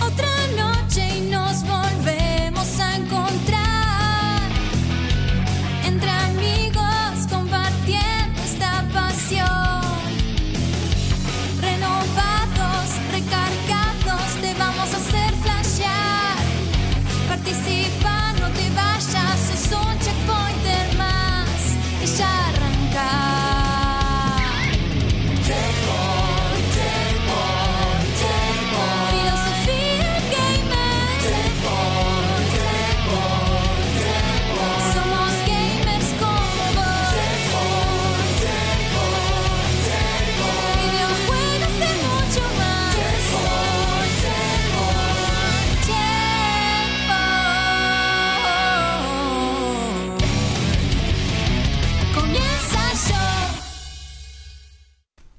Otra noche y nos volvemos a encontrar entre amigos compartiendo esta pasión. Renovados, recargados, te vamos a hacer flashear. Participa, no te vayas, es un checkpointer más que ya arranca. Filosofía gamer. Somos gamers como vos. Videojuegos de mucho más. Checkpoint. Comienza yo.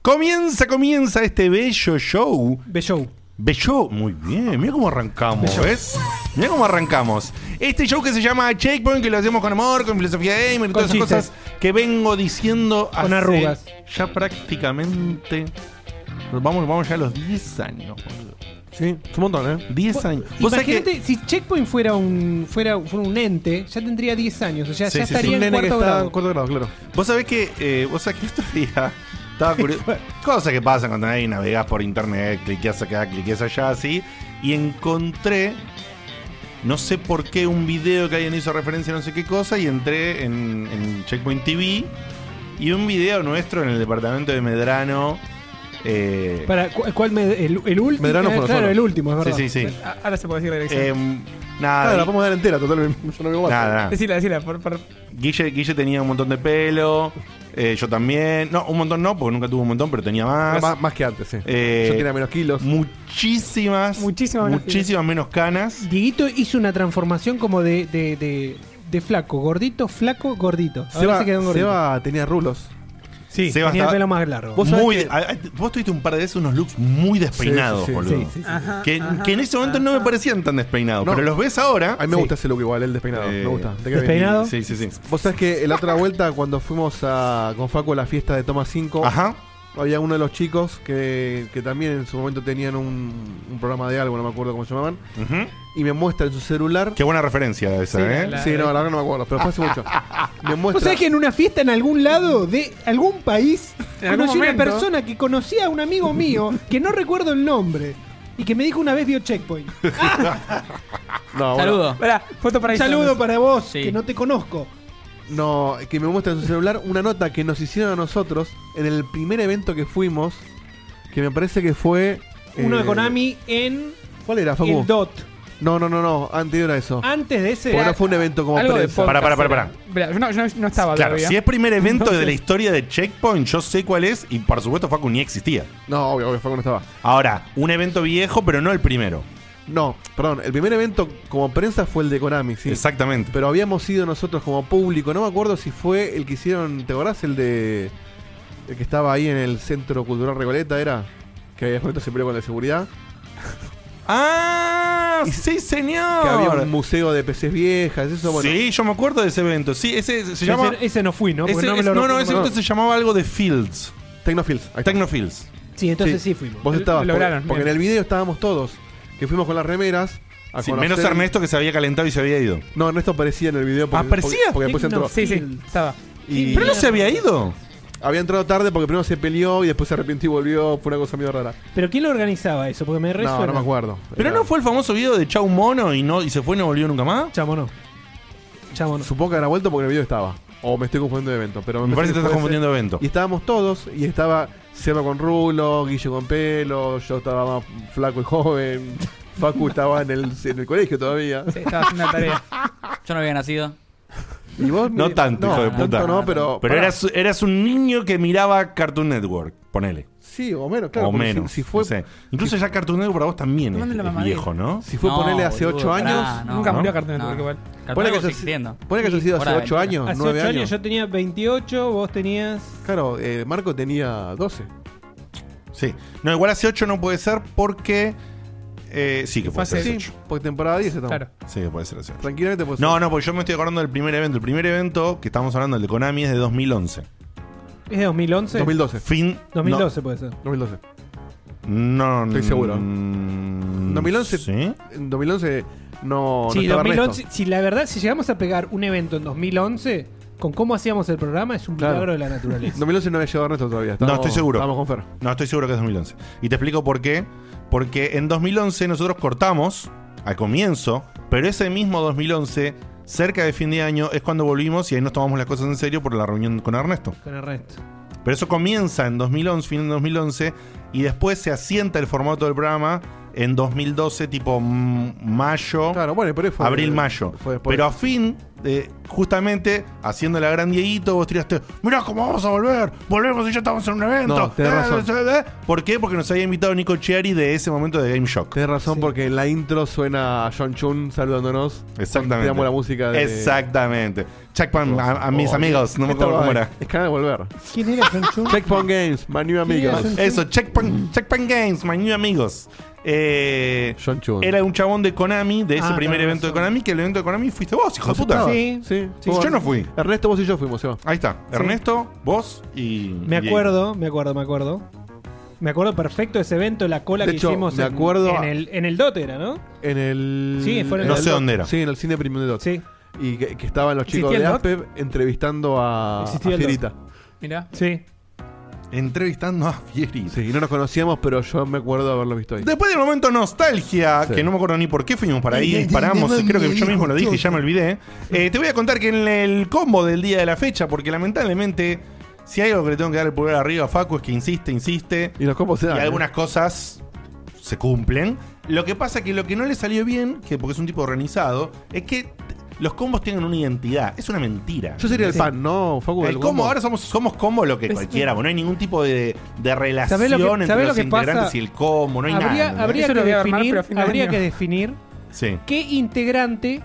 Comienza, comienza este bello show. Bello. Bello, muy bien. Mira cómo arrancamos, ¿ves? Mira cómo arrancamos. Este show que se llama Checkpoint, que lo hacemos con amor, con filosofía gamer, y todas Con esas cosas que vengo diciendo Con arrugas. Ya prácticamente. Vamos, vamos ya a los 10 años, boludo. Sí, es un montón, ¿eh? 10 años. Vos sabés Imagínate, si Checkpoint fuera un, fuera, fuera un ente, ya tendría 10 años. O sea, Sí, ya sí, sí. estaría Un en nene que cuarto está en grado. cuarto grado, claro. Vos sabés que, eh, vos sabés que el otro día estaba curioso. Cosas que pasan cuando ahí navegás por internet, cliqueás acá, cliqueás allá, así. Y encontré, no sé por qué, un video que alguien hizo referencia a no sé qué cosa. Y entré en, en Checkpoint TV. Y un video nuestro en el departamento de Medrano. eh, Para, ¿cu- ¿Cuál me- el, el último? Medrano fue claro, nosotros. el último, es Sí, verdad. sí, sí. A- Ahora se puede decir la dirección. em, Claro, nada, la podemos dar entera, totalmente. Yo no veo más. nada, nada. Decila, decila. por- por- Guille, Guille tenía un montón de pelo. eh, yo también. No, un montón no, porque nunca tuvo un montón, pero tenía Era más. Más, más que antes, sí. Eh, Yo tenía menos kilos. muchísimas Muchísimas menos muchísimas menos canas Dieguito hizo una transformación como de, de, de, de flaco, gordito, flaco, gordito. Ahora Seba, se quedó en gordito. Seba tenía rulos. sí, Seba tenía el estaba- pelo más largo. Vos- sabés muy que- a- a- vos tuviste un par de veces unos looks muy despeinados Sí, sí, sí, boludo sí, sí, sí. que, que en ese momento no me parecían tan despeinados No. pero los ves ahora A mí me gusta ese look igual, el despeinado. Eh, me gusta. Te queda bien. despeinado. sí sí sí Vos sabés que la otra vuelta, cuando fuimos a, con Facu a la fiesta de Toma 5, ajá había uno de los chicos que, que también en su momento tenían un, un programa de algo, no me acuerdo cómo se llamaban, Ujú. y me muestra en su celular. qué buena referencia esa Sí, eh la- Sí, no, la verdad no me acuerdo, pero fue hace mucho. Me muestra. ¿Vos sabés que en una fiesta en algún lado de algún país En algún conocí una momento. persona que conocía a un amigo mío que no recuerdo el nombre y que me dijo una vez vio Checkpoint? No, bueno, Saludo. foto para Un saludo para vos Sí. que no te conozco. No, que me muestra en su celular una nota que nos hicieron a nosotros en el primer evento que fuimos, que me parece que fue... Uno de eh, Konami en ¿Cuál era, Facu? el DOT. No, no, no, no, anterior a eso. Antes de ese Porque no fue un evento como Algo de prensa. podcast Pará, pará, pará, era. pará. Mirá, Yo no, yo no- no estaba claro todavía. si es primer evento de la Entonces- historia de checkpoint yo sé cuál es y por supuesto Facu ni existía No, obvio, obvio, Facu no estaba. ahora un evento viejo pero no el primero No, perdón, el primer evento como prensa fue el de Konami, sí. exactamente Pero habíamos ido nosotros como público, no me acuerdo si fue el que hicieron, ¿te acordás? El de... El que estaba ahí en el Centro Cultural Recoleta, ¿era? Que había junto siempre con la seguridad. ah sí señor Que había un museo de peces viejas, eso, bueno. sí yo me acuerdo de ese evento sí ese se ese, llama ese no fui, ¿no? Porque Ese- no, me es- lo no, no, recuerdo. ese evento se llamaba algo de Fields. Tecnofields. ahí está. Tecnofields. Sí, entonces sí, fuimos. Vos Lo- estabas. lo lograron, porque, porque en bien. el video estábamos todos. Que fuimos con las remeras. a Sí, conocer- menos Ernesto que se había calentado y se había ido. No, Ernesto aparecía en el video. Porque, Ah, ¿aparecía? Porque, porque después entró. Sí, sí, estaba. Y Pero no se había ido. había entrado tarde porque primero se peleó y después se arrepintió y volvió. Fue una cosa medio rara. Pero ¿quién lo organizaba eso? Porque me resuena. No, no me acuerdo. Pero Era- no fue el famoso video de Chau Mono y no y se fue y no volvió nunca más. Chamo no. Chamo no. Supongo que habrá vuelto porque el video estaba. O me estoy confundiendo de evento. Pero Me parece que te fue estás ese. confundiendo de evento. Y estábamos todos. Y estaba Seba con rulo, Guille con pelo. Yo estaba más flaco y joven. Facu estaba en el, en el colegio todavía. Sí, estaba haciendo la tarea. Yo no había nacido. Y vos, No tanto, hijo de puta. Tanto no, pero. Pero pará. eras, eras un niño que miraba Cartoon Network. Ponele. Sí, o menos, claro. o porque menos. Si, si fue, no sé. Incluso ya Cartoon Network para vos también es, Mándale la es mamadita. viejo, ¿no? si fue No, ponerle hace boludo, 8 pará, años. no. No. Nunca ¿no? murió Cartoon No. Porque igual. Network igual. Pone Cartoon que, sigue haya si- existiendo. pone que haya sido hace Ahora 8 de- años, Hace 9 8 años. años yo tenía 28, vos tenías. Claro, eh, Marco tenía 12. Sí. No, igual hace 8 no puede ser porque. eh, sí, que Fue puede ser. hace hace ocho. sí, porque temporada 10 estamos. Claro. Sí, que puede ser hace ocho. Tranquilamente pues. No, no, porque yo me estoy acordando del primer evento. El primer evento que estamos hablando, el de Konami, es de 2011. ¿Es de 2011? 2012. Fin. 2012 puede ser. 2012. No, no. Estoy seguro. mm, 2011. Sí. En 2011 no, no Sí, estaba 2011, Ernesto. si la verdad, si llegamos a pegar un evento en 2011, con cómo hacíamos el programa, es un Claro. milagro de la naturaleza. En 2011 no había llegado Ernesto todavía. No, estoy seguro. Vamos con Fer. No, estoy seguro que es 2011. Y te explico por qué. Porque en 2011 nosotros cortamos al comienzo, pero ese mismo 2011, cerca de fin de año, es cuando volvimos y ahí nos tomamos las cosas en serio por la reunión con Ernesto. Con el resto. Pero eso comienza en 2011, fin de 2011, y después se asienta el formato del programa en 2012, tipo mm, mayo, Claro, bueno, pero fue abril-mayo. fue después. Pero a fin, de, justamente, haciendo la gran Dieguito, vos tiraste, mirá cómo vamos a volver, volvemos y ya estamos en un evento. No, tenés Eh, razón. eh, eh. ¿Por qué? Porque nos había invitado Nico Chiari de ese momento de Game Shock. Tenés razón Sí. porque en la intro suena a John Chun saludándonos. Exactamente. Te amo la música de... Exactamente. Checkpoint a, a mis Oh, amigos, no me acuerdo esta cómo va- era. Es cara de volver. ¿Quién era Franchun? Checkpoint Games, my new amigos. hacen- Eso, Checkpoint, Checkpoint Games, my new amigos. Eh, John Chun. Era un chabón de Konami, de ese Ah, primer tenés evento de razón. Konami, que el evento de Konami fuiste vos, hijo de ¿Vos puta. estabas? Sí. Sí. Sí, Vos- yo no fui. Ernesto, vos y yo fuimos, Seba. Ahí está, Sí. Ernesto, vos y. Me y- acuerdo, me acuerdo, me acuerdo. Me acuerdo perfecto de ese evento, la cola De que hecho, hicimos me en- acuerdo en, a- el, en el Dot era, ¿no? En el... Sí, fue en el- No el sé Dot. dónde era. Sí, en el cine Premium de Dot. Sí, Y que, que estaban los chicos ¿Existía de el Dot? APEB entrevistando a, a Existía el Dot. Fierita. Mirá. sí. Entrevistando a Fieri. Sí, y no nos conocíamos, pero yo me acuerdo de haberlo visto ahí. Después del momento nostalgia, Sí. que no me acuerdo ni por qué fuimos para ahí, paramos, y creo que yo mismo lo dije, ya me olvidé. eh, te voy a contar que en el combo del día de la fecha, porque lamentablemente, si hay algo que le tengo que dar el pulgar arriba a Facu es que insiste, insiste, Y los combos se dan. y ¿eh? algunas cosas se cumplen. Lo que pasa que lo que no le salió bien, que porque es un tipo organizado, es que t- los combos tienen una identidad. Es una mentira. Yo sería el pan, ¿no, Facu? el combo, Eh, ahora somos, somos combo lo que Es- cualquiera, bueno, no hay ningún tipo de, de relación ¿Sabés lo que- entre sabés los lo que pasa? integrantes y el combo, no hay habría nada. ¿no? habría Eso que, lo voy a armar, definir, pero a fin de habría año. que definir Sí. qué integrante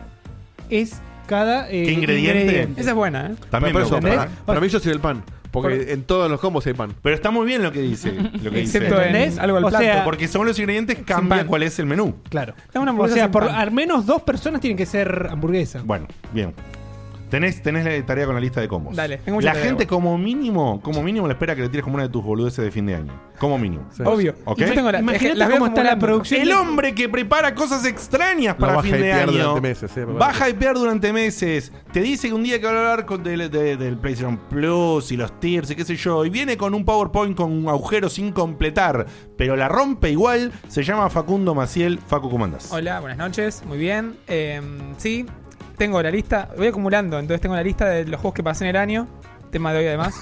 es cada eh, ¿Qué ingrediente? Esa es buena, ¿eh? También para, me gusta. ¿entendés? para, ¿eh? para mí yo soy el pan. Porque en todos los combos hay pan. Pero está muy bien lo que dice. Lo que Excepto dice. en- ¿Entendés? algo al o plato, sea, Porque según los ingredientes cambia pan. cuál es el menú. claro. Da una O hamburguesa sea, sin por pan. al menos dos personas tienen que ser hamburguesa. Bueno, bien. Tenés, tenés la tarea con la lista de combos. Dale, tengo mucha La tarea, gente como mínimo, como mínimo le espera que le tires como una de tus boludeces de fin de año. Como mínimo. Obvio. Ok. Yo tengo la- es que Imagínate las veo cómo está como la una- producción. El hombre que prepara cosas extrañas Lo para vas a fin de hypear año. durante meses, eh, me va parece. a hypear durante meses. Te dice que un día que va a hablar con del, de- del PlayStation Plus y los tiers y qué sé yo. Y viene con un PowerPoint con un agujero sin completar. Pero la rompe igual. Se llama Facundo Maciel. Facu, ¿cómo andás? Hola, buenas noches, muy bien. Eh, sí, tengo la lista, voy acumulando, entonces tengo la lista de los juegos que pasé en el año, tema de hoy además.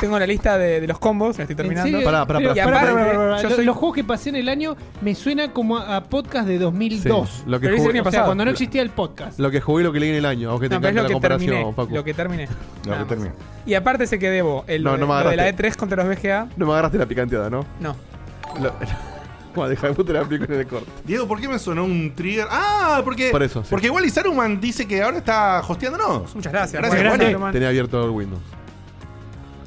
tengo la lista de, de los combos, la estoy ¿En terminando. serio? Pará, pará, Pero- pará, pará, pará, pará. Lo- Yo soy- Los juegos que pasé en el año me suena como a, a podcast de 2002. Sí, Lo que, Pero dice jugué, que o O sea, pasado. cuando no existía el podcast. sea, lo que jugué y lo que leí en el año. Aunque te No, pero es encanta la lo que, terminé, comparación, Facu. lo que terminé. Lo Nada que más. termina. Y aparte se que debo, el No, lo de- no me lo de la agarraste. E3 contra los BGA, No me agarraste la picanteada, ¿no? no. Lo- Bueno, deja de puta la pico en el corte. Diego, ¿por qué me sonó un trigger? Ah, porque. Por eso, sí. Porque Wally Saruman dice que ahora está hosteándonos. Muchas gracias. Gracias, Bueno, Juan. Román. Tenía abierto el Windows.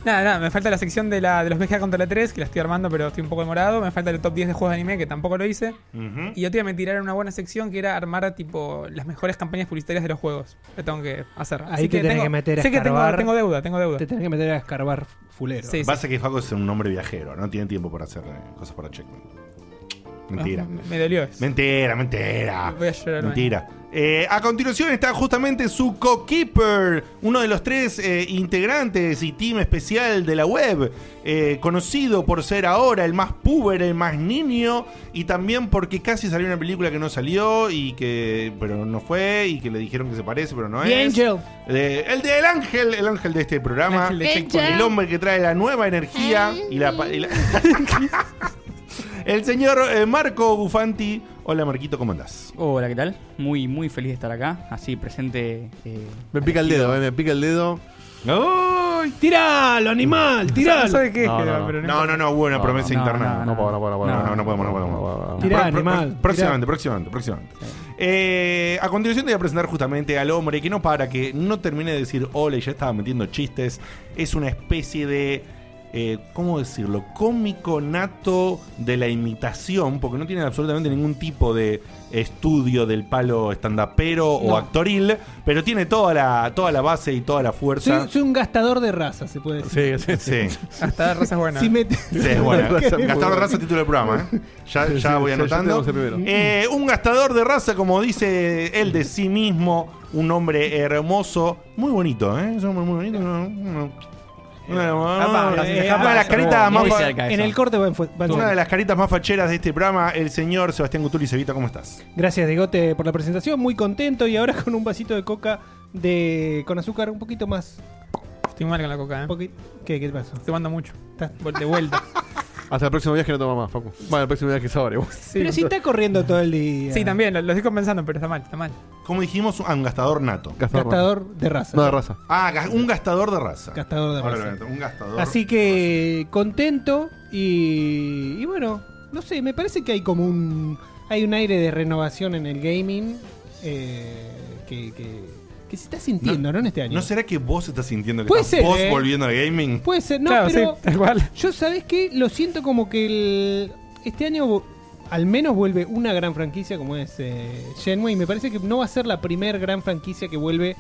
Nada, nada, me falta la sección de, la, de los BGA contra la 3, que la estoy armando, pero estoy un poco demorado. Me falta el top 10 de juegos de anime, que tampoco lo hice. Ujú. Y yo te me tiraron una buena sección que era armar tipo las mejores campañas publicitarias de los juegos. Que tengo que hacer. Ahí te tenés tengo, que meter a Sé que tengo, escarbar. tengo deuda, tengo deuda. Te tenés que meter a escarbar fulero. Sí, sí. Pasa que Facu es un hombre viajero, no tiene tiempo para hacer eh, cosas para Checkpoint. Mentira. Ah, Me me dolió eso. Mentira, mentira. Voy a llorar, Mentira. Eh, a continuación está justamente su co-keeper, uno de los tres eh, integrantes y team especial de la web, eh, conocido por ser ahora el más puber, el más niño, y también porque casi salió una película que no salió y que pero no fue y que le dijeron que se parece pero no The es. Angel. Eh, el del ángel, el ángel de este El programa, ángel de Angel. Checkpoint. el hombre que trae la nueva energía y la, pa- y la- el señor eh, Marco Bufanti. Hola Marquito, ¿cómo andás? Hola, ¿qué tal? Muy, muy feliz de estar acá, así presente. eh, Me pica el dedo, eh, me pica el dedo. voy. ¡Tiralo, animal! No ¡Tiralo! sabe qué es, No, no, Germán, no. pero No, no, no, hubo una promesa no, interna. no, No puedo, no puedo, no puedo. No, no podemos, no podemos. podemos. Tirá, Pro- pro- animal, Próximamente, tirá. próximamente, próximamente. Eh, a continuación te voy a presentar justamente al hombre que no para, que no terminé de decir ole, ya estaba metiendo chistes. Es una especie de, eh, ¿cómo decirlo? Cómico nato de la imitación, porque no tiene absolutamente ningún tipo de estudio del palo estandapero o No. actoril, pero tiene toda la, toda la base y toda la fuerza. Soy, soy un gastador de raza, se puede decir. Sí, sí, sí. Sí. Hasta dar razas buenas. Si me- Sí, es buena. Raza, Gastador de muy raza, título del programa. ¿eh? Ya, Sí, ya sí, voy sí, ya anotando. tenemos el primero. Eh, un gastador de raza, como dice él de sí mismo, un hombre hermoso, muy bonito, ¿eh? Es un hombre muy bonito. no, no. Una- capaz, una de capaz, las caritas capaz. más Muy fa- cerca. en el corte va en, fu- va en- una de las caritas más facheras de este programa, el señor Sebastián Gutuli Cevita, ¿cómo estás? Gracias, Degote, por la presentación. Muy contento y ahora con un vasito de coca de con azúcar un poquito más. Estoy mal con la coca, ¿eh? un poqui- ¿Qué, ¿Qué pasó? Te mando mucho. Está- Vol- De vuelta. Hasta el próximo viaje no toma más, Facu. Bueno, el próximo viaje es ahora. igual. Sí, Pero si está corriendo todo el día. Sí, también, lo, lo estoy compensando, pero está mal, está mal. Como dijimos, ah, un gastador nato. Gastador. Gastador de raza. No, de raza. Ah, ga- un gastador de raza. Gastador de Ahora raza. lo meto, un gastador. Así que contento y, y bueno, no sé, me parece que hay como un hay un aire de renovación en el gaming eh, que, que- que se está sintiendo, ¿no? En este año. ¿No será que vos estás sintiendo que Puede estás ser, vos ¿eh? volviendo al gaming? Puede ser, no, claro, pero sí, tal cual. yo sabes que lo siento como que el- este año vo- al menos vuelve una gran franquicia como es eh, Shenmue y me parece que no va a ser la primer gran franquicia que vuelve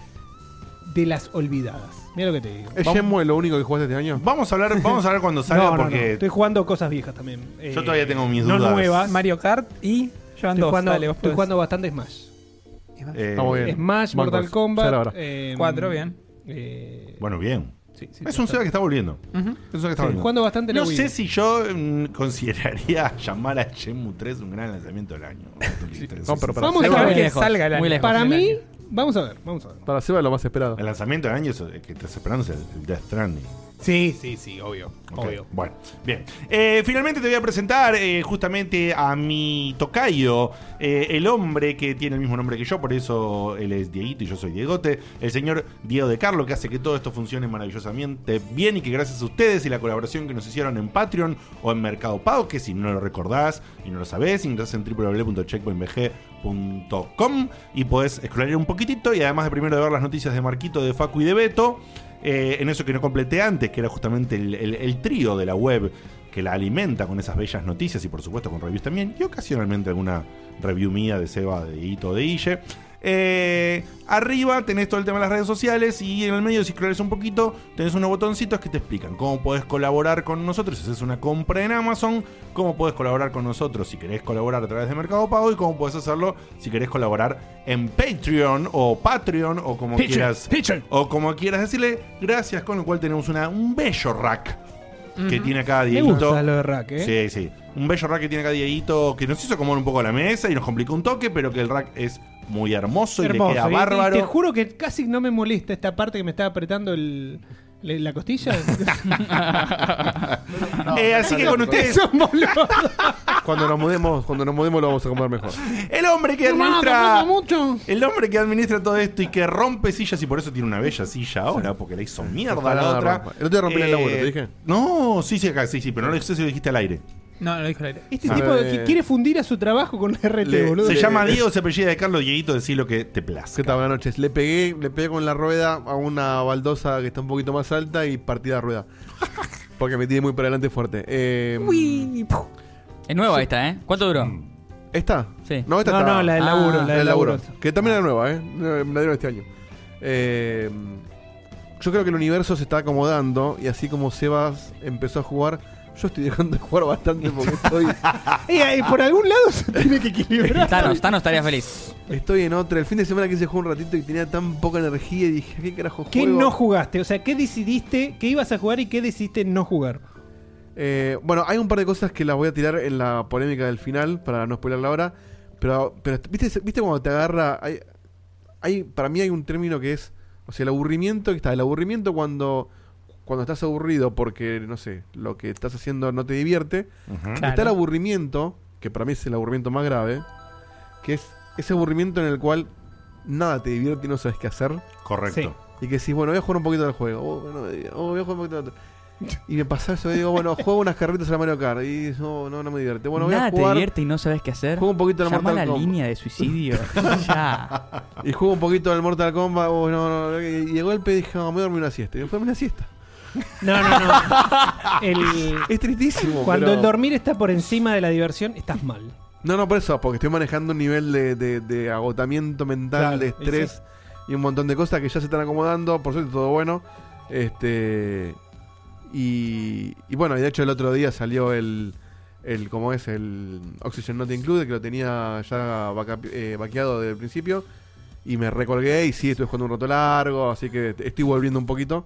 de las olvidadas. Mira lo que te digo. ¿Es Vamos. Shenmue lo único que jugaste este año? Vamos a hablar, vamos a hablar cuando No, salga no, no, porque Estoy jugando cosas viejas también. Yo eh, todavía tengo mis no dudas. nuevas. Mario Kart y Joan Estoy 2. jugando, Dale, vos estoy podés. jugando bastante Smash. Eh, Vamos bien. Smash, Bancos. Mortal Ya era Kombat. hora. eh, Cuatro, bien. eh, Bueno, bien. sí, sí, Es un bastante. Seba que está volviendo. Ujú. Es un Seba que está Sí, volviendo. jugando bastante la No Wii. sé si yo mm, consideraría llamar a Shenmue 3 un gran lanzamiento del año. No, pero para, Vamos a Hay que Seba, ver que lejos, salga el muy año. lejos. Para del mí, año. vamos a ver, vamos a ver. para Seba es lo más esperado. El lanzamiento del año es el que estás esperando es el el Death Stranding. Sí, sí, sí, obvio. Ok, Bueno, bien. Eh, finalmente te voy a presentar eh, justamente a mi tocayo, eh, el hombre que tiene el mismo nombre que yo, por eso él es Dieguito y yo soy Diegote, el señor Diego de Carlo, que hace que todo esto funcione maravillosamente bien y que gracias a ustedes y la colaboración que nos hicieron en Patreon o en Mercado Pago, que si no lo recordás y no lo sabés, ingresás en www.checkpointbg.com y podés explorar un poquitito y además de primero de ver las noticias de Marquito, de Facu y de Beto, eh, en eso que no completé antes, que era justamente el, el- el trío de la web que la alimenta con esas bellas noticias y por supuesto con reviews también, y ocasionalmente alguna review mía de Seba, de Hito, de Ille. Eh, arriba tenés todo el tema de las redes sociales y en el medio, si scrollas un poquito, tenés unos botoncitos que te explican cómo podés colaborar con nosotros si haces una compra en Amazon, cómo podés colaborar con nosotros si querés colaborar a través de Mercado Pago y cómo podés hacerlo si querés colaborar en Patreon o Patreon o como quieras o como quieras decirle, gracias, con lo cual tenemos una, un bello rack que tiene acá Me Dieguito. gusta lo de Rack, ¿eh? Sí, sí. Un bello rack que tiene acá Dieguito que nos hizo comer un poco la mesa y nos complicó un toque, pero que el rack es muy hermoso, y le queda y te- bárbaro. Te, juro que casi no me molesta esta parte que me está apretando el, la, la costilla. Eh, así que con ustedes, Eso, boludo. Cuando nos mudemos, cuando nos mudemos lo vamos a comer mejor. el hombre que Hermano, te administra. mando mucho. El hombre que administra todo esto y que rompe sillas y por eso tiene una bella silla ahora, porque la hizo mierda la Ojalá, otra. Eh, Rafa. No te rompí el laburo, ¿te dije? No, sí, sí, acá, sí, sí, pero no lo sé si lo dijiste al aire. No, lo dijo el aire. Este Ah. tipo de- Eh. que quiere fundir a su trabajo con un RT, Le- boludo. Se Este Le- llama Diego, se apellida de Carlos Dieguito, decir lo que te ¿Qué plazca. tal? Buenas noches. Le pegué, le pegué con la rueda a una baldosa que está un poquito más alta y partida de rueda. Porque me tiré muy para adelante fuerte. Eh, Uy, pu. Es nueva esta, ¿eh? ¿Cuánto duró? Mm. ¿Esta? Sí. No, esta No, estaba- no, la del Ah, laburo, la la del laburo. Ah. Que también era nueva, ¿eh? Me la dieron este año. Eh, yo creo que el universo se está acomodando y así como Sebas empezó a jugar, yo estoy dejando de jugar bastante porque estoy, Eh, eh, por algún lado se tiene que equilibrar. Thanos, Thanos estaría feliz. estoy en otra. El fin de semana quise jugar un ratito y tenía tan poca energía y dije, ¿qué carajo juego? ¿Qué no jugaste? O sea, ¿qué decidiste que ibas a jugar y qué decidiste no jugar? Eh, bueno, hay un par de cosas que las voy a tirar en la polémica del final para no spoiler la hora. Pero, pero ¿viste, ¿viste cuando te agarra? Hay, hay, para mí hay un término que es, o sea, el aburrimiento, que está, el aburrimiento cuando, cuando estás aburrido porque, no sé, lo que estás haciendo no te divierte. Ujú. Claro. Está el aburrimiento, que para mí es el aburrimiento más grave, que es ese aburrimiento en el cual nada te divierte y no sabes qué hacer. Correcto. Sí. y que decís, bueno, voy a jugar un poquito del juego, oh, bueno, oh, voy a jugar un poquito del otro. Y me pasa eso, y digo, bueno, juego unas carritas a la Mario Kart, y no, no, no me divierte. Bueno, voy Nada a jugar te divierte y no sabes qué hacer. juego un poquito al Llama a Mortal la Kombat. línea de suicidio. ya. y juego un poquito al Mortal Kombat, oh, no, no, no, y y de golpe dije, no, me voy a dormir una siesta, y me fui a dormir una siesta. No, no, no. El- Es tristísimo. cuando pero- el dormir está por encima de la diversión, estás mal. No, no, por eso, porque estoy manejando un nivel de, de- de agotamiento mental, Claro, de y estrés y un montón de cosas que ya se están acomodando, por suerte todo bueno. Este y, y bueno, y de hecho el otro día salió el el como es el Oxygen Not Included que lo tenía ya vaca- eh, vaqueado desde el principio y me recolgué y sí, estuve jugando un rato largo, así que estoy volviendo un poquito.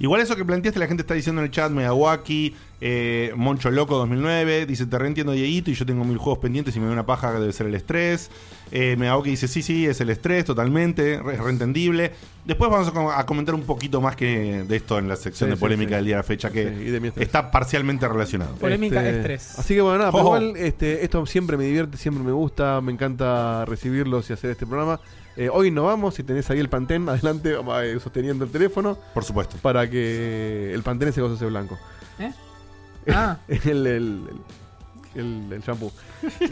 Igual eso que planteaste, la gente está diciendo en el chat, Megawaki, eh, Moncho Loco 2009, dice, te reentiendo Dieguito y yo tengo mil juegos pendientes y me da una paja que debe ser el estrés. Eh, Megawaki dice, sí, sí, es el estrés, totalmente, re- es reentendible. Después vamos a, com- a comentar un poquito más que de esto en la sección Sí, de sí, polémica sí. del día de la fecha, que Sí, y de mi estrés. está parcialmente relacionado. Polémica, Este, estrés. Así que bueno, nada, pero Ojo. igual este, esto siempre me divierte, siempre me gusta, me encanta recibirlos y hacer este programa. Eh, hoy nos vamos, si tenés ahí el Pantén, adelante, va, eh, sosteniendo el teléfono, Por supuesto. para que el Pantén ese gozo sea blanco. ¿Eh? Ah. el, el, el- el- el shampoo.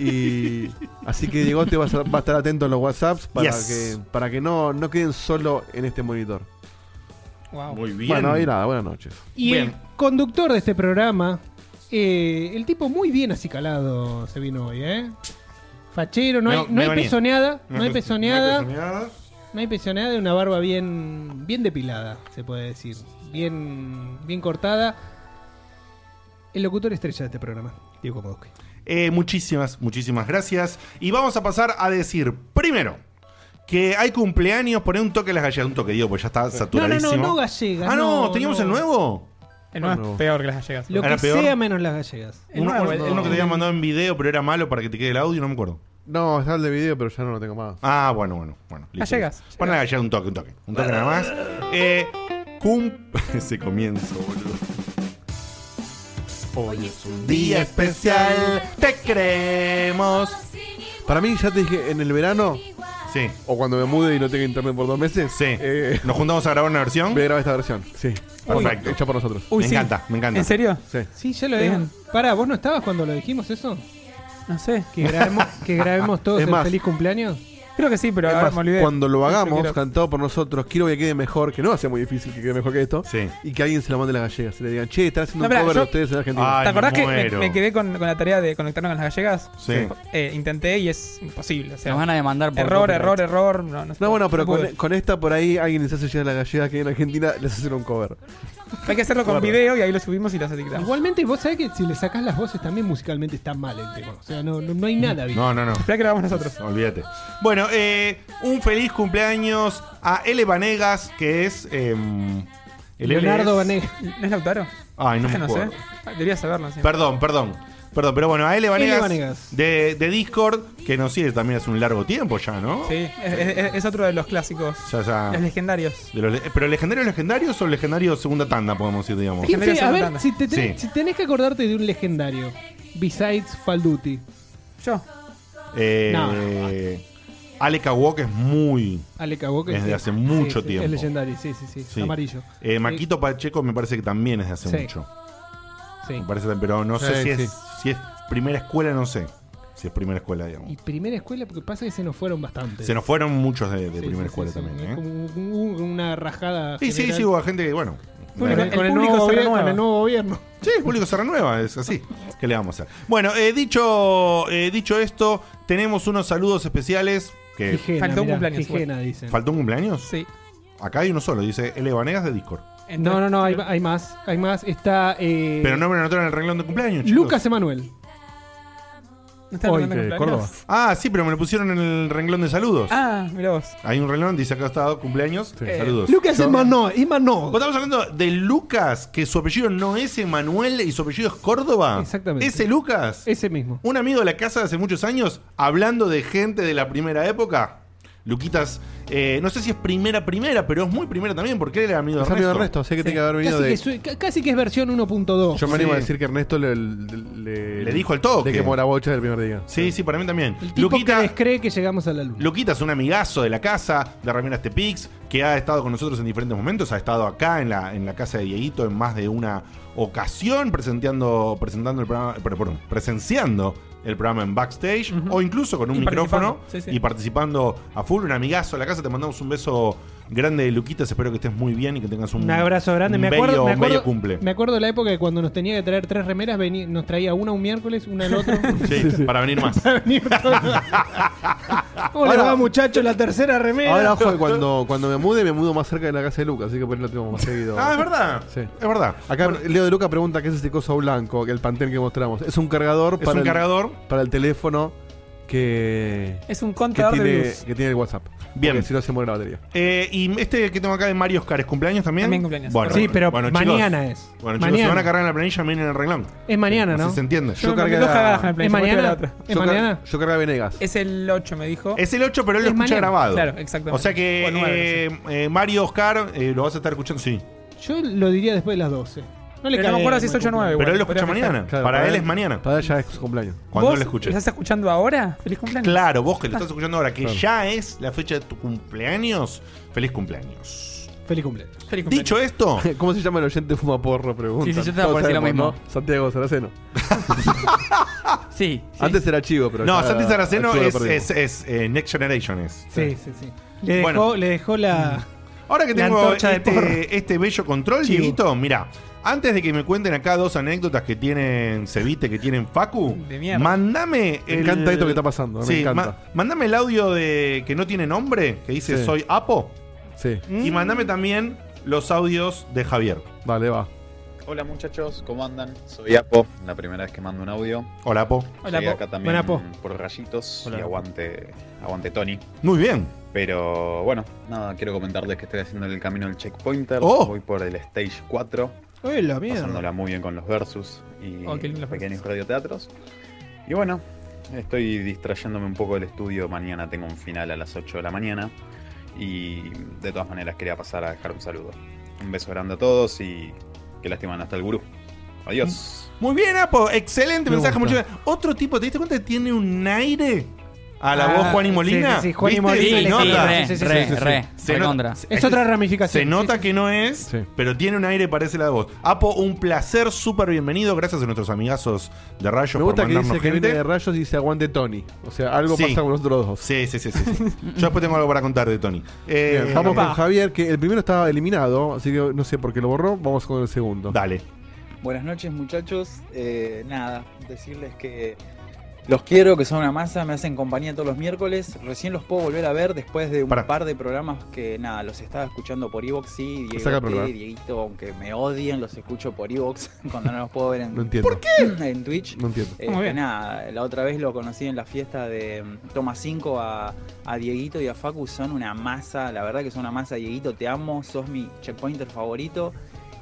Y así que Diego te vas a, va a estar atento a los WhatsApps para Yes. que, para que no, no queden solo en este monitor. Wow. bien. Bueno, y nada, buenas noches. Y Bien. el conductor de este programa, eh, el tipo muy bien acicalado se vino hoy, ¿eh? Fachero, no, Me- hay, no me hay bañé. pezoneada, Una no hay cosa- pezoneada, una pezoneada. no hay pezoneada y una barba bien, bien depilada, se puede decir. Bien, bien cortada. El locutor estrella de este programa, Diego Komodowski. Eh, muchísimas, muchísimas gracias. Y vamos a pasar a decir, primero, que hay cumpleaños, poné un toque a las gallegas, un toque, digo, pues ya está No, no, saturadísimo. no, no gallegas. Ah, no, no, ¿teníamos no. el nuevo? El nuevo Bueno. es peor que las gallegas. Lo ¿Era que peor? sea menos las gallegas. El uno, nuevo, uno- el- uno que te había mandado en video, pero era malo para que te quede el audio, no me acuerdo. No, está el de video, pero ya no lo tengo más. Ah, bueno, bueno, bueno. listo. Gallegas. Ponle a la gallega un toque, un toque. Un toque nada más. Eh, cum... Ese comienzo, boludo. Hoy es un día especial, te creemos. Para mí, ya te dije, en el verano Sí, O cuando me mude y no tenga internet por dos meses. sí. Eh, Nos juntamos a grabar una versión. voy a grabar esta versión. Sí. Perfecto. Hecha por nosotros. Uy, me sí. encanta, me encanta. ¿En serio? Sí. Sí, ya lo Bien. habíamos. Pará, ¿vos no estabas cuando lo dijimos eso? No sé. Que grabemos, que grabemos todos Es el más- feliz cumpleaños. Creo que sí, pero Es ahora más, me olvidé. cuando lo hagamos, Yo quiero- cantado por nosotros, quiero que quede mejor, que no va a ser muy difícil que quede mejor que esto. Sí. Y que alguien se lo mande a las gallegas. Y le digan, che, están haciendo No, un pará, cover yo- de ustedes en Argentina. Ay, ¿Te acordás me que me, muero. me quedé con, con la tarea de conectarme con las gallegas? Sí. Eh, intenté y es imposible. O sea, Nos van a demandar por error, copyright. error, error. No, no, No, bueno, pero no pude. con, con esta por ahí alguien les hace llegar las gallegas que hay en Argentina, les hacen un cover. Hay que hacerlo con Guarda. video y ahí lo subimos y las etiquetamos. Igualmente, vos sabés que si le sacás las voces también musicalmente está mal el tema. O sea, no, no, no hay nada bien. No, no, no. Espera que lo hagamos nosotros. Olvídate. Bueno, eh, un feliz cumpleaños a L. Vanegas, que es. eh, el L Leonardo es- Vanegas. ¿No es Lautaro? Ay, no me Ese no sé. acuerdo. Debería saberlo. sí. Perdón, perdón. Perdón, pero bueno, a L. Vanegas, Vanegas. De, de Discord, que nos sigue también hace un largo tiempo ya, ¿no? Sí, es, es- es otro de los clásicos. Ya, ya. Los legendarios. De los le- pero legendarios legendarios o legendarios segunda tanda, podemos decir, digamos. ¿Quién? Piense, a Legendario ver, Santana. si, te tenés, Sí. si tenés que acordarte de un legendario, besides Falduti, Yo. Eh, No. Ale Caguó, que es muy. Ale Cabo, que Es de sí, hace mucho sí, tiempo. Es legendario, sí, sí, sí, sí. amarillo. Eh, Maquito Pacheco me parece que también es de hace Sí. mucho. Sí. Me parece, pero no sé Sí, si, es, sí. si es primera escuela, no sé. Si es primera escuela, Y digamos. primera escuela, porque pasa que se nos fueron bastantes. Se nos fueron muchos de, de Sí, sí, primera escuela sí, sí. también, Es ¿eh? como un- un- una rajada. Sí, sí, general. sí, hubo gente que, bueno. Con, Bueno, eh, el, con el público nuevo se gobierno, renueva. con el nuevo gobierno. Sí, el público se renueva, es así. ¿Qué le vamos a hacer? Bueno, eh, dicho, eh, dicho esto, tenemos unos saludos especiales. que Fijena, faltó un mirá, cumpleaños, Fijena, dicen. ¿Faltó un cumpleaños? Sí. Acá hay uno solo, dice L. Vanegas de Discord. No, no, no, hay, hay más. Hay más. Está. eh, Pero no me lo anotaron en el renglón de cumpleaños, chicos. Lucas Emanuel. ¿No está hablando de eh, cumpleaños? Ah, sí, pero me lo pusieron en el renglón de saludos. Ah, mirá vos. Hay un renglón, dice acá está, cumpleaños. Saludos. Lucas Emanuel. Emanuel. Vos estamos hablando de Lucas, que su apellido no es Emanuel y su apellido es Córdoba. Exactamente. Ese Lucas, Ese mismo. un amigo de la casa de hace muchos años, hablando de gente de la primera época. Luquitas, eh, no sé si es primera, primera, pero es muy primera también, porque él era amigo de Es amigo de Ernesto. Ernesto, sé que tiene que haber venido Casi, de. que su- ca- casi que es versión 1.2. Yo me animo a Sí. decir que Ernesto le, le, Le dijo al toque. Le quemó la bocha del primer día. Sí, sí, para mí también. El tipo Luquita, que descree que llegamos a la luna. Luquita es un amigazo de la casa, de Remeras Tepix, que ha estado con nosotros en diferentes momentos, ha estado acá en la, en la casa de Dieguito en más de una ocasión presentando, presentando el programa, pero, perdón, presenciando el programa en backstage Ujú. o incluso con un Y micrófono participando, sí, sí. y participando a full, un amigazo de la casa. Te mandamos un beso grande, Luquitas, espero que estés muy bien y que tengas un, Un abrazo grande, un me acuerdo, me, bello- un acuerdo bello cumple. me acuerdo de la época que cuando nos tenía que traer tres remeras, veni- nos traía una un miércoles, una el otro. Sí, para venir más. ¿Cómo le Ahora- va, muchacho, la tercera remera? Ahora, ojo, que cuando, cuando me mude, me mudo más cerca de la casa de Luca, así que por ahí lo tengo más seguido. Ah, es verdad. Sí. Es verdad. Acá Leo de Luca pregunta qué es ese coso blanco, que el pantén que mostramos. Es un cargador Es un el, cargador. para el teléfono que, Es un que, contador de tiene, luz. que tiene el WhatsApp. Bien. Porque si no se muere la batería. Eh, y este que tengo acá de Mario Oscar, ¿es cumpleaños también? También cumpleaños. Bueno, sí, pero bueno, chicos, mañana es. Bueno, chicos, mañana. si van a cargar en la planilla, miren el renglón. es mañana, Así ¿no? se entiende. Yo, Yo me cargué dos la- cagadas con el ¿Es Play, yo me mañana? cargué la otra. ¿Es yo, car- mañana? yo cargaba Venegas. Es el 8, me dijo. Es el 8, pero él lo Es escucha mañana. grabado. Claro, exactamente. O sea que O nueve, eh, eh, Mario Oscar eh, lo vas a estar escuchando, sí. Yo lo diría después de las 12. No le Pero no me cagué, acuerdo si es me 8 o 9. pero igual, él lo escucha podría fijar. mañana. Claro, para él es mañana. Para él ya es su cumpleaños. Cuando ¿Vos lo escuches. ¿Estás escuchando ahora? Feliz cumpleaños. Claro, vos que lo estás escuchando ahora, que Claro. ya es la fecha de tu cumpleaños. Feliz cumpleaños. cumpleaños. Feliz cumpleaños. Feliz cumpleaños. Dicho esto, ¿Cómo se llama el oyente fuma porro? Pregunta. Sí, sí, yo te voy a decir lo mismo. Santiago Saraceno. Sí. sí. Antes era chivo, pero. no, ya- Santi Saraceno a Chivo lo es, perdimos. es- es, eh, Next Generation. Es. Sí, sí, sí. Le dejó, Bueno. le dejó la. Ahora que La tengo antorcha de porro. este, este bello control, Chivo. Dieguito, mira, antes de que me cuenten acá dos anécdotas que tienen Cevite, que tienen Facu, De mierda. mandame Me el- encanta esto que está pasando, me Sí, encanta. ma- mandame el audio de que no tiene nombre, que dice Sí. soy Apo, Sí, y mandame también los audios de Javier. vale, va. Hola muchachos, ¿cómo andan? Soy Apo, la primera vez que mando un audio. Hola, Apo. Hola, Llegué po. acá también Buena, Apo. por rayitos Hola, y Apo. aguante, aguante Tony. Muy bien. Pero bueno, nada, quiero comentarles que estoy haciendo el camino del checkpointer. Oh. Voy por el stage 4, Uy, la mierda. pasándola muy bien con los versus y Oh, qué lindo los pequeños radioteatros. Y bueno, estoy distrayéndome un poco del estudio. Mañana tengo un final a las 8 de la mañana. Y de todas maneras quería pasar a dejar un saludo. Un beso grande a todos y qué lástima no está el gurú. Adiós. Mm. Muy bien, Apo. Excelente Me mensaje. gusta. mucho- Otro tipo, ¿te diste cuenta que tiene un aire a la Ah, voz Juan y sí, Molina? sí, sí, Juan y ¿Viste? Molina, Se Sí, sí, nota. re, Sí, sí, sí, re, sí, sí. re, Se re nota- contra. se- Es otra ramificación. Se nota que no es, Sí. pero tiene un aire parece la de vos. Apo, un placer, súper bienvenido. Gracias a nuestros amigazos de Rayos Me gusta por que dice mandarnos que viene de gente. rayos y dice aguante Tony. O sea, algo Sí. pasa con nosotros dos. Sí, sí, sí, sí, sí. Yo después tengo algo para contar de Tony. Eh, Bien, vamos papá. con Javier, que el primero estaba eliminado, así que no sé por qué lo borró. Vamos con el segundo. Dale. Buenas noches muchachos, Eh, nada, decirles que los quiero, que son una masa, me hacen compañía todos los miércoles, recién los puedo volver a ver después de un Pará. par de programas que nada, los estaba escuchando por Evox, sí, Saca el Diego, programa. T, Dieguito, aunque me odien, los escucho por Evox cuando no los puedo ver No en, entiendo. ¿Por qué? en Twitch. No entiendo. Eh, Muy bien. nada, la otra vez lo conocí en la fiesta de mm, Toma 5 a, a Dieguito y a Facu, son una masa, la verdad que son una masa, Dieguito, te amo, sos mi checkpointer favorito.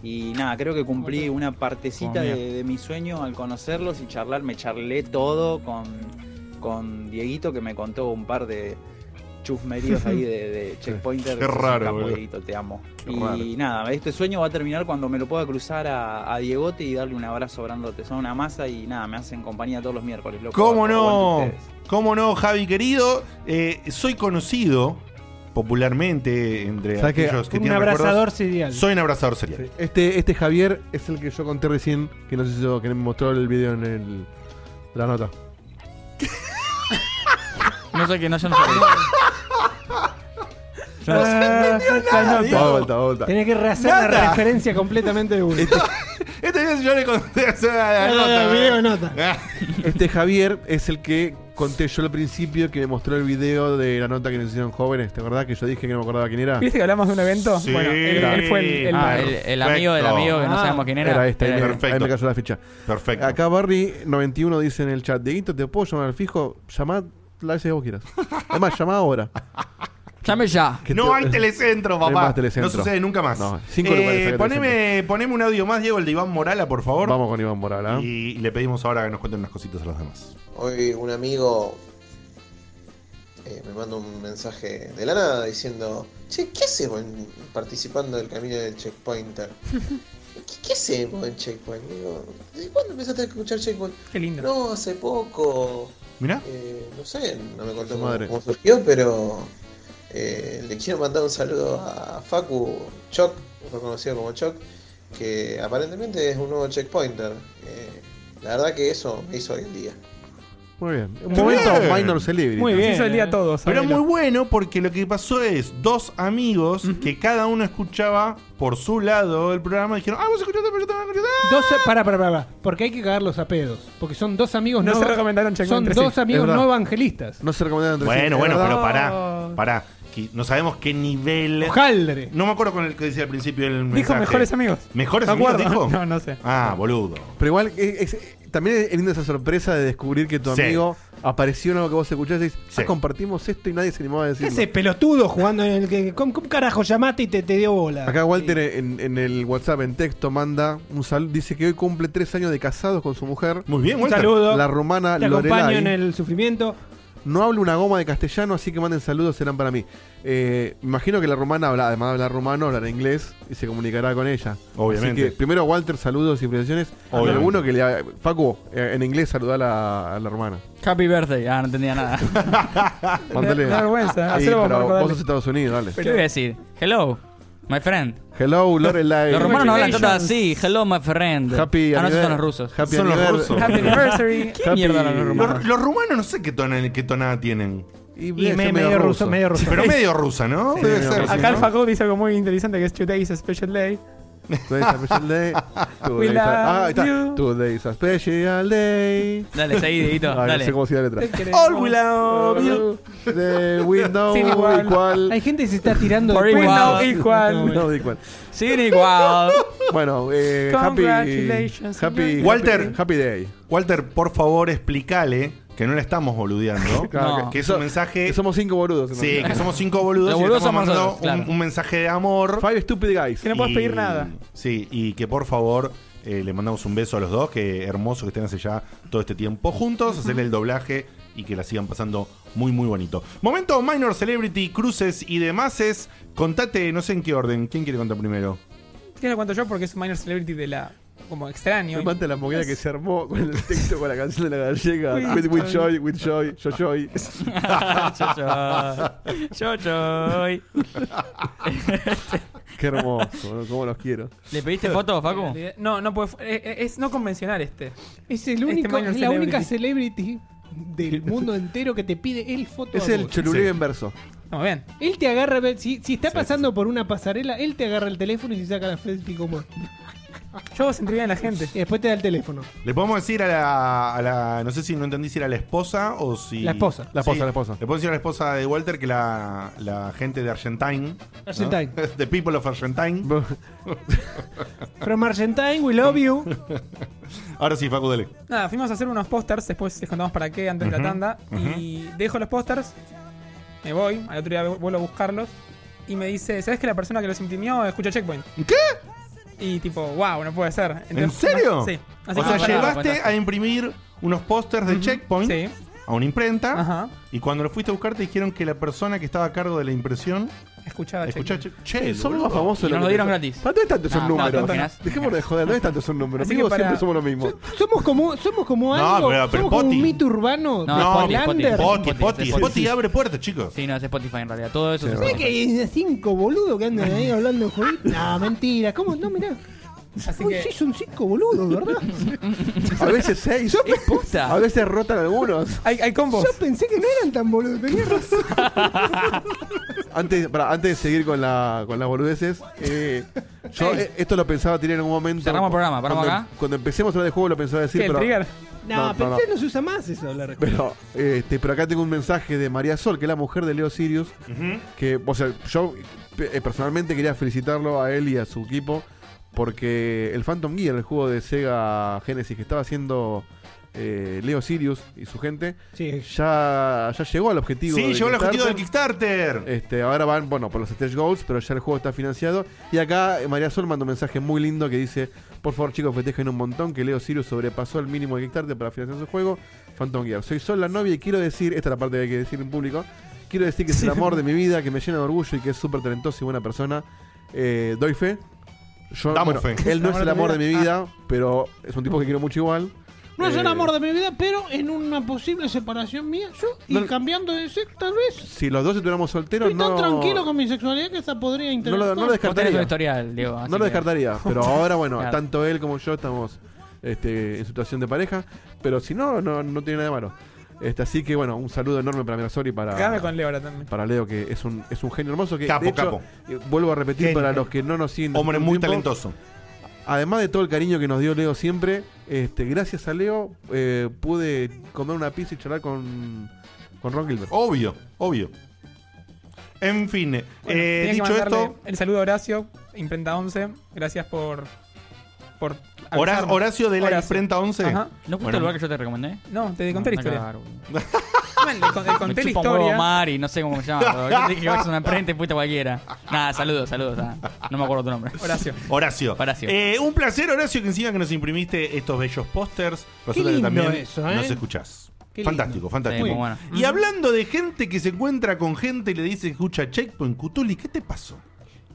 Y nada, creo que cumplí una partecita Como de, mía. de mi sueño al conocerlos y charlar, me charlé todo con, con Dieguito que me contó un par de chusmeríos ahí de, de checkpointer. Qué Sos un raro, capo, boludo. Dieguito, te amo. Qué y raro. nada, este sueño va a terminar cuando me lo pueda cruzar a, a Diegote y darle un abrazo grandote. Son una masa y nada, me hacen compañía todos los miércoles. Loco, ¿Cómo Aguante no? ustedes. ¿Cómo no, Javi querido? Eh, soy conocido popularmente entre ¿Sabes qué? aquellos que Un tienen recuerdos. abrazador serial. Soy un abrazador serial. Sí. Este, este Javier es el que yo conté recién, que no sé si yo- que me mostró el video en el, la nota. No sé qué, no, yo no sé qué. Yo no sé. Va de vuelta, va de vuelta. Ah, Tenés que rehacer la Nada. referencia completamente de uno. Este video yo le conté hace Ah, la el nota. Ah. video nota. Este Javier es el que conté yo al principio, que me mostró el video de la nota que nos hicieron jóvenes. ¿Te acordás que yo dije que no me acordaba quién era? ¿Viste que hablamos de un evento? Sí. Bueno, él, él fue el, el- Ah, el, el amigo del Perfecto. amigo que no Ah. sabemos quién era. Eh, Era este, ahí me- Perfecto. ahí me cayó la ficha. Perfecto. Acá Barry91 dice en el chat, Dieguito, ¿te puedo llamar al fijo? Llamá la vez que vos quieras. Además, llamá ahora. Llame ya. Que no te- hay telecentro, papá. No hay más telecentro. No sucede nunca más. Eh, No, cinco lugares hay de poneme, poneme un audio más, Diego, el de Iván Morala, por favor. Vamos con Iván Morala. ¿eh? Y le pedimos ahora que nos cuenten unas cositas a los demás. Hoy un amigo eh, me manda un mensaje de la nada diciendo, che, ¿qué hacemos en- participando del camino del checkpointer? ¿Qué, qué hacemos en checkpoint? Digo, ¿desde cuándo empezaste a escuchar checkpoint? Qué lindo. No, hace poco. Mirá. Eh, no sé, no me contó Su cómo, madre. cómo surgió, pero eh, le quiero mandar un saludo a Facu Choc, mejor conocido como Choc, que aparentemente es un nuevo checkpointer. Eh, la verdad que eso me hizo hoy el día. Muy bien. Un Muy momento bien. minor celebrity. Muy Nos bien. hizo el día ¿eh? a todos. Pero Abelo. muy bueno porque lo que pasó es dos amigos que cada uno escuchaba por su lado el programa y dijeron, ah, vos escuchaste, pero yo también escuché. ¡Ah! Dos, para, para, para, Porque hay que cagarlos a pedos. Porque son dos amigos No se recomendaron checkpoint Son entre sí. dos amigos Es verdad. no evangelistas. No se recomendaron entre sí, Bueno, es bueno, verdad. pero pará, Oh. pará. que No sabemos qué nivel. Hojaldre. No me acuerdo con el que decía al principio el mensaje. Dijo mejores amigos. ¿Mejores Me amigos acuerdo. dijo? No, no sé. Ah, boludo. Pero igual, es- es- también es linda esa sorpresa de descubrir que tu Sí. amigo apareció en algo que vos escuchaste y dices, Sí. "Ah, compartimos esto y nadie se animaba a ¿Qué decirlo. haces, pelotudo, jugando en el que. ¿Cómo, cómo carajo llamaste y te, te dio bola? Acá Walter en, en el WhatsApp, en texto, manda un saludo. Dice que hoy cumple tres años de casados con su mujer, Muy bien, Un Walter. saludo. la romana te acompaño Lorelai. en el sufrimiento. No hablo una goma de castellano, así que manden saludos, serán para mí. Eh, me imagino que la romana habla, además de hablar romano, hablará inglés y se comunicará con ella. Obviamente. Así que primero Walter, saludos y felicitaciones. Hay Obviamente. alguno que le ha- Facu, eh, en inglés saludá a la, a la romana. Happy birthday. Ah, no entendía nada. Ah, Mándale. Da- da vergüenza, Sí, hacelo vos, pero Marco, vos dale. sos Estados Unidos, dale. ¿Qué voy a decir? Hello, my friend. Hello, Lorelai. Los romanos no hablan tanto Congratulations. así. Hello, my friend. Happy ah, no, esos anniver- son los rusos. Happy Son los anniver- rusos. Happy anniversary. ¿Qué mierda hablan los Los, romanos? los rumanos no sé qué tonada, qué tonada tienen. Eh, Y, Y ese me- medio ruso, medio ruso. Pero medio rusa, ¿no? Sí, Debe medio ser. rusa. sí, Acá el ¿no? Facu dice algo muy interesante que es Today's a Special Day. Today's a special day. Today's love a- ah, ahí you. está. Today's a special day. Dale, seguí, Dieguito. Ah, no Dale. sé cómo sigue la letra. All we love you. De window Sin igual. igual. Hay gente que se está tirando Por de igual. cuernos. Igual. No, bueno. No, de igual. Siguen igual. Bueno, eh, happy, Congratulations, happy, señor. Walter. happy day. Walter, por favor, explícale que no la estamos boludeando. Claro, No. Que es un mensaje. Que somos cinco boludos. Sí, que somos cinco boludos y Los le boludos estamos somos mandando nosotros, un- claro. un mensaje de amor. Five stupid guys. Que no puedes Y- pedir nada. Sí, y que por favor eh, le mandamos un beso a los dos, que hermoso que estén hace ya todo este tiempo juntos, hacerle el doblaje y que la sigan pasando muy, muy bonito. Momento Minor Celebrity, cruces y demás es, contate, no sé en qué orden, ¿quién quiere contar primero? ¿Qué lo cuento yo? Porque es un minor celebrity de la. como extraño. Me encanta la moquera que se armó con el texto con la canción de la gallega. Uy. with, with joy, with joy, yo joy. Yo soy. Yo soy. Qué hermoso, ¿no? cómo los quiero. ¿Le pediste foto, Facu? No, no puede. eh, eh, Es, no convencional este. Es, el único, minor Este es la única celebrity del mundo entero que te pide el foto. Es a el vos. choluleo Sí. en verso. Estamos bien. Él te agarra, ve- si, si está pasando por una pasarela, él te agarra el teléfono y se saca la selfie como... Yo sentí bien a la gente. Y después te da el teléfono. Le podemos decir a la, a la- no sé si no entendí si era la esposa o si... La esposa. La esposa, Sí. la esposa. Le podemos decir a la esposa de Walter que la, la gente de Argentine. ¿no? Argentine. The people of Argentine. From Argentine, we love you. Ahora sí, Facu, dale. Nada, fuimos a hacer unos pósters, después les contamos para qué antes de Ujú, la tanda. Y dejo los pósters, me voy, al otro día vu- vuelvo a buscarlos. Y me dice, ¿sabes que la persona que los imprimió escucha Checkpoint? ¿Qué? Y tipo, wow, no puede ser. Entonces, ¿En serio? Sí. o que sea, para- llevaste para- a imprimir unos pósters de Checkpoint Sí. a una imprenta Ajá. y cuando lo fuiste a buscar te dijeron que la persona que estaba a cargo de la impresión Escuchaba escuchaba Checkpoint. che, che, Somos boludo. más famosos. Y de nos que lo dieron pensamos. gratis. ¿Para dónde tantos No, son no, números? ¿te imaginas? Dejémonos de joder, ¿dónde tantos son números? Así Amigos, que para- siempre somos los mismos. Somos como, somos como No, algo, pero- pero somos como Poti. un mito urbano. No, No, Poti, Poti, Poti, Poti, Lander. Poti, Poti, Poti, Poti. abre puertas, chicos. Sí, no, es Spotify en realidad. Todo eso Sí, es ¿Sabés Spotify. que hay cinco boludos que andan ahí hablando de jueguitos? No, mentira. ¿Cómo? No, mirá. Así Uy, que- sí, son cinco boludos, ¿verdad? A veces seis. ¡Es posta! A veces rotan algunos. Hay, hay combos. Yo pensé que no eran tan boludos. Tenías razón. Antes, pará, antes de seguir con, la, con las boludeces, eh, yo eh, esto lo pensaba tirar en algún momento. Cerramos el programa, paramos cuando, acá. Cuando empecemos a hablar de juego lo pensaba decir, ¿Qué, el pero. trigger? No, No, pero no, ya no se usa más eso hablar. Pero, este, pero acá tengo un mensaje de María Sol, que es la mujer de Leo Sirius, que, o sea, yo eh, personalmente quería felicitarlo a él y a su equipo, porque el Phantom Gear, el juego de Sega Genesis que estaba haciendo eh, Leo Sirius y su gente, Sí. ya, ya llegó al objetivo. Sí, del llegó el objetivo del Kickstarter. Kickstarter. Este, ahora van, bueno, por los stage goals, pero ya el juego está financiado. Y acá eh, María Sol manda un mensaje muy lindo que dice, por favor chicos, festejen un montón que Leo Sirius sobrepasó el mínimo de Kickstarter para financiar su juego, Phantom Gear. Soy Sol la novia y quiero decir, esta es la parte que hay que decir en público, Quiero decir que es el amor de mi vida, que me llena de orgullo y que es súper talentoso y buena persona. Eh, doy fe. Yo, Damos bueno, fe. Él no es el amor de mi vida, pero es un tipo que quiero mucho igual. No es Eh, el amor de mi vida, pero en una posible separación mía, yo ir No- cambiando de sexo, tal vez. Si los dos estuviéramos solteros, Estoy no. tan tranquilo con mi sexualidad que esa podría no interesar. lo, no lo Vos tenés un descartaría. historial, Diego. así No lo que- descartaría, pero ahora, bueno, Claro. tanto él como yo estamos este, en situación de pareja, pero si no, no, no tiene nada de malo. Este, así que, bueno, un saludo enorme para Mirasol y Cagame para, con Leo ahora Eh, también. para Leo, que es un, es un genio hermoso. Que, Capo, de hecho, capo. eh, Vuelvo a repetir, Genio. para los que no nos siguen. desde Hombre un muy tiempo, talentoso. Además de todo el cariño que nos dio Leo siempre, este, gracias a Leo eh, pude comer una pizza y charlar con, con Ron Gilbert. Obvio, obvio. En fin, Bueno, eh, tenía que dicho mandarle esto, El saludo a Horacio, Imprenta 11. Gracias por. por Hora- avisarnos. Horacio de la Horacio. imprenta 11. Ajá. ¿No fuiste Bueno. el lugar que yo te recomendé? No, te conté la No, historia. cagar, boludo. Bueno, le con- le Me conté la chupa un huevo historia. Mari, no sé cómo se llama. boludo. Yo te dije que ibas a una imprenta y fuiste cualquiera. Nada, saludos, saludos. ah. No me acuerdo tu nombre. Horacio. Horacio. Horacio. Eh, un placer, Horacio, que encima que nos imprimiste estos bellos pósters. Resulta que lindo también eso, ¿eh? nos escuchás. Qué lindo. fantástico, Sí, fantástico. muy bueno. Y hablando de gente que se encuentra con gente y le dice, escucha Checkpoint, Cutuli, ¿qué te pasó?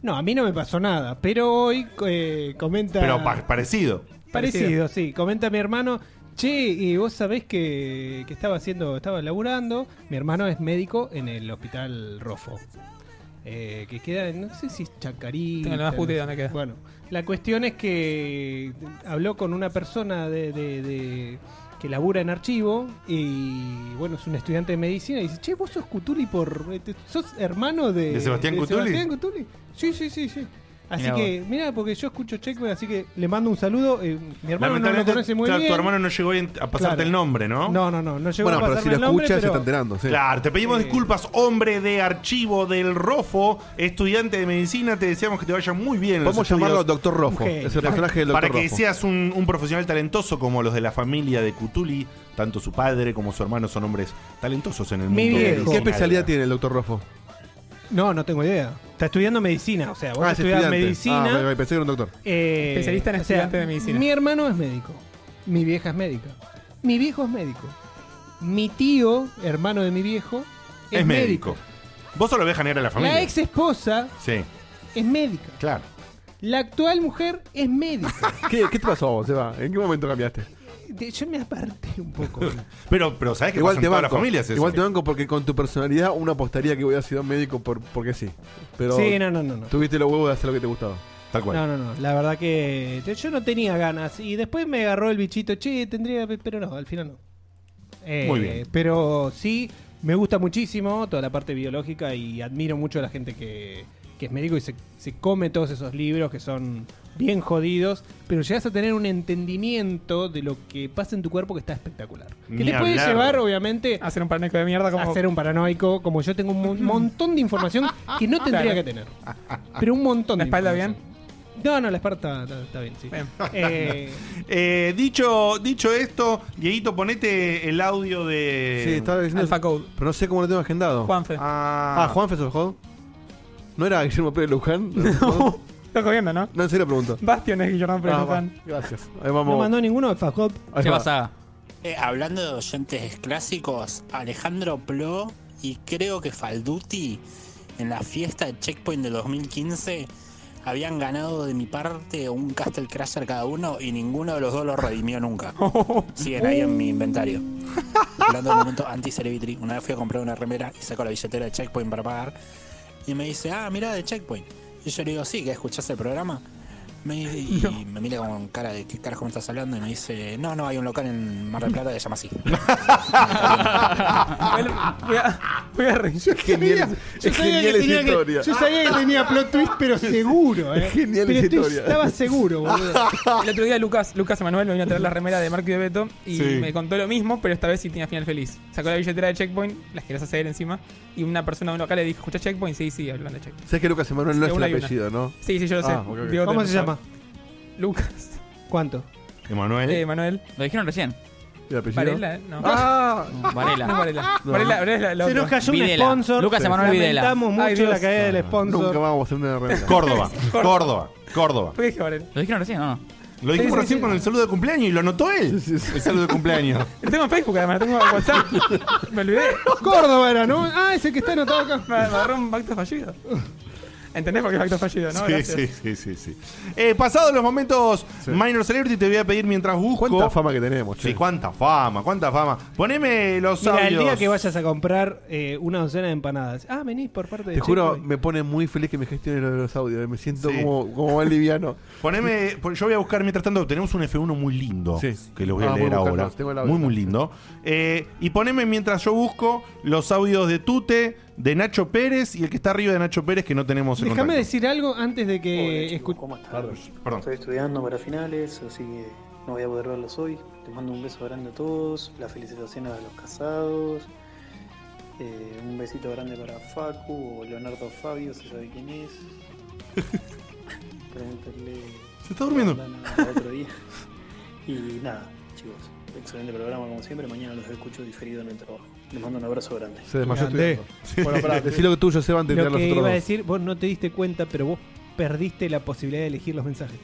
No, a mí no me pasó nada, pero hoy eh, comenta. Pero pa- parecido. Parecido, sí. Comenta mi hermano. Che, y vos sabés que, que estaba haciendo, estaba laburando. Mi hermano es médico en el hospital Rofo. eh, que queda, en- no sé si es Chacarita. Tengo la más puta idea dónde queda. Bueno, la cuestión es que habló con una persona de, de- de- que labura en archivo y, bueno, es un estudiante de medicina y dice, che, vos sos Cutuli por... eh, ¿Sos hermano de... ¿De Sebastián Cutuli? Sebastián Cutuli? Sí, sí, sí, sí. Así Mirá que, Eh, mira, porque yo escucho Checkpoint, así que le mando un saludo. eh, mi hermano no lo Lamentablemente, conoce muy claro, bien. tu hermano no llegó bien a pasarte Claro. el nombre, ¿no? No, no, no, no llegó Bueno, a pero pasarme si lo el nombre, escuchas, se pero- está enterando. sí. Claro, te pedimos Sí. disculpas, hombre de archivo del Rofo, estudiante de medicina, te deseamos que te vaya muy bien. en los Vamos a llamarlo estudios. Doctor Rojo. Un genio. Es el personaje del Doctor Para que Rojo. seas un, un profesional talentoso como los de la familia de Cutuli, tanto su padre como su hermano son hombres talentosos en el Mi mundo. viejo. ¿Qué medicinal. especialidad tiene el Doctor Rojo? No, no tengo idea. Está estudiando medicina, o sea, vos Ah, es estudiás estudiante. medicina. Ah, me- me pensé que era un doctor. eh, Especialista en o sea, estudiante de medicina. Mi hermano es médico. Mi vieja es médica. Mi viejo es médico. Mi tío, hermano de mi viejo, Es, médico. Vos solo ves negra de la familia. La ex esposa Sí, es médica. claro. La actual mujer es médica. ¿Qué, ¿Qué te pasó a vos, Seba? ¿En qué momento cambiaste? De- Yo me aparté un poco. Pero, pero sabes que Igual te todas las banco. familias eso. Igual te banco porque con tu personalidad uno apostaría que voy a ser un médico por, porque sí. Pero Sí, no, no, no. no. tuviste los huevos de hacer lo que te gustaba. Tal cual. No, no, no. La verdad que te- yo no tenía ganas. Y después me agarró el bichito, che, tendría. Pero no, al final no. Eh, Muy bien. Pero sí, me gusta muchísimo toda la parte biológica y admiro mucho a la gente que, que es médico y se, se come todos esos libros que son bien jodidos. Pero llegas a tener un entendimiento de lo que pasa en tu cuerpo que está espectacular. Que Ni te puede hablar. llevar, obviamente. a Hacer un parneco de mierda como. ser un paranoico, como yo tengo un mon- montón de información que no tendría Claro. que tener. Ah, Pero un montón ¿La de espalda información. No, no, la espalda está, está- está bien, sí. Bien. Eh, Eh, dicho, dicho esto, Dieguito, ponete el audio de. sí, estaba diciendo. Alpha Code. Pero no sé cómo lo tengo agendado. Juanfe. Ah, Ah, Juan Fesojod. ¿No era Guillermo Pérez Luján? No, Estás jodiendo, ¿no? en serio pregunto. Bastion es Guillermo Pérez Ah, Luján. va. Gracias. Ahí no vamos. mandó ninguno de Fajop. Ahí ¿Qué va. pasa? Eh, hablando de oyentes clásicos, Alejandro Plo y creo que Falduti en la fiesta de Checkpoint del 2015 habían ganado de mi parte un Castle Crasher cada uno y ninguno de los dos lo redimió nunca. Siguen ahí en mi inventario. Hablando del momento anti-celebrity, una vez fui a comprar una remera y saco la billetera de Checkpoint para pagar y me dice, ah, mira de Checkpoint. Y yo le digo, sí, que escuchás el programa. Me, y me mira con cara de qué carajo me estás hablando y me dice, no, no, hay un local en Mar del Plata que se llama así. Bueno, voy a, voy a reír. Genial. Yo Es sabía, que genial esa tenía que, historia. yo sabía que tenía plot twist, pero seguro, ¿eh? Es genial pero esa estoy- historia. Estaba seguro, boludo. El otro día Lucas, Lucas Emanuel me vino a traer la remera de Marco y de Beto y me contó lo mismo, pero esta vez sí tenía final feliz. Sacó la billetera de Checkpoint, las querías hacer encima, y una persona de un local le dijo, ¿escuchás Checkpoint? Sí, sí, hablando de Checkpoint. Sabes que Lucas Emanuel no es Sí, el una y una. apellido, ¿no? Sí, sí, yo lo sé. Ah, ok, ok. Diego ¿Cómo te- se llama? Lucas. ¿Cuánto? Emanuel. Eh, Emanuel. Lo dijeron recién. ¿El apellido? Varela, ¿eh? No. Ah, Varela. No, Varela. No. Varela, Varela es la, la Se nos otra. cayó Videla. un sponsor. Lucas Emanuel Videla. Lamentamos Ay, mucho Dios. la caída del nunca sponsor. vamos a hacer una remera. Córdoba, Córdoba, Córdoba. ¿Por qué dije Varela? Lo dijeron recién, ¿o no? Lo dijimos Sí, sí, recién sí. con el saludo de cumpleaños y lo anotó él. El saludo de cumpleaños. Lo tengo en Facebook, además, lo tengo en WhatsApp. Me olvidé. Córdoba era, ¿no? Ah, ese que está anotado acá. Me me agarró un pacto fallido. ¿Entendés por qué pacto fallido, no? Sí, Gracias. sí, sí, sí, sí. Eh, pasados los momentos Minor Celebrity, te voy a pedir mientras busco. ¿Cuánta fama que tenemos, che? Sí, cuánta fama, cuánta fama. Poneme los Mira, el audios. día que vayas a comprar eh, una docena de empanadas. Ah, venís por parte de Te juro, Checkpoint. me pone muy feliz que me gestione lo de los audios. Me siento Sí. como, como más liviano. Poneme, por- yo voy a buscar mientras tanto, tenemos un F1 muy lindo, Sí. que lo voy a Ah, voy a leer buscarlo, ahora. tengo el audio. Muy, muy lindo. Eh, y poneme mientras yo busco los audios de Tute, de Nacho Pérez y el que está arriba de Nacho Pérez que no tenemos en Déjame contacto. decir algo antes de que escu- ¿Cómo estás? Perdón. Estoy estudiando para finales, así que no voy a poder verlos hoy. Te mando un beso grande a todos, las felicitaciones a los casados, eh, un besito grande para Facu o Leonardo Fabio, se sabe quién es. Pregúntale. Se está durmiendo. la bandana Otro día. Y nada, chicos, excelente programa como siempre. Mañana los escucho diferido en el trabajo. Les mando un abrazo grande. Se desmayó Grande. estudiando. Bueno, pará, decí lo que tuyo, Seba, antes de lo leer los que iba otros a dos. decir, vos no te diste cuenta, pero vos perdiste la posibilidad de elegir los mensajes.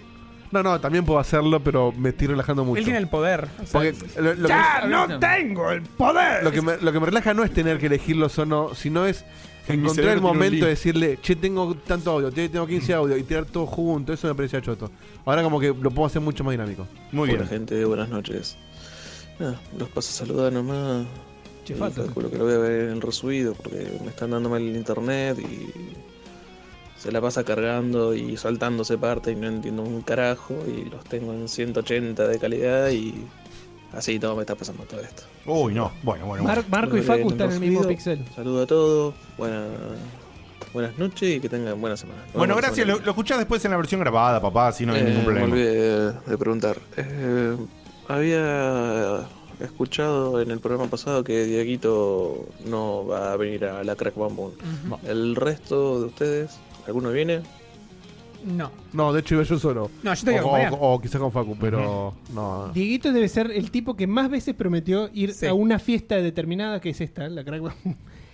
No, no, también puedo hacerlo, pero me estoy relajando mucho. Él tiene el poder. o sea, Porque lo, lo ¡Ya! que, ¡No tengo el poder! lo que me, lo que me relaja no es tener que elegirlos o no, sino es En mi encontrar el cerebro tiene un momento de link. decirle, che, tengo tanto audio, che, tengo 15 audio y tirar todo junto. Eso me parecía choto. Ahora, como que lo puedo hacer mucho más dinámico. Muy Hola bien. gente, buenas noches. Nada, los paso a saludar nomás. Che, Y Fato. calculo que lo voy a ver en resubido porque me están dando mal el internet y se la pasa cargando y saltándose parte y no entiendo un carajo y los tengo en 180 de calidad y así todo me está pasando todo esto. Uy, no. Bueno, bueno. bueno. Mar- Marco y Espero que Facu están en el mismo resubido. pixel. Saludo a todos, buena- buenas noches y que tengan buena semana. Nos Bueno, vemos la gracias. semana Lo, lo escuchás después en la versión grabada, papá, así no hay Eh, ningún Me problema. olvidé de, de preguntar. Eh, había escuchado en el programa pasado que Dieguito no va a venir a la Crack Bam Boom. ¿El resto de ustedes? ¿Alguno viene? No. No, de hecho, iba yo solo. No, yo te voy a O, acompañar. o- o quizás con Facu, pero no. Dieguito debe ser el tipo que más veces prometió ir Sí. a una fiesta determinada que es esta, la crack.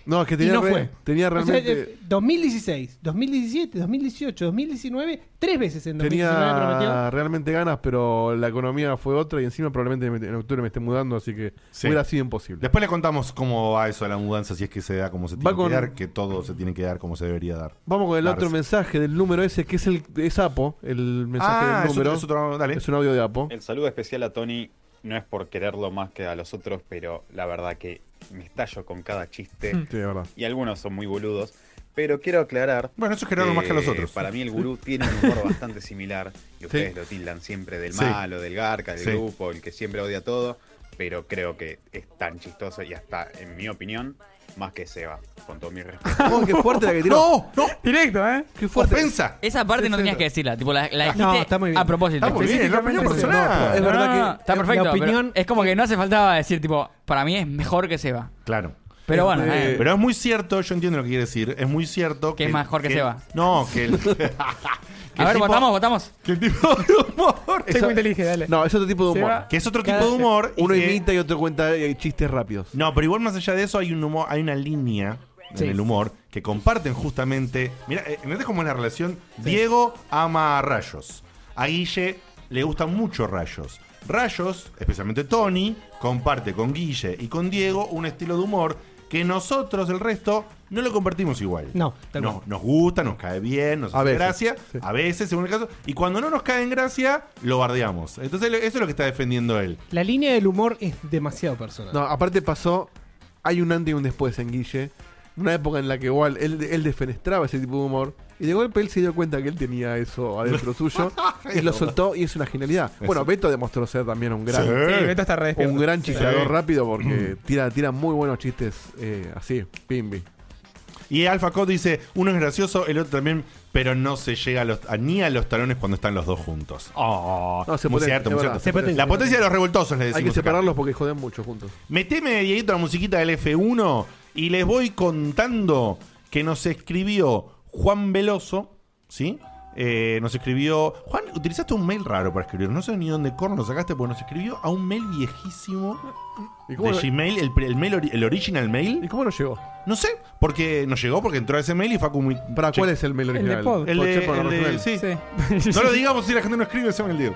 No, es que Y tenía, no re- fue. tenía O sea, realmente. eh, 2016, 2017, 2018, 2019, tres veces en 2019 prometió. Tenía realmente ganas, pero la economía fue otra y encima probablemente me- en octubre me esté mudando, así que Sí. hubiera sido imposible. Después le contamos cómo va eso de la mudanza, si es que se da como se tiene con- que dar, que todo se tiene que dar como se debería dar. Vamos con el Darse. otro mensaje del número ese, que es el es Apo, el Ah, mensaje del es otro, número. es otro- dale. Es un audio de Apo. El saludo especial a Tony no es por quererlo más que a los otros, pero la verdad que me estallo con cada Mm. chiste Sí, de verdad. y algunos son muy boludos. Pero quiero aclarar Bueno, eso es Gerardo más que los Eh, otros. Para mí el gurú tiene un humor bastante similar. Y ustedes lo tildan siempre del Sí. malo, del garca, del Sí. grupo, el que siempre odia todo. Pero creo que es tan chistoso y hasta, en mi opinión, más que Seba. Con todo mi respeto. Oh, qué fuerte la que tiró. ¡No! ¡No! Directo, ¿eh? ¡Qué fuerte! ¡Ofensa! Esa parte no tenías que decirla, tipo, la, la No, dijiste está muy bien. a propósito. Está muy bien, la opinión personal. Es No, no, verdad no, que- no, está perfecto. la opinión- pero Es como que no hace falta decir, tipo, para mí es mejor que Seba. Claro. Pero bueno, Este, eh, Pero es muy cierto, yo entiendo lo que quiere decir. Es muy cierto Que es mejor que Seba. No, que el. que a ver, el tipo- votamos, votamos. Que el tipo de humor. Checkpoint inteligente, dale. No, es otro tipo de humor. Seba- Que es otro Cada- tipo de humor. y Uno que- imita y otro cuenta eh, chistes rápidos. No, pero igual más allá de eso hay un humor, hay una línea Sí. en el humor que comparten justamente. Mira, ¿entendés cómo es la relación? Diego ama a rayos. A Guille le gustan mucho rayos. Rayos, especialmente Tony, comparte con Guille y con Diego un estilo de humor que nosotros, el resto, no lo compartimos igual. No, tal No, cual. nos gusta, nos cae bien, nos A hace veces, gracia. sí. A veces, según el caso. Y cuando no nos cae en gracia, lo bardeamos. Entonces, eso es lo que está defendiendo él. La línea del humor es demasiado personal. No, aparte pasó. Hay un antes y un después en Guille. Una época en la que igual él, él desfenestraba ese tipo de humor. Y de golpe él se dio cuenta que él tenía eso adentro suyo. y lo soltó y es una genialidad. Bueno, Beto demostró ser también un gran. Sí, Beto está re despierto. Un gran chisteador Sí. Mm. rápido porque tira, tira muy buenos chistes eh, así, pimbi. Y Alpha Code dice, uno es gracioso, el otro también, pero no se llega a los, a- ni a los talones cuando están los dos juntos. Oh, No, se muy potencia, cierto, muy es cierto. verdad, se La potencia. potencia de los revoltosos, le decimos. Hay que acá. separarlos porque joden mucho juntos. Meteme, Dieguito, la musiquita del F1 y les voy contando que nos escribió Juan Veloso, ¿sí? Eh, nos escribió. Juan, utilizaste un mail raro para escribir. No sé ni dónde corno lo sacaste, porque nos escribió a un mail viejísimo ¿Y cómo, de lo- Gmail, el, pre- el mail ori- el original ¿y mail. cómo lo llegó? No sé, porque nos llegó, porque entró a ese mail y fue acumul- ¿Para Che- cuál es el mail de original? Pod. El Por de- Chepo, el de- Rosemel. sí. Sí. No lo digamos si la gente no escribe, se me el Diego.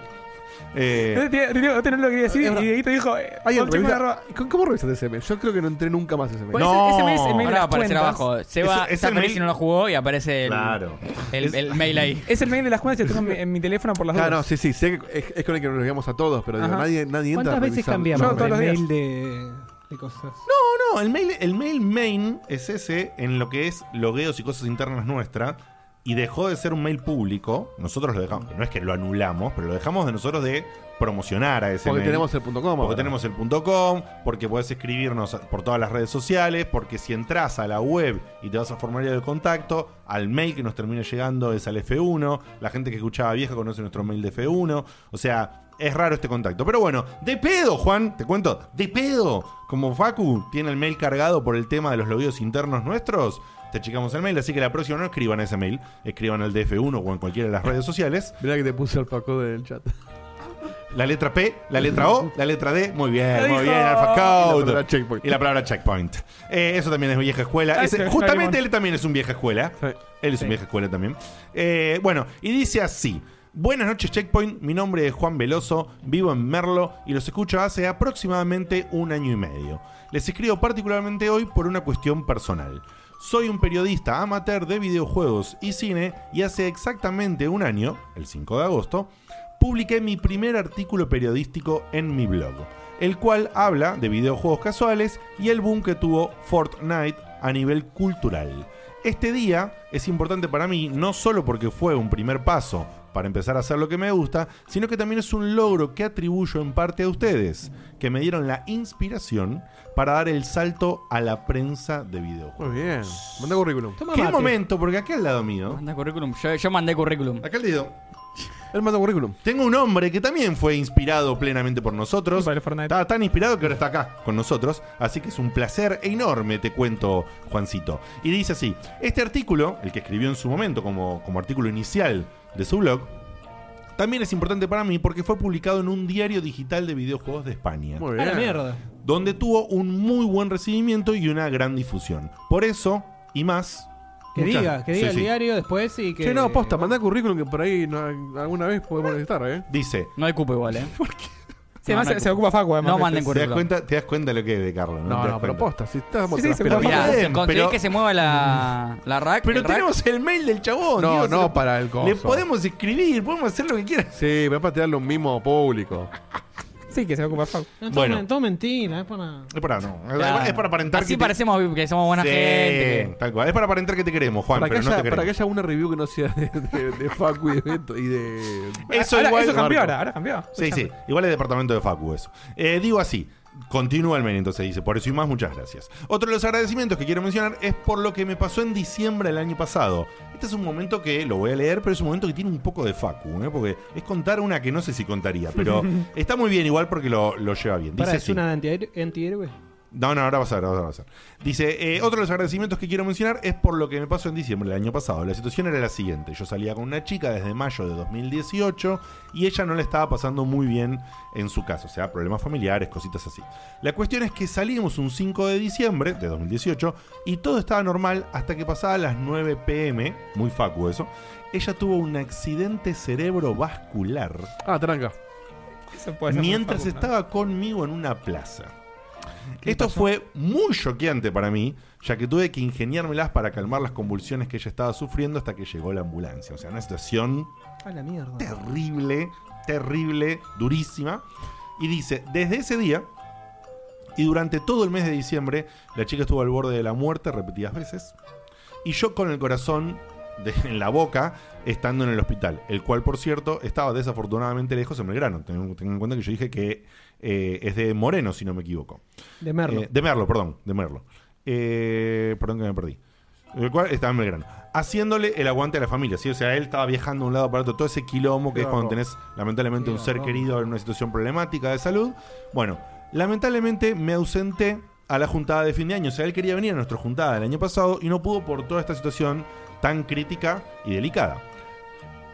Eh, Te- te- te- te no lo quería decir Es y verdad. Dieguito dijo. eh, Alguien Paul Checkpoint revisa- arroba- ¿Cómo- ¿Cómo revisaste ese mail? Yo creo que no entré nunca más a ese mail. Pues ese- ese mail- ese mail de Ahora va a las aparecer cuentas. abajo. Seba Es- es está el feliz mail- y no lo jugó y aparece el, Claro. el, Es- el mail ahí. Es el mail de las cuentas que tengo en mi- en mi teléfono por las Claro, no, dudas. sí, sí, sé que es, es con el que nos llegamos a todos, pero digo, Ajá. nadie, nadie entra. ¿Cuántas a veces revisarlo. Yo cambiamos todos el los días. mail de, de cosas? No, no, el mail, el mail main es ese en lo que es logueos y cosas internas nuestras. Y dejó de ser un mail público. Nosotros lo dejamos. No es que lo anulamos, pero lo dejamos de nosotros de promocionar a ese Porque mail. tenemos el punto com. Porque ahora. tenemos el punto .com, porque podés escribirnos por todas las redes sociales, porque si entras a la web y te vas a formulario de contacto, al mail que nos termina llegando es al F1, la gente que escuchaba vieja conoce nuestro mail de F1, o sea, es raro este contacto. Pero bueno, de pedo, Juan, te cuento, de pedo, como Facu tiene el mail cargado por el tema de los logueos internos nuestros, te checamos el mail, así que la próxima no escriban a ese mail, escriban al de F1 o en cualquiera de las redes sociales. Mirá que te puse al Paco del chat. La letra P, la letra O, la letra D. Muy bien, Lo muy dijo. bien, Alpha Code. Y la palabra checkpoint. Y la palabra checkpoint. Eh, eso también es vieja escuela. Ay, Ese- se me justamente limón. él también es un vieja escuela. Sí. Él es un vieja escuela también. Eh, bueno, y dice así. Buenas noches, Checkpoint. Mi nombre es Juan Veloso, vivo en Merlo y los escucho hace aproximadamente un año y medio. Les escribo particularmente hoy por una cuestión personal. Soy un periodista amateur de videojuegos y cine y hace exactamente un año, el 5 de agosto, publiqué mi primer artículo periodístico en mi blog, el cual habla de videojuegos casuales y el boom que tuvo Fortnite a nivel cultural. Este día es importante para mí no solo porque fue un primer paso para empezar a hacer lo que me gusta, sino que también es un logro que atribuyo en parte a ustedes, que me dieron la inspiración para dar el salto a la prensa de videojuegos. Muy bien. Manda currículum. Toma ¿Qué mate. momento? Porque aquí al lado mío, Manda currículum. Yo, yo mandé currículum. acá al dedo, Él manda currículum. tengo un hombre que también fue inspirado plenamente por nosotros. Para el Fortnite. Estaba tan inspirado que ahora está acá con nosotros. Así que es un placer enorme, te cuento, Juancito. Y dice así: Este artículo, el que escribió en su momento como, como artículo inicial de su blog, también es importante para mí porque fue publicado en un diario digital de videojuegos de España Muy A bien. la mierda. donde tuvo un muy buen recibimiento y una gran difusión. Por eso, y más. Que muchas- diga, que Sí, diga el sí. diario después y que. Che, no, posta, manda currículum que por ahí no- alguna vez podemos necesitar, ¿eh? Dice. No hay cupo igual, ¿eh? Sí, además No, se, no, se ocupa Facu, además. No ¿Te manden das, currículum. cuenta, te das cuenta lo que es de Carlos. No, ¿Te das no, pero cuenta? posta, si estamos Sí, sí, tras se pelotas. puede Mirá, Está bien, conseguí pero- que se mueva la, la rack. Pero el rack. tenemos el mail del chabón. No, Dios, no, se lo- para el Le coso. podemos escribir, podemos hacer lo que quieras. Sí, pero para tirarle un mimo público. Sí, que se ocupa Facu. No, todo, Bueno. men- todo mentira, es para. Es para, no. Es Claro. para- Es para aparentar Así que. te- parecemos que somos buena Sí, gente. Tal cual. Es para aparentar que te queremos, Juan, para, que pero no haya, te queremos. para que haya una review que no sea de, de, de Facu y de Beto y de. Eso ahora, igual- eso cambió Marco. ahora, ahora cambió. Sí, sí. Escuchame. Igual es departamento de Facu eso. Eh, digo así. Continúa el mail, entonces dice. Por eso y más, muchas gracias. Otro de los agradecimientos que quiero mencionar es por lo que me pasó en diciembre del año pasado. Este es un momento que lo voy a leer, pero es un momento que tiene un poco de Facu, ¿eh? porque es contar una que no sé si contaría, pero está muy bien igual porque lo, lo lleva bien. Dice Para, es así. una antihéroe. antihéroe. No, no, ahora va a ser, ahora va a ser. Dice, eh, otro de los agradecimientos que quiero mencionar es por lo que me pasó en diciembre del año pasado. La situación era la siguiente. Yo salía con una chica desde mayo de 2018 y ella no le estaba pasando muy bien en su caso. O sea, problemas familiares, cositas así. La cuestión es que salimos un 5 de diciembre de 2018 y todo estaba normal hasta que pasaba las 9 pm, muy facu eso, ella tuvo un accidente cerebrovascular Ah, tranca. Eso puede ser mientras Facu, ¿no? estaba conmigo en una plaza. ¿Qué Esto pasó? fue muy choqueante para mí, ya que tuve que ingeniármelas para calmar las convulsiones que ella estaba sufriendo hasta que llegó la ambulancia. O sea, una situación A la mierda. terrible, terrible, durísima. Y dice, desde ese día y durante todo el mes de diciembre, la chica estuvo al borde de la muerte repetidas veces. Y yo con el corazón de- en la boca, estando en el hospital, el cual, por cierto, estaba desafortunadamente lejos en Belgrano. Tengan tengan en cuenta que yo dije que eh, es de Moreno, si no me equivoco. De Merlo. Eh, de Merlo, perdón, de Merlo. Eh, perdón que me perdí. El cual estaba en Belgrano. Haciéndole el aguante a la familia, ¿sí? O sea, él estaba viajando de un lado para otro. Todo ese quilombo que es cuando tenés, lamentablemente, un ser querido en una situación problemática de salud. Bueno, lamentablemente me ausenté a la juntada de fin de año. O sea, él quería venir a nuestra juntada del año pasado y no pudo por toda esta situación tan crítica y delicada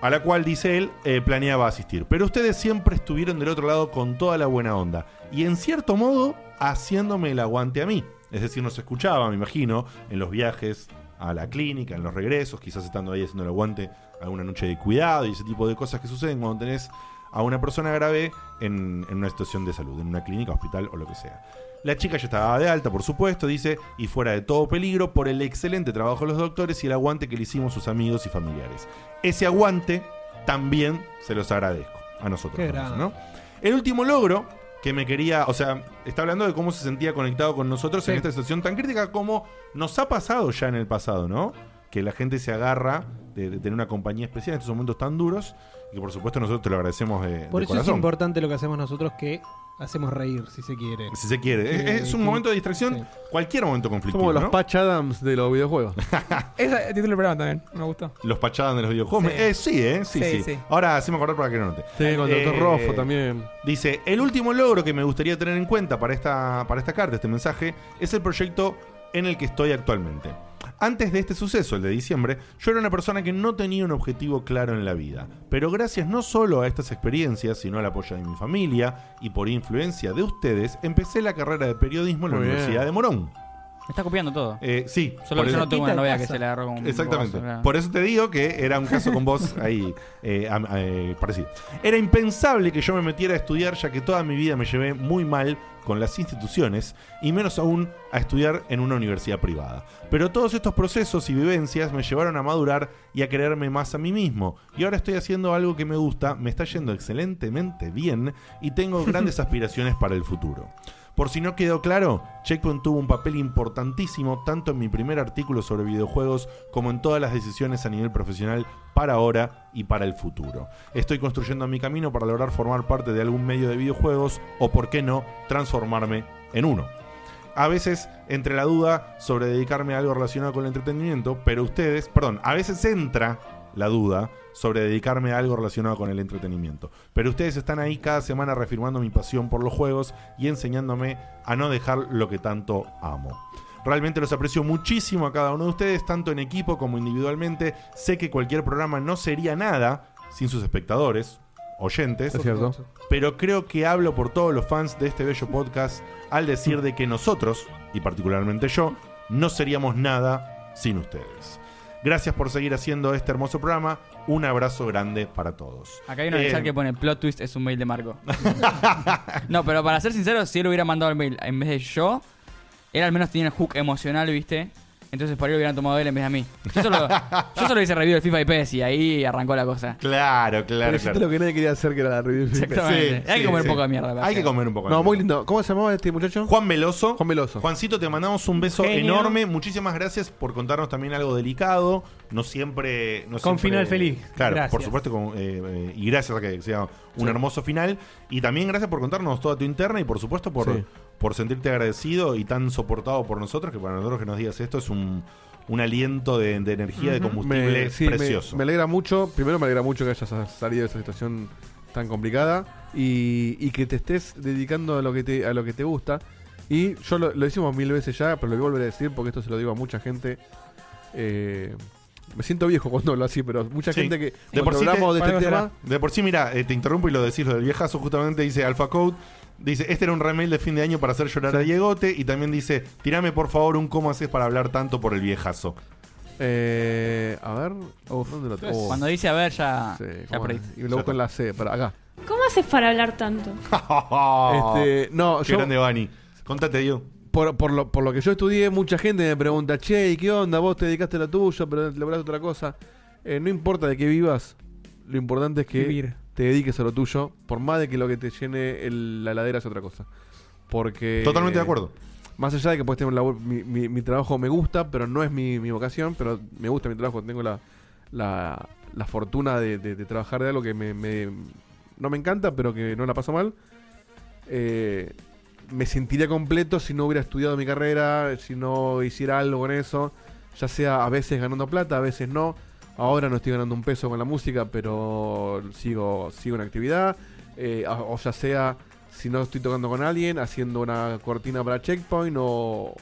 a la cual, dice él, eh, planeaba asistir. Pero ustedes siempre estuvieron del otro lado con toda la buena onda. Y en cierto modo, haciéndome el aguante a mí. Es decir, nos escuchaba, me imagino, en los viajes a la clínica, en los regresos, quizás estando ahí haciendo el aguante alguna noche de cuidado y ese tipo de cosas que suceden cuando tenés a una persona grave en, en una situación de salud, en una clínica, hospital o lo que sea. La chica ya estaba de alta, por supuesto, dice, y fuera de todo peligro por el excelente trabajo de los doctores y el aguante que le hicimos sus amigos y familiares. Ese aguante también se los agradezco a nosotros. Qué por eso, grande. ¿no? El último logro que me quería, o sea, está hablando de cómo se sentía conectado con nosotros en esta situación tan crítica como nos ha pasado ya en el pasado, ¿no? Que la gente se agarra de, de tener una compañía especial en estos momentos tan duros y que por supuesto nosotros te lo agradecemos de, Por de eso es corazón. importante lo que hacemos nosotros, que hacemos reír, si se quiere. Eh, si se quiere. Es- Que- es, un que- momento de distracción, cualquier momento conflictivo. Somos los ¿no? Patch Adams de los videojuegos. Ese es el título del programa también, me gustó. Los pachadas de los videojuegos. Sí. Me- eh, Sí, ¿eh? Sí, Sí, sí. sí. Ahora hacemos acordar para que lo note. Sí, con Dr. Roffo también. Eh, Dice, el último logro que me gustaría tener en cuenta para esta, para esta carta, este mensaje, es el proyecto en el que estoy actualmente. Antes de este suceso, el de diciembre, yo era una persona que no tenía un objetivo claro en la vida, pero gracias no solo a estas experiencias, sino al apoyo de mi familia y por influencia de ustedes, empecé la carrera de periodismo en la Muy bien. Universidad de Morón. Me está copiando todo. Eh, sí. Solo por que yo eso- no tengo una novia que se le agarró con un Exactamente. brazo, claro. Por eso te digo que era un caso con vos ahí eh, am- eh, parecido. Era impensable que yo me metiera a estudiar ya que toda mi vida me llevé muy mal con las instituciones y menos aún a estudiar en una universidad privada. Pero todos estos procesos y vivencias me llevaron a madurar y a creerme más a mí mismo. Y ahora estoy haciendo algo que me gusta, me está yendo excelentemente bien y tengo grandes aspiraciones para el futuro. Por si no quedó claro, Checkpoint tuvo un papel importantísimo tanto en mi primer artículo sobre videojuegos como en todas las decisiones a nivel profesional para ahora y para el futuro. Estoy construyendo mi camino para lograr formar parte de algún medio de videojuegos o, por qué no, transformarme en uno. A veces entre la duda sobre dedicarme a algo relacionado con el entretenimiento, pero ustedes, perdón, a veces entra la duda sobre dedicarme a algo relacionado con el entretenimiento. Pero ustedes están ahí cada semana reafirmando mi pasión por los juegos y enseñándome a no dejar lo que tanto amo. Realmente los aprecio muchísimo a cada uno de ustedes, tanto en equipo como individualmente. Sé que cualquier programa no sería nada sin sus espectadores, oyentes. Es cierto. Pero creo que hablo por todos los fans de este bello podcast al decir de que nosotros, y particularmente yo, no seríamos nada sin ustedes. Gracias por seguir haciendo este hermoso programa. Un abrazo grande para todos. Acá hay una Eh, mensaje que pone plot twist es un mail de Marco. no, pero para ser sincero, si él hubiera mandado el mail en vez de yo, él al menos tenía el hook emocional, ¿viste? Entonces por ahí lo hubieran tomado él en vez de a mí. Yo solo, yo solo hice review del FIFA y PES y ahí arrancó la cosa. Claro, Pero claro, hiciste lo que nadie quería hacer, que era la review. Exactamente. Hay que comer un poco de mierda, para Hay que hacer. comer un poco de No, mierda. muy lindo. ¿Cómo se llamaba este muchacho? Juan Veloso. Juan Veloso. Juancito, te mandamos un beso Genio. enorme. Muchísimas gracias por contarnos también algo delicado. No siempre. no Con siempre- final feliz. Claro, Gracias. por supuesto. con, eh, eh, y gracias a que sea un hermoso final. Y también gracias por contarnos toda tu interna y por supuesto por, Sí. por sentirte agradecido y tan soportado por nosotros. Que para nosotros que nos digas esto es un, un aliento de, de energía, de Ujú. combustible Me- sí, me- precioso. Me, alegra mucho. Primero, me alegra mucho que hayas salido de esa situación tan complicada y, y que te estés dedicando a lo que te, a lo que te gusta. Y yo lo, lo hicimos mil veces ya, pero lo voy a volver a decir porque esto se lo digo a mucha gente. Eh, me siento viejo cuando hablo así, pero mucha Sí. gente que de cuando por sí hablamos te- de este pará, tema. pará. De por sí, mira, eh, te interrumpo y lo decís, lo del viejazo justamente dice Alpha Code. Dice, este era un remail de fin de año para hacer llorar Sí. a Diegote. Y también dice, tirame por favor un cómo haces para hablar tanto por el viejazo. eh, a ver, ¿dónde lo tengo? Cuando dice a ver, ya, Sí, ya ¿cómo es? perdiste. Y lo busco en la C, para acá. ¿Cómo haces para hablar tanto? Este, no, Qué yo- grande Bani. Contate, yo. por, por, lo, por lo que yo estudié, mucha gente me pregunta, che, ¿y qué onda? Vos te dedicaste a lo tuyo, pero lográs otra cosa. Eh, no importa de qué vivas, lo importante es que Vivir. te dediques a lo tuyo, por más de que lo que te llene el- la heladera es otra cosa. Porque... Totalmente de acuerdo. Más allá de que puedes tener un laburo, mi, mi- mi trabajo me gusta, pero no es mi, mi vocación, pero me gusta mi trabajo, tengo la, la, la fortuna de, de- de trabajar de algo que me, me- no me encanta, pero que no la paso mal. Eh, me sentiría completo si no hubiera estudiado mi carrera, si no hiciera algo con eso, ya sea a veces ganando plata, a veces no. Ahora no estoy ganando un peso con la música, pero sigo, sigo en actividad. Eh, a- o ya sea si no estoy tocando con alguien, haciendo una cortina para checkpoint o,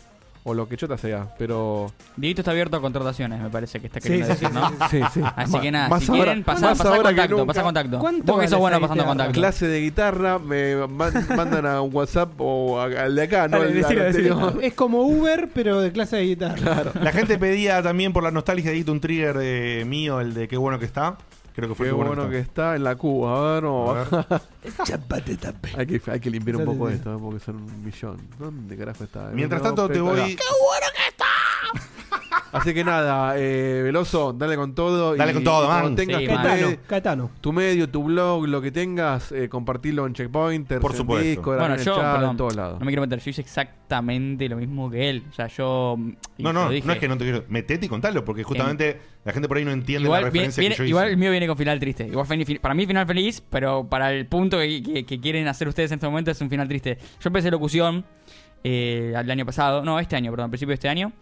o lo que chota sea. Pero Dieguito está abierto a contrataciones, me parece que está Sí, queriendo sí, decir, sí, ¿no? sí, sí, sí. Así Ma- que nada, más si ahora- quieren, pasá, más pasá ahora que contacto, nunca. pasá contacto. ¿Cuánto Vos que sos vale bueno esa pasando guitarra? contacto. clase de guitarra me man- mandan a un WhatsApp o a- al de acá, no Dale, al al decilo, decilo. anterior. Es como Uber, pero de clase de guitarra. La gente pedía también por la nostalgia de un trigger eh, mío, el de qué bueno que está. Creo que fue Qué que bueno que está en la Cuba. A ver, vamos a A bajar. Hay que, hay que limpiar un poco esto, eh, porque son un millón. ¿Dónde carajo está? Mientras No, tanto te pero- voy- acá. ¡Qué Así que nada, eh, Veloso, dale con todo. Dale y con todo, cuando man. tengas Sí, tu, man. medio- Catano, Catano. tu medio, tu blog, lo que tengas, eh, compartilo en Checkpointer, Por en supuesto. Discord, Bueno, en el yo, chat, perdón, en todos lados. no me quiero meter, yo hice exactamente lo mismo que él. O sea, yo... mm, y No, se lo no, dije. no es que no te quiero. Metete y contalo, porque justamente la gente por ahí no entiende la Igual, referencia viene- que yo hice. igual el mío viene con final triste. Igual fin- fin- para mí final feliz, pero para el punto que, que- que quieren hacer ustedes en este momento es un final triste. Yo empecé locución eh, el año pasado, no, este año, perdón, al principio de este año.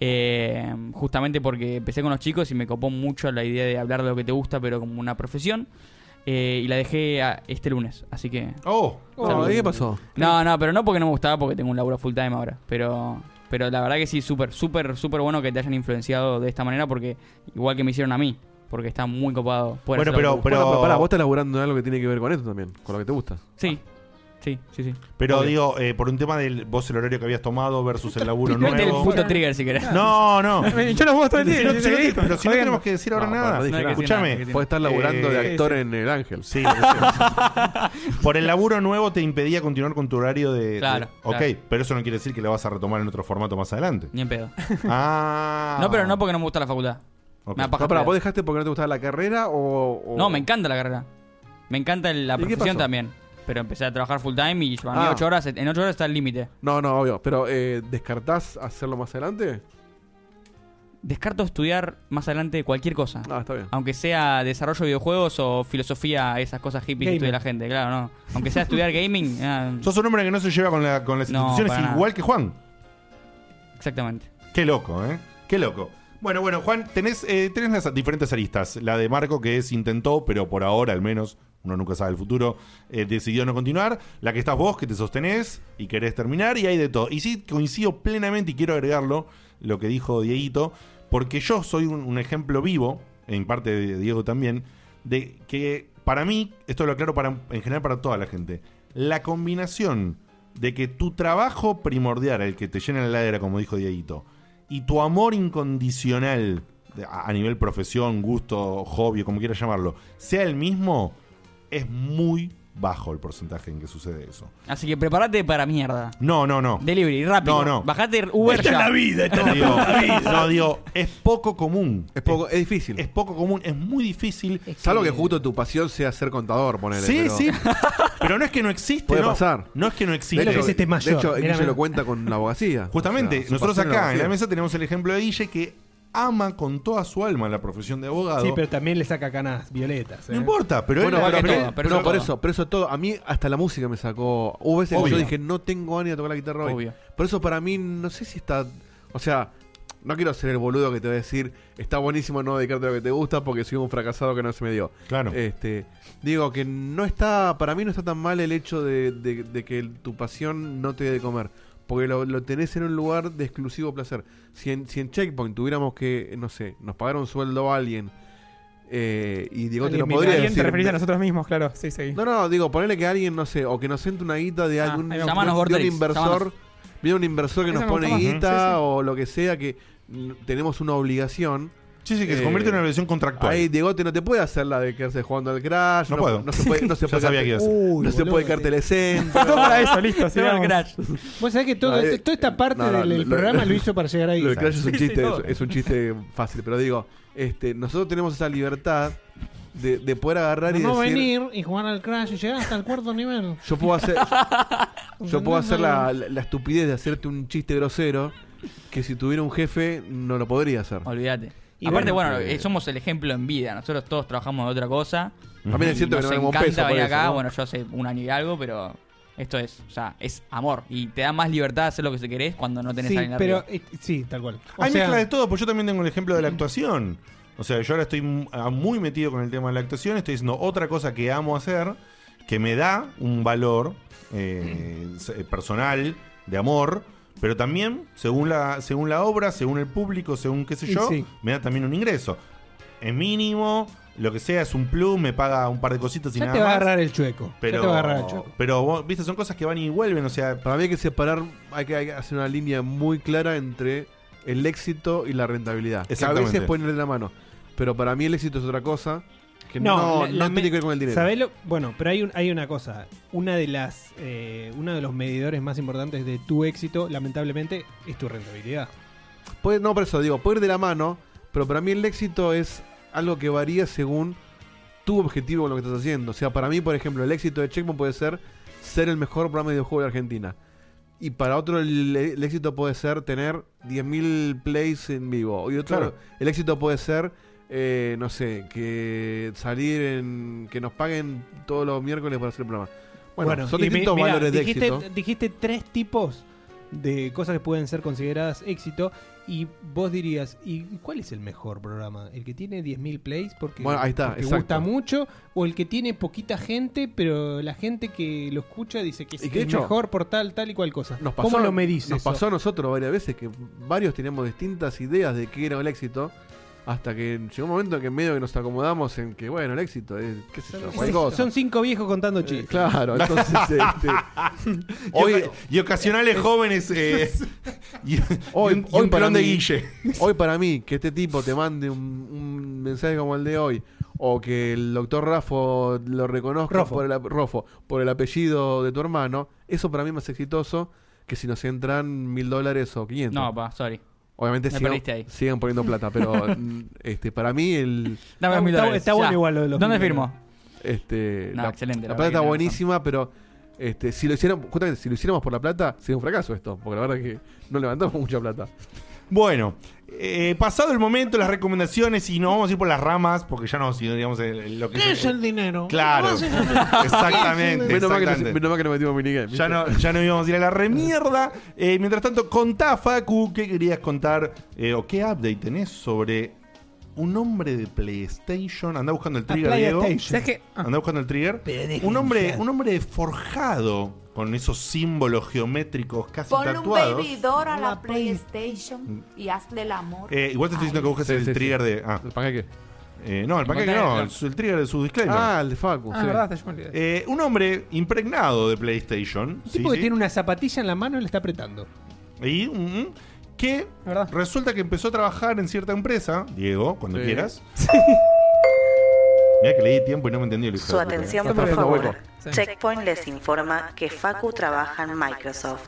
eh, justamente porque empecé con los chicos y me copó mucho la idea de hablar de lo que te gusta, pero como una profesión. eh, y la dejé a- este lunes, así que... Oh, Oh, ¿y ¿Qué pasó? No, no, pero no porque no me gustaba, porque tengo un laburo full time ahora. Pero, pero la verdad que sí, súper, súper, súper bueno que te hayan influenciado de esta manera, porque igual que me hicieron a mí, porque está muy copado. poder Bueno, hacer algo. Pero- Bueno, pero pará, vos estás laburando en algo que tiene que ver con esto también, con lo que te gusta. Sí, sí, sí, sí. pero Obvio. digo, eh, por un tema del vos el horario que habías tomado versus el laburo Mete el nuevo. puto trigger si querés. No, no. Me hinchó los huevos todo el día. Si no- si no- Sí, pero si no jodiendo. tenemos que decir ahora No, nada. no dije No hay que nada. decir Escúchame. nada, no hay que decir Podés estar laburando Eh, de actor en El Ángel. Sí, lo que sea. Por el laburo nuevo te impedía continuar con tu horario de. de- Claro, ok, claro. pero eso no quiere decir que la vas a retomar en otro formato más adelante. Ni en pedo. Ah. No, pero no porque no me gusta la facultad. Ok. Me da paja No, pará, estudiar. ¿vos dejaste porque no te gustaba la carrera o...? o- No, me encanta la carrera. Me encanta el- la ¿Y qué profesión pasó? también. Pero empecé a trabajar full time y para mí Ah. ocho horas, en 8 horas está el límite. No, no, obvio. Pero, eh, ¿descartás hacerlo más adelante? Descarto estudiar más adelante cualquier cosa. Ah, está bien. Aunque sea desarrollo de videojuegos o filosofía, esas cosas hippies que Gaming. estudia la gente, claro, no. Aunque sea estudiar gaming, ah, Sos un hombre que no se lleva con, la- con las No, instituciones para nada. igual que Juan. exactamente. Qué loco, ¿eh? Qué loco. Bueno, bueno, Juan, tenés, eh, tenés las diferentes aristas. La de Marco, que es intentó, pero por ahora al menos, uno nunca sabe el futuro, eh, decidió no continuar. La que estás vos, que te sostenés y querés terminar, y hay de todo. Y sí, coincido plenamente y quiero agregarlo, lo que dijo Dieguito, porque yo soy un, un ejemplo vivo, en parte de Diego también, de que para mí, esto lo aclaro para, en general para toda la gente, la combinación de que tu trabajo primordial, el que te llena la heladera, como dijo Dieguito, y tu amor incondicional de- a a nivel profesión, gusto, hobby, como quieras llamarlo, sea el mismo, es muy bajo el porcentaje en que sucede eso. Así que prepárate para mierda. No, no, no. Delivery, No, rápido. no. Bajate Uber ya. vida, no, digo, no, digo, es poco común. Es, poco, es difícil. Es poco común, es muy difícil. Salvo que justo tu pasión sea ser contador, ponele. Sí, pero- sí. Pero no es que no existe. Puede no, pasar. No es que no Ve existe. lo que es este De mayor. hecho, Mira, Guille mira. lo cuenta con la abogacía. Justamente, O sea, su nosotros pasión acá en la abogacía. mesa tenemos el ejemplo de Guille que ama con toda su alma la profesión de abogado. Sí, pero también le saca canas violetas. No ¿eh? importa, pero él Bueno, la- pero, que pero- todo, pero pero eso por todo. eso, pero eso todo. A mí hasta la música me sacó. Hubo veces que Obvio. yo dije, no tengo ganas de tocar la guitarra hoy. Obvio. Por eso para mí, no sé si está. O sea, no quiero ser el boludo que te va a decir, está buenísimo no dedicarte a lo que te gusta porque soy un fracasado que no se me dio. Claro. Este, digo que no está, para mí no está tan mal el hecho de, de- de que el- tu pasión no te dé de comer. Porque lo, lo tenés en un lugar de exclusivo placer. Si en, si en Checkpoint tuviéramos que, no sé, nos pagar un sueldo a alguien eh, y digo, te Alguien lo me- podría alguien decir. te referís a nosotros mismos, claro. Sí, sí. No, no, digo, ponele que alguien, no sé, o que nos entre una guita de Ah, algún ahí de va. un, Llámanos, Gordelix, inversor. llámanos. Viene un inversor que Eso nos me pone gusta más. guita Sí, sí. o lo que sea, que mm, tenemos una obligación. Sí, sí, que se Eh, convierte en una relación contractual. Ahí Diegote no te puede hacer la de quedarse jugando al Crash. No puedo. No se puede, no se Ya puede sabía quedarte- que iba a ser. Uy, no se boludo, puede sí. quedar telecentro. Todo para eso, listo. Se va al sigamos. crash. Vos sabés que todo No, esto- eh, toda esta parte no, no, del del lo- programa lo- lo hizo para llegar ahí. Lo del Crash es un Sí, sí, chiste, todo. es, es un chiste fácil, pero digo, este, nosotros tenemos esa libertad de, de poder agarrar y no decir. venir y jugar al Crash y llegar hasta el cuarto nivel. Yo puedo hacer, yo puedo hacer la, la- la estupidez de hacerte un chiste grosero que si tuviera un jefe no lo podría hacer. Olvídate. Y Aparte, bueno, bueno, eh, eh, somos el ejemplo en vida. Nosotros todos trabajamos de otra cosa. También es cierto Y que no nos tenemos encanta peso. por venir eso, acá. ¿no? Bueno, yo hace un año y algo, pero esto es, o sea, es amor. Y te da más libertad de hacer lo que se querés cuando no tenés Sí, a alguien pero arriba. eh, sí, tal cual. O Hay sea, mezcla de todo, pues yo también tengo el ejemplo de la actuación. O sea, yo ahora estoy m- a- muy metido con el tema de la actuación, estoy haciendo otra cosa que amo hacer, que me da un valor eh, se- personal, de amor, pero también, según la, según la obra, según el público, según qué sé Y yo, sí. me da también un ingreso. Es mínimo, lo que sea, es un plus, me paga un par de cositas y ya nada te va a más. agarrar el chueco. ya pero, te va a agarrar el chueco. pero, vos- viste, son cosas que van y vuelven, o sea, Para mí hay que separar, hay que, hay que hacer una línea muy clara entre el éxito y la rentabilidad. Que a Exactamente. veces pueden ir de la mano. Pero para mí el éxito es otra cosa. Que no, no, la- la me- tiene que ver con el dinero. ¿sabés lo- Bueno, pero hay, un- hay una cosa. Una de las, eh, uno de los medidores más importantes de tu éxito, lamentablemente, es tu rentabilidad. Puede- no, por eso digo, puede ir de la mano, pero para mí el éxito es algo que varía según tu objetivo con lo que estás haciendo. O sea, para mí, por ejemplo, el éxito de Checkpoint puede ser ser el mejor programa de videojuego de Argentina. Y para otro el, el éxito puede ser tener 10.000 plays en vivo. Y otro, Claro. el éxito puede ser, eh, no sé, que salir en... que nos paguen todos los miércoles para hacer el programa. Bueno, son y mi- distintos mirá, valores de dijiste, éxito. Dijiste tres tipos de cosas que pueden ser consideradas éxito y vos dirías, ¿y cuál es el mejor programa? ¿El que tiene 10.000 plays porque, Bueno, ahí está, porque exacto. gusta mucho o el que tiene poquita gente, pero la gente que lo escucha dice que es Y que de el hecho, mejor por tal, tal y cual cosa? Nos pasó, ¿Cómo lo medís Nos eso? pasó a nosotros varias veces que varios teníamos distintas ideas de qué era el éxito. Hasta que llegó un momento que medio que nos acomodamos en que, bueno, el éxito es, qué sé yo, Es- cualquier cosa. Eh, son cinco viejos contando chistes. Claro, entonces, este, Ah, Hoy- y ocasionales jóvenes eh, y, y un, y un clon de Guille. hoy para mí, que este tipo te mande un, un mensaje como el de hoy, o que el doctor Rafo lo reconozca Rofo. Por, el, ap- Rofo, por el apellido de tu hermano, eso para mí es más exitoso que si nos entran mil dólares o 500. No, pa, sorry. Obviamente Me sigan, perdiste ahí. sigan poniendo plata, pero mm, este, para mí el, Dame los mil Está- dólares. está bueno ya. igual lo de los ¿Dónde mil firmo? este, No, la, excelente, la la plata verdad que está tenés buenísima, pero este, si lo hiciéramos, justamente si lo hiciéramos por la plata, sería un fracaso esto, porque la verdad es que no levantamos mucha plata. Bueno, eh, pasado el momento, las recomendaciones y nos vamos a ir por las ramas porque ya nos iríamos en- en lo que ¿Qué es el dinero? Claro, ¿Cómo se llama? exactamente. Menos mal que nos- exactamente. menos mal que nos metimos minigame. Ya no, ya no íbamos a ir a la remierda. Eh, mientras tanto, contá, Facu, ¿qué querías contar eh, o qué update tenés sobre un hombre de PlayStation? Andá buscando Ah, el trigger, Diego. ¿Sabes qué? Ah, Andá buscando el trigger. Un hombre, un hombre forjado con esos símbolos geométricos casi Ponle un tatuados. baby door a la PlayStation y hazle el amor. Eh, igual Ah, te estoy diciendo que busques el trigger de. Ah, ¿El panqueque? Eh, no, el panqueque panqueque, no, claro. el, el trigger de su disclaimer. Ah, el de Facu. ah, sí. verdad, hasta yo me olvidé. Eh, un hombre impregnado de PlayStation. Un sí, tipo que sí. tiene una zapatilla en la mano y la está apretando. Y mm, mm, que La verdad. resulta que empezó a trabajar en cierta empresa, Diego, cuando Sí. quieras. Mira que le di tiempo y no me entendió. Su atención, Está por haciendo favor. hueco. Sí. Checkpoint les informa que Facu trabaja en Microsoft.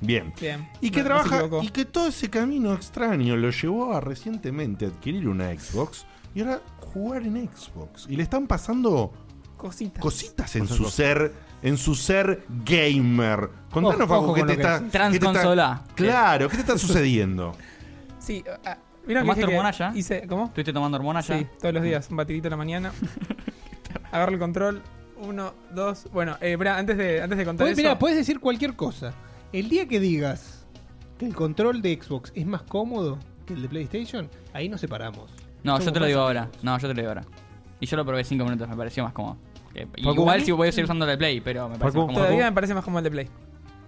Bien. Bien. Y que No, no se trabaja equivocó. y que todo ese camino extraño lo llevó a recientemente adquirir una Xbox y ahora jugar en Xbox. Y le están pasando Cositas. cositas en su ser, en su ser gamer. Contanos, Ojo, Facu, ojo ¿qué con te lo que está. es. qué te está- Transconsola. Claro, ¿qué te está sucediendo? Sí, ah, ¿vieron que ¿Tomaste dije que hormona ya? Hice, ¿Cómo? ¿Estuviste tomando hormonas ya? Sí, todos los días, un batidito a la mañana. Agarro el control. Uno, dos. Bueno, eh, pará, antes de, antes de contar Puedes, eso. mira, puedes decir cualquier cosa. El día que digas que el control de Xbox es más cómodo que el de PlayStation, ahí nos separamos. No, yo Somos te lo digo más ahora. amigos. No, yo te lo digo ahora. Y yo lo probé 5 minutos, me pareció más cómodo. Que- Facu. Igual si voy a seguir usando la Play, pero me parece Facu. más cómodo. Todavía me parece más como el de Play.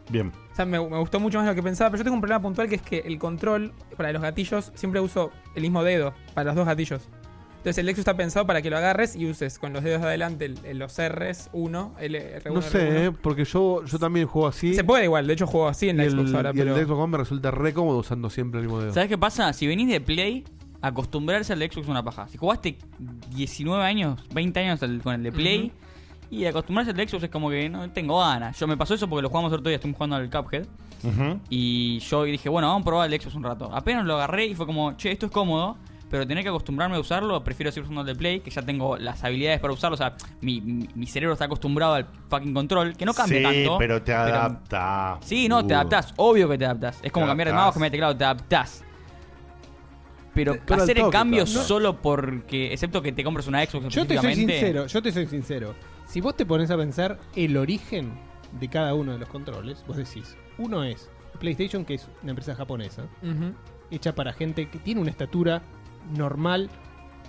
Bien. O sea, me, me gustó mucho más de lo que pensaba, pero yo tengo un problema puntual que es que el control para los gatillos siempre uso el mismo dedo para los dos gatillos. Entonces el Lexus está pensado para que lo agarres y uses con los dedos de adelante el- el- los R's 1, el R1. No sé, eh, porque yo, yo también juego así. Se puede igual, de hecho juego así en y la el, Xbox ahora, y el pero. de Xbox One me resulta re cómodo usando siempre el mismo dedo. ¿Sabes qué pasa? Si venís de Play, acostumbrarse al de Xbox es una paja. Si jugaste 19 años, 20 años al- con el de Play, y acostumbrarse al de Xbox es como que no tengo ganas. Yo me pasó eso porque lo jugamos el otro día, estuvimos jugando al Cuphead. eh. Ujú. Y yo dije, bueno, vamos a probar el de Xbox un rato. Apenas lo agarré y fue como, che, esto es cómodo, pero tener que acostumbrarme a usarlo, prefiero seguir usando el de Play, que ya tengo las habilidades para usarlo. O sea, mi, mi- mi cerebro está acostumbrado al fucking control, que no cambia sí, tanto. pero te adapta. Sí, no, te Uh. adaptás, obvio que te adaptás. Es como Te cambiar de adaptás. mouse, cambiar de teclado, te adaptás. Pero Pero al hacer el toque, cambio claro. solo porque, excepto que te compres una Xbox Yo te soy específicamente, sincero, yo te soy sincero. Si vos te pones a pensar el origen de cada uno de los controles, vos decís, uno es PlayStation, que es una empresa japonesa, Ujú. hecha para gente que tiene una estatura normal,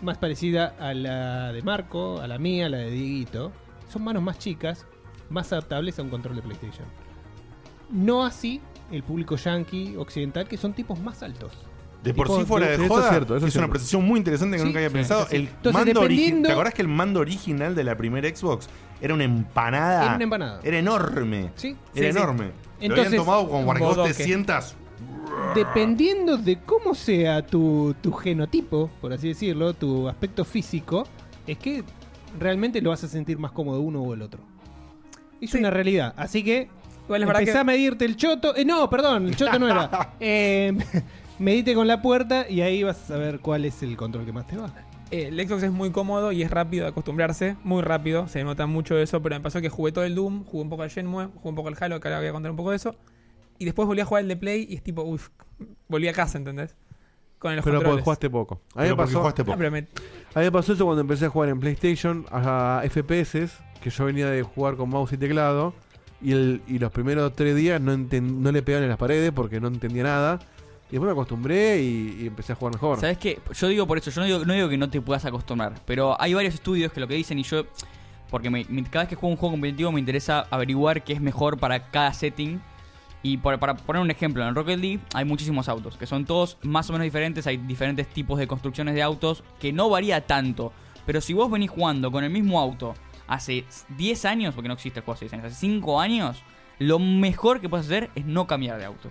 más parecida a la de Marco, a la mía, a la de Dieguito. Son manos más chicas, más adaptables a un control de PlayStation. No así el público yankee occidental, que son tipos más altos. De por Tipo, sí fuera de- de sí, eso joda, es cierto, eso es es una cierto. precisión muy interesante que Sí, nunca había sí, pensando. es así. El Entonces, mando origi- dependiendo- ¿Te acordás que el mando original de la primera Xbox era una empanada? Era una empanada. Era enorme. ¿Sí? Era Sí, sí. enorme. Lo Entonces, habían tomado como para que vos te bodoque. sientas. Dependiendo de cómo sea tu, tu genotipo, por así decirlo, tu aspecto físico, es que realmente lo vas a sentir más cómodo uno o el otro. Es una realidad. Así que Igual es verdad empezá que- a medirte el choto. Eh, no, perdón, el choto no era. Eh, medite con la puerta y ahí vas a ver cuál es el control que más te va. Eh, El Xbox es muy cómodo y es rápido de acostumbrarse, muy rápido, se nota mucho eso, pero me pasó que jugué todo el Doom, jugué un poco al Shenmue, jugué un poco al Halo, que ahora voy a contar un poco de eso, y después volví a jugar el de Play y es tipo, uff, volví a casa, ¿entendés? Con los Pero porque controles. jugaste poco. A mí, Pero me porque pasó, jugaste poco. Ah, pero me- a mí me pasó eso cuando empecé a jugar en PlayStation a FPS, que yo venía de jugar con mouse y teclado, y, el, y los primeros tres días no, enten- no le pegaban en las paredes porque no entendía nada. Y después me acostumbré y, y empecé a jugar mejor. ¿Sabes qué? Yo digo por eso, yo no digo, no digo que no te puedas acostumbrar, pero hay varios estudios que lo que dicen y yo. Porque me- me- cada vez que juego un juego competitivo me interesa averiguar qué es mejor para cada setting. Y por- para poner un ejemplo, en Rocket League hay muchísimos autos, que son todos más o menos diferentes, hay diferentes tipos de construcciones de autos, que no varía tanto. Pero si vos venís jugando con el mismo auto hace 10 años, porque no existe el juego hace 10 años, hace 5 años, lo mejor que puedes hacer es no cambiar de auto.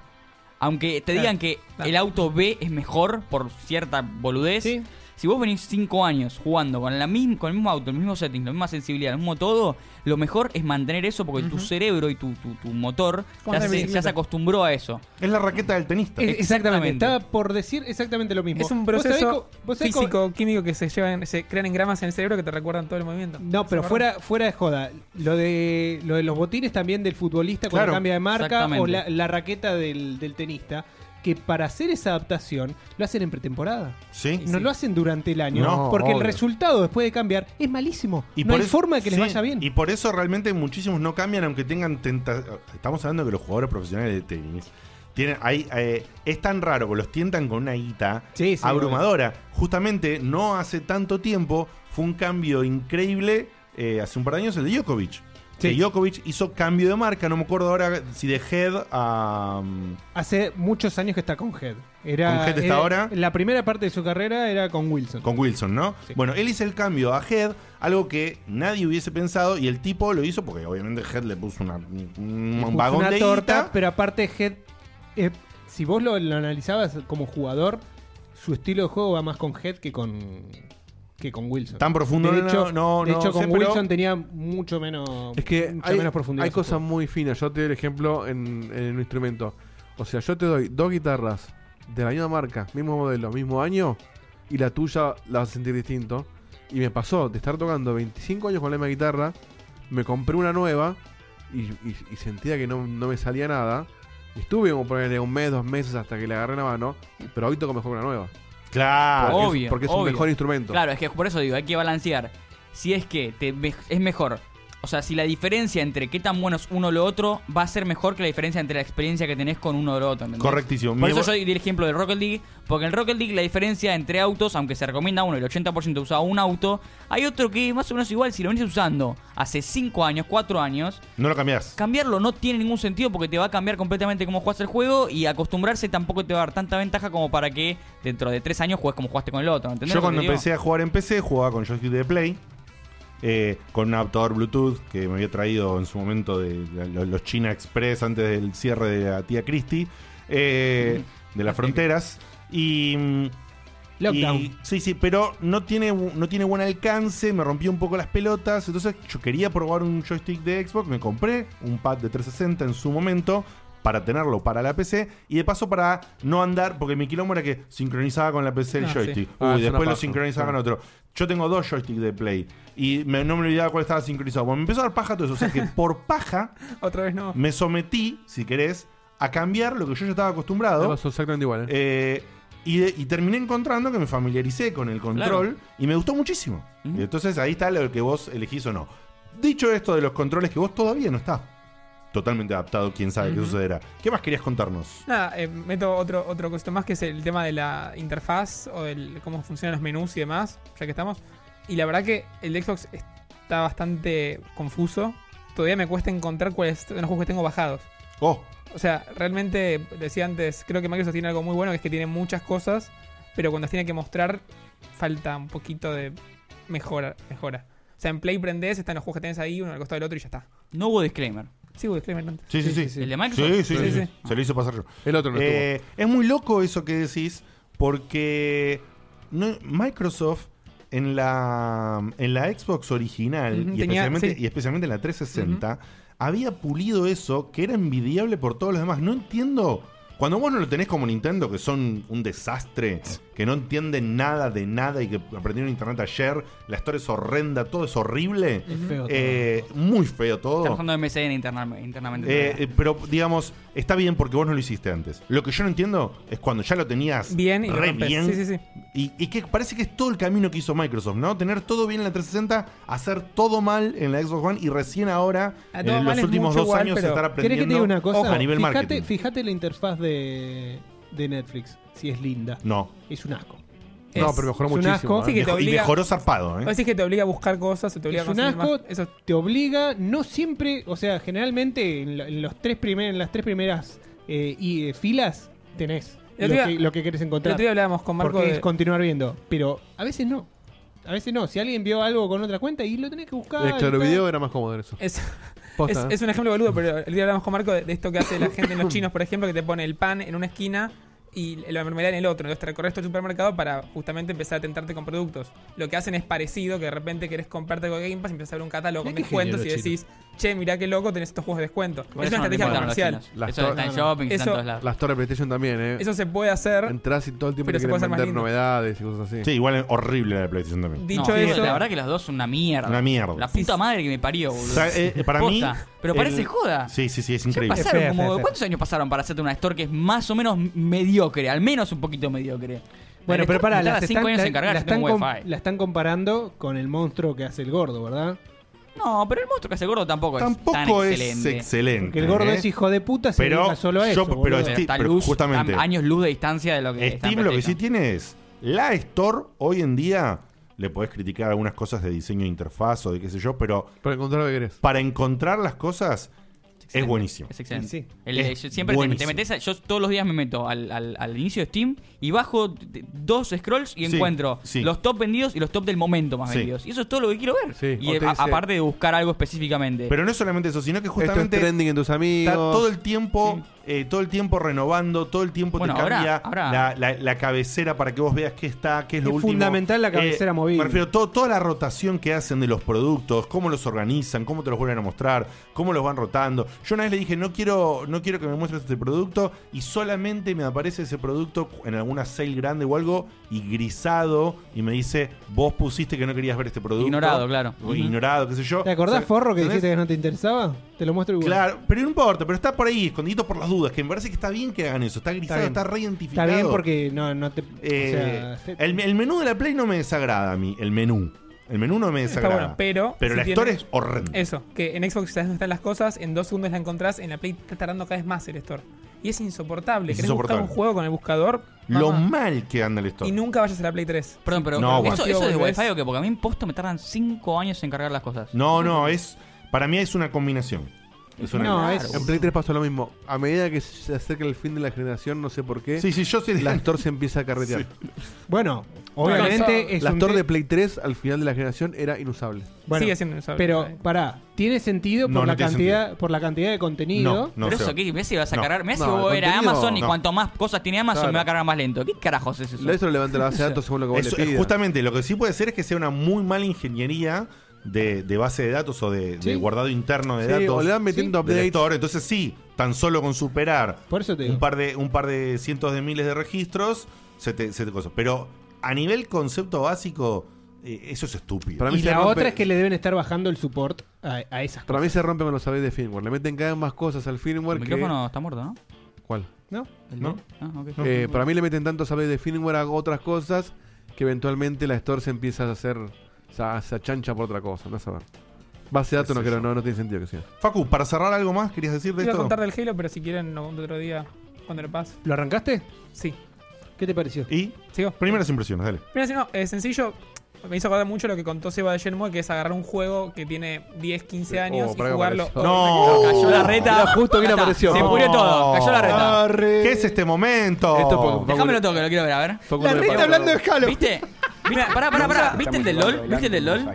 Aunque te Claro. digan que el auto B es mejor por cierta boludez. Si vos venís 5 años jugando con, la misma, con el mismo auto, el mismo setting, la misma sensibilidad, el mismo todo, lo mejor es mantener eso porque tu cerebro y tu, tu- tu motor Como ya andar en se, ya bicicleta. se acostumbró a eso. Es la raqueta del tenista. Es- Exactamente. Estaba por decir exactamente lo mismo. Es un ¿Vos sabés proceso co- vos sabés co- físico, químico que se llevan, se crean engramas en el cerebro que te recuerdan todo el movimiento. No, pero ¿Se fuera, fuera de joda, lo de, lo de los botines también del futbolista cuando Claro. cambia de marca Exactamente. o la, la raqueta del, del tenista, que para hacer esa adaptación lo hacen en pretemporada. Sí. No lo hacen durante el año, No, porque el obvio. resultado después de cambiar es malísimo. Y no por hay eso- forma de que les sí, vaya bien. Y por eso realmente muchísimos no cambian, aunque tengan tenta- Estamos hablando de que los jugadores profesionales de tenis tienen, hay, eh, es tan raro que los tientan con una guita Sí, sí, abrumadora. Justamente no hace tanto tiempo fue un cambio increíble eh, hace un par de años el de Djokovic. Que Djokovic hizo cambio de marca, no me acuerdo ahora si de head a. mm, Hace muchos años que está con Head. Era, ¿Con Head está era- ahora? La primera parte de su carrera era con Wilson. Con Wilson, ¿no? Bueno, él hizo el cambio a Head, algo que nadie hubiese pensado, y el tipo lo hizo porque obviamente Head le puso una, un- un, Puso vagón una de torta, guita. pero aparte Head, eh, si vos lo, lo analizabas como jugador, su estilo de juego va más con Head que con que con Wilson. Tan profundo de no, hecho, no, de no hecho sé, con pero- Wilson tenía mucho menos Es que mucha hay, menos profundidad. hay en su cosas muy finas. Yo te doy el ejemplo en, en un instrumento. O sea, yo te doy dos guitarras de la misma marca, mismo modelo, mismo año, y la tuya la vas a sentir distinto. Y me pasó de estar tocando 25 años con la misma guitarra, me compré una nueva y, y- y sentía que no, no me salía nada. Y estuve como ponerle un mes, dos meses hasta que le agarré la mano, pero hoy toco mejor una nueva. Claro, porque obvio. Es, porque es un obvio. mejor instrumento. Claro, es que por eso digo, hay que balancear. Si es que te me- es mejor, o sea, si la diferencia entre qué tan bueno es uno o lo otro va a ser mejor que la diferencia entre la experiencia que tenés con uno o lo otro. ¿entendés? Correctísimo. Por Mi eso vo- yo di el ejemplo del Rocket League, porque en el Rocket League la diferencia entre autos, aunque se recomienda uno, el 80% usa un auto, hay otro que es más o menos igual si lo venís usando hace 5 años, 4 años, No lo cambiás. cambiarlo no tiene ningún sentido porque te va a cambiar completamente cómo juegas el juego y acostumbrarse tampoco te va a dar tanta ventaja como para que dentro de tres años juegues como jugaste con el otro. ¿entendés Yo lo que cuando te digo? empecé a jugar en PC, jugaba con joystick de Play, eh, con un adaptador Bluetooth que me había traído en su momento de, la- lo- los China Express antes del cierre de la tía Christie, eh, de las fronteras. Y. mm, Lockdown. y- sí, sí, pero no tiene, bu- no tiene buen alcance, me rompió un poco las pelotas. Entonces yo quería probar un joystick de Xbox, me compré un pad de 360 en su momento para tenerlo para la PC y de paso para no andar, porque mi quilombo era que sincronizaba con la PC el Ah, sí. joystick. Uy, Ah, es una después lo paja. sincronizaba con Sí. otro. Yo tengo dos joysticks de Play y me- no me olvidaba cuál estaba sincronizado. Bueno, me empezó a dar paja todo eso. O sea que por paja Otra vez no. me sometí, si querés, a cambiar lo que yo ya estaba acostumbrado. Me pasó exactamente igual. Eh, y, de- y terminé encontrando que me familiaricé con el control y me gustó muchísimo. Y entonces ahí está lo que vos elegís o no. Dicho esto de los controles, que vos todavía no estás totalmente adaptado, quién sabe qué Ujú. sucederá. ¿Qué más querías contarnos? Nada, eh, meto otro, otro cosito más que es el tema de la interfaz o el cómo funcionan los menús y demás, ya que estamos. Y la verdad que el Xbox está bastante confuso. Todavía me cuesta encontrar cuáles son los juegos que tengo bajados. Oh. O sea, realmente, decía antes, creo que Microsoft tiene algo muy bueno, que es que tiene muchas cosas, pero cuando las tiene que mostrar, falta un poquito de mejora. mejora. O sea, en Play prendés, están los juegos que tenés ahí, uno al costado del otro y ya está. No hubo disclaimer. Sí, hubo disclaimer antes. Sí, sí, sí. ¿El de Microsoft? Sí, sí, Sí, sí, sí. Se lo hizo pasar yo. El otro no Eh, Es muy loco eso que decís, porque no- Microsoft en la, en la Xbox original Ujú, y, tenía- especialmente, sí. y especialmente en la 360, había pulido eso que era envidiable por todos los demás. No entiendo. Cuando vos no lo tenés como Nintendo, que son un desastre, que no entienden nada de nada y que aprendieron internet ayer, la historia es horrenda, todo es horrible. Es feo todo. eh, Muy feo todo. Estamos hablando de MSN internam- internamente. Eh, eh, pero digamos, está bien porque vos no lo hiciste antes. Lo que yo no entiendo es cuando ya lo tenías Bien y lo re rompes. bien. Sí, sí, sí. Y, y que parece que es todo el camino que hizo Microsoft, ¿no? Tener todo bien en la 360, hacer todo mal en la Xbox One y recién ahora, Ah, en todo mal los es últimos mucho dos igual, años, pero- ¿Querés estar que te aprendiendo diga una cosa? a nivel fíjate, marketing. fíjate la interfaz de, de Netflix, si es linda. No. Es un asco. No, Es- pero mejoró es un muchísimo, asco. ¿eh? Sí, que te Y obliga- mejoró zarpado, Vos decís que te obliga a buscar cosas, o te obliga Es a un consumir más. asco, te obliga, no siempre, o sea, generalmente en, la- en los tres primer, en las tres primeras eh, y, eh, filas tenés El lo, otro día- que, lo que querés encontrar. el otro día hablábamos con Marco Porque de- es continuar viendo, pero a veces no. A veces no, si alguien vio algo con otra cuenta y lo tenés que buscar. El Eh, claro y tal. video era más cómodo eso. Es, Posta, es- ¿eh? es un ejemplo boludo, pero el día hablamos con Marco de, de esto que hace la gente en los chinos, por ejemplo, que te pone el pan en una esquina y la mermelada en el otro. Entonces te recorres todo el supermercado para justamente empezar a tentarte con productos. Lo que hacen es parecido, que de repente querés comprarte algo de Game Pass y empiezas a ver un catálogo con qué descuentos y genio los decís, che, mirá qué loco, tenés estos juegos de descuento. Por es eso una no le estrategia importan los comercial. chinos. Las Eso torres- está en shopping, está en Eso- todos lados. Las torres de PlayStation también, ¿eh? Eso se puede hacer. Entrás y todo el tiempo pero te se quieren puede hacer más vender lindo. novedades y cosas así. Sí, igual es horrible la de PlayStation también. Dicho No, sí, eso- la verdad que los dos son una mierda. Una mierda. La puta madre que me parió, boludo. O sea, eh, para mí. Posta. Pero parece el- joda. Sí, sí, sí, es Ya increíble. pasaron como- ¿Cuántos años pasaron para hacerte una store que es más o menos mediocre? Al menos un poquito mediocre. Bueno, La pero store pará, tarda las cinco están, años en la- cargar, la yo tengo están com- Wi-Fi. la están comparando con el monstruo que hace el gordo, ¿verdad? No, pero el monstruo que hace gordo tampoco, es tan Tampoco es excelente. excelente. Porque el gordo ¿eh? es hijo de puta, se Pero dedica solo a yo- eso. pero boludo. Steve- Está pero luz, justamente- justamente. años luz de distancia de lo que está en Steam lo que sí PlayStation. tiene es la Store hoy en día le podés criticar algunas cosas de diseño de interfaz o de qué sé yo, pero para encontrar lo que querés. Para encontrar las cosas es buenísimo. Es excelente. Sí. El de- Es yo siempre te- te, buenísimo. metes. a- yo todos los días me meto al, al- al inicio de Steam y bajo de- dos scrolls y Sí, encuentro sí. los top vendidos y los top del momento más Sí. vendidos. Y eso es todo lo que quiero ver. o Y te a- dice- aparte de buscar algo específicamente. Pero no es solamente eso, sino que Esto es justamente trending en tus amigos. está todo el tiempo, eh, todo el tiempo renovando, todo el tiempo Bueno, te ahora- cambia ahora- La, la- la cabecera para que vos veas qué está, qué es lo Es último. Eh, fundamental la cabecera movible. Me refiero todo- toda la rotación que hacen de los productos, cómo los organizan, cómo te los vuelven a mostrar, cómo los van rotando. Yo una vez le dije, no quiero, no quiero que me muestres este producto y solamente me aparece ese producto en alguna sale grande o algo y grisado y me dice, vos pusiste que no querías ver este producto. Ignorado, claro. O Ignorado, qué sé yo. ¿Te acordás, O sea, Forro, que ¿entendés? dijiste que no te interesaba? Te lo muestro igual. Claro, pero no importa, pero está por ahí, escondido por las dudas, que me parece que está bien que hagan eso, está grisado, bien. está, reidentificado. Está bien porque no, no te. o Eh, sea, te- el, el menú de la Play no me desagrada a mí, el menú. El menú no me Está desagrada. bueno, pero. si la tiene- Store es horrenda. Eso, que en Xbox sabes dónde están las cosas, en dos segundos la encontrás, en la Play está tardando cada vez más el Store. Y es insoportable. Es ¿Querés insoportable. buscar un juego con el buscador? Lo Mamá. mal que anda el Store. Y nunca vayas a la Play 3. Perdón, pero No, bueno. ¿eso, eso es de Volvés. Wi-Fi o qué? Porque a mí en posto me tardan 5 años en cargar las cosas. No, no, es. Para mí es una combinación. Es una- En Play 3 pasó lo mismo. A medida que se acerca el fin de la generación, no sé por qué, Sí, sí, yo sé de- la Store se empieza a carretear. Sí. Bueno, obviamente es la un Store te- de Play 3 al final de la generación era inusable. bueno, sigue siendo inusable. Pero pará, tiene sentido por No, no la tiene cantidad, por la cantidad de contenido. pero eso, ¿qué? Mirá si vas a No. cargar. Mirá si No, vos el era contenido- Amazon y no. cuanto más cosas tiene Amazon Claro. me va a cargar más lento. ¿Qué carajos es eso? La Store levanta la base de datos según lo que vos Eso le es pidas. justamente lo que sí puede ser es que sea una muy mala ingeniería de, de base de datos o de, de Sí. guardado interno de Sí, datos. o le van metiendo del updates. store. Entonces sí, tan solo con superar Por eso te un digo. par de un par de cientos de miles de registros, se te, se te cosas. Pero a nivel concepto básico, eh, eso es estúpido. y la otra es que le deben estar bajando el support a, a esas Para cosas. mí se rompe con los updates de firmware. Le meten cada vez más cosas al El firmware que... micrófono está muerto, ¿no? ¿Cuál? ¿No? ¿El No. de- Ah, ok. Eh, para mí le meten tantos updates de firmware a otras cosas que eventualmente la Store se empieza a hacer... O sea, se achancha por otra cosa. No a ver. Base de datos no creo, no, no tiene sentido que sea. Facu, para cerrar algo más, ¿querías decir de Iba a esto? contar del Halo, pero si quieren, no, otro día, cuando lo pase. ¿Lo arrancaste? Sí. ¿Qué te pareció? Y ¿Sigo? primeras impresiones, dale. Mira, si no, es sencillo. Me hizo acordar mucho lo que contó Seba de Shenmue, que es agarrar un juego que tiene 10, 15 años y Oh, pará que jugarlo. apareció. No. cayó la reta. Mira, justo que Ya le está, apareció. Se No. murió todo. Cayó la reta. ¿Qué es este momento? Esto es porque- Déjamelo todo que lo quiero ver, a ver. Facu La no le reta pasa. hablando de Halo. ¿Viste? ¿Viste? Pará, pará, pará. ¿Viste el del LOL? ¿Viste el del LOL?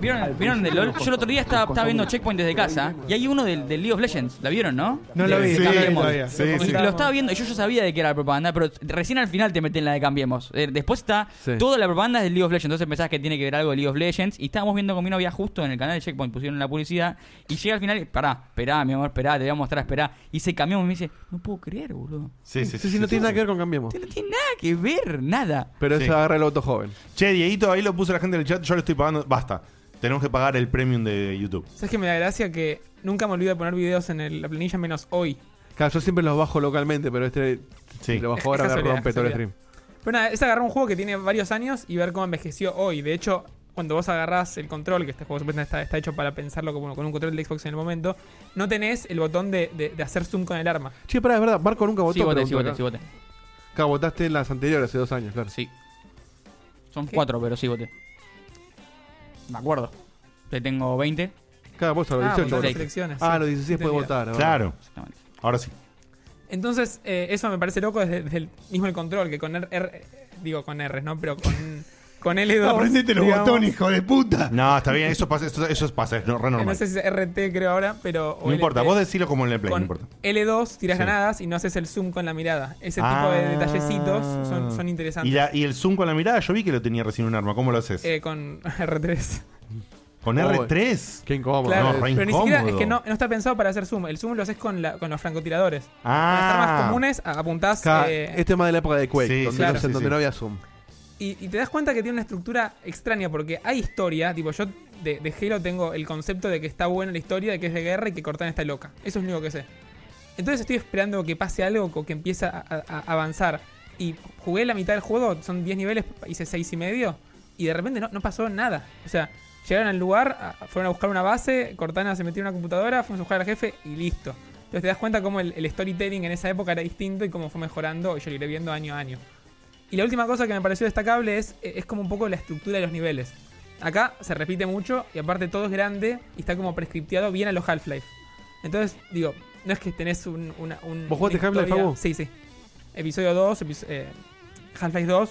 ¿Vieron, ¿vieron de LOL? Yo el otro día estaba, estaba viendo Checkpoint desde casa y hay uno del, del League of Legends. ¿La vieron, no? No lo vi, De sí, Cambiemos. todavía. Sí, Y sí. Lo estaba viendo y yo ya sabía de que era propaganda, pero recién al final te meten la de Cambiemos. Eh, Después está Sí. toda la propaganda es del League of Legends. Entonces pensás que tiene que ver algo de League of Legends. Y estábamos viendo con mi novia justo en el canal de Checkpoint, pusieron la publicidad y llega al final y pará, esperá, mi amor, esperá, te voy a mostrar, esperá. Y se cambiamos y me dice, no puedo creer, boludo. Sí, sí, sí. no tiene nada que ver con Cambiemos. Nada que ver, nada. Pero Sí. eso agarra el auto joven. Che, Dieguito, ahí lo puso la gente en el chat. Yo lo estoy pagando. Basta. Tenemos que pagar el premium de YouTube. ¿Sabes que me da gracia que nunca me olvido de poner videos en el- la planilla menos hoy? Claro, yo siempre los bajo localmente, pero este si lo bajo ahora Es me casualidad, rompe todo el casualidad. stream. Pero nada, es agarrar un juego que tiene varios años y ver cómo envejeció hoy. De hecho, cuando vos agarrás el control, que este juego supuestamente está, está hecho para pensarlo como con un control de Xbox en el momento, no tenés el botón de, de- de hacer zoom con el arma. Che, pará, es verdad, Marco nunca votó. Sí, voté, preguntó sí, voté, acá. sí, voté. Acá votaste en las anteriores, hace dos años, claro. Sí. Son cuatro, pero sí voté. Me acuerdo. Le tengo 20. Cada vos a los Ah, 18. votó las votaste. elecciones, ah, sí. a los 16 puede Entendido. votar. ahora. Claro. Ahora sí. Entonces, eh, eso me parece loco desde, desde el mismo el control, que con R, R- digo con R, ¿no? Pero con, con L2. Aprendete los digamos. botones, hijo de puta. No, está bien. Eso pasa. Eso, eso pasa. Es no- re No normal. sé si es RT creo ahora, pero... o No importa. LT. Vos decilo como en el play. este Con- No importa. L2 tiras Sí. granadas y no haces el zoom con la mirada. Ese tipo Ah. de detallecitos son, son interesantes. Y, la- y el zoom con la mirada, yo vi que lo tenía recién un arma. ¿Cómo lo haces? Eh, con R3. ¿Con Oh, R3? Qué incómodo. no, Claro, re pero ni incómodo. siquiera es que no, no está pensado para hacer zoom. El zoom lo haces con, la- con los francotiradores. Con Ah. las armas comunes a- apuntás. Ah. Acá, eh, Este es más de la época de Quake, Sí, donde, claro. no, Sí, sí, donde sí. no había Zoom. Y, y te das cuenta que tiene una estructura extraña, porque hay historia, tipo yo de, de Halo tengo el concepto de que está buena la historia, de que es de guerra y que Cortana está loca. Eso es lo único que sé. Entonces estoy esperando que pase algo o que empiece a, a- a avanzar. Y jugué la mitad del juego, son 10 niveles, hice 6 y medio, y de repente no, no pasó nada. O sea, llegaron al lugar, a- fueron a buscar una base, Cortana se metió en una computadora, fuimos a buscar al jefe y listo. Entonces te das cuenta cómo el, el storytelling en esa época era distinto y cómo fue mejorando, y yo lo iré viendo año a año. Y la última cosa que me pareció destacable es, e, es como un poco la estructura de los niveles. Acá se repite mucho y aparte todo es grande y está como prescripteado bien a los Half-Life. Entonces, digo, no es que tenés un... Una, un ¿Vos jugaste una Half-Life, historia- Facu? Sí, sí. Episodio 2, episo- eh, Half-Life 2,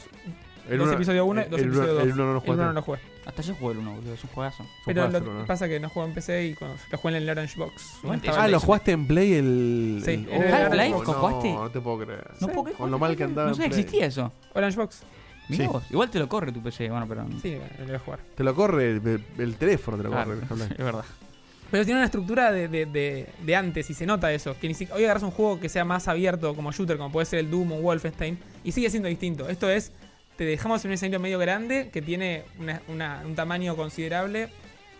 El dos uno- episodio 1, el- 2 el uno- episodio 2. el uno no lo jugaste. no lo jugué. Hasta yo jugué el uno, boludo. Es un juegazo. Pero juegazo, lo ¿no? que pasa es que no juego en PC y cuando- lo jugué en el Orange Box. Igual te- Estaba Ah, en lo el- jugaste en Play el. Sí, el- en el Half-Life, no, ¿jugaste? No, te puedo creer. No puedo creer, Con lo mal que andaba. No en sabía que Play. existía eso. Orange Box. Mirá Sí. vos. Igual te lo corre tu PC, bueno, pero. Sí, lo voy a jugar. Te lo corre el, el teléfono, te lo Claro, corre. el Half-Life. es verdad. Pero tiene una estructura de, de- de- de antes y se nota eso. Que ni si- hoy agarras un juego que sea más abierto como shooter, como puede ser el Doom o Wolfenstein, y sigue siendo distinto. Esto es, te dejamos en un escenario medio grande que tiene una- una- un tamaño considerable,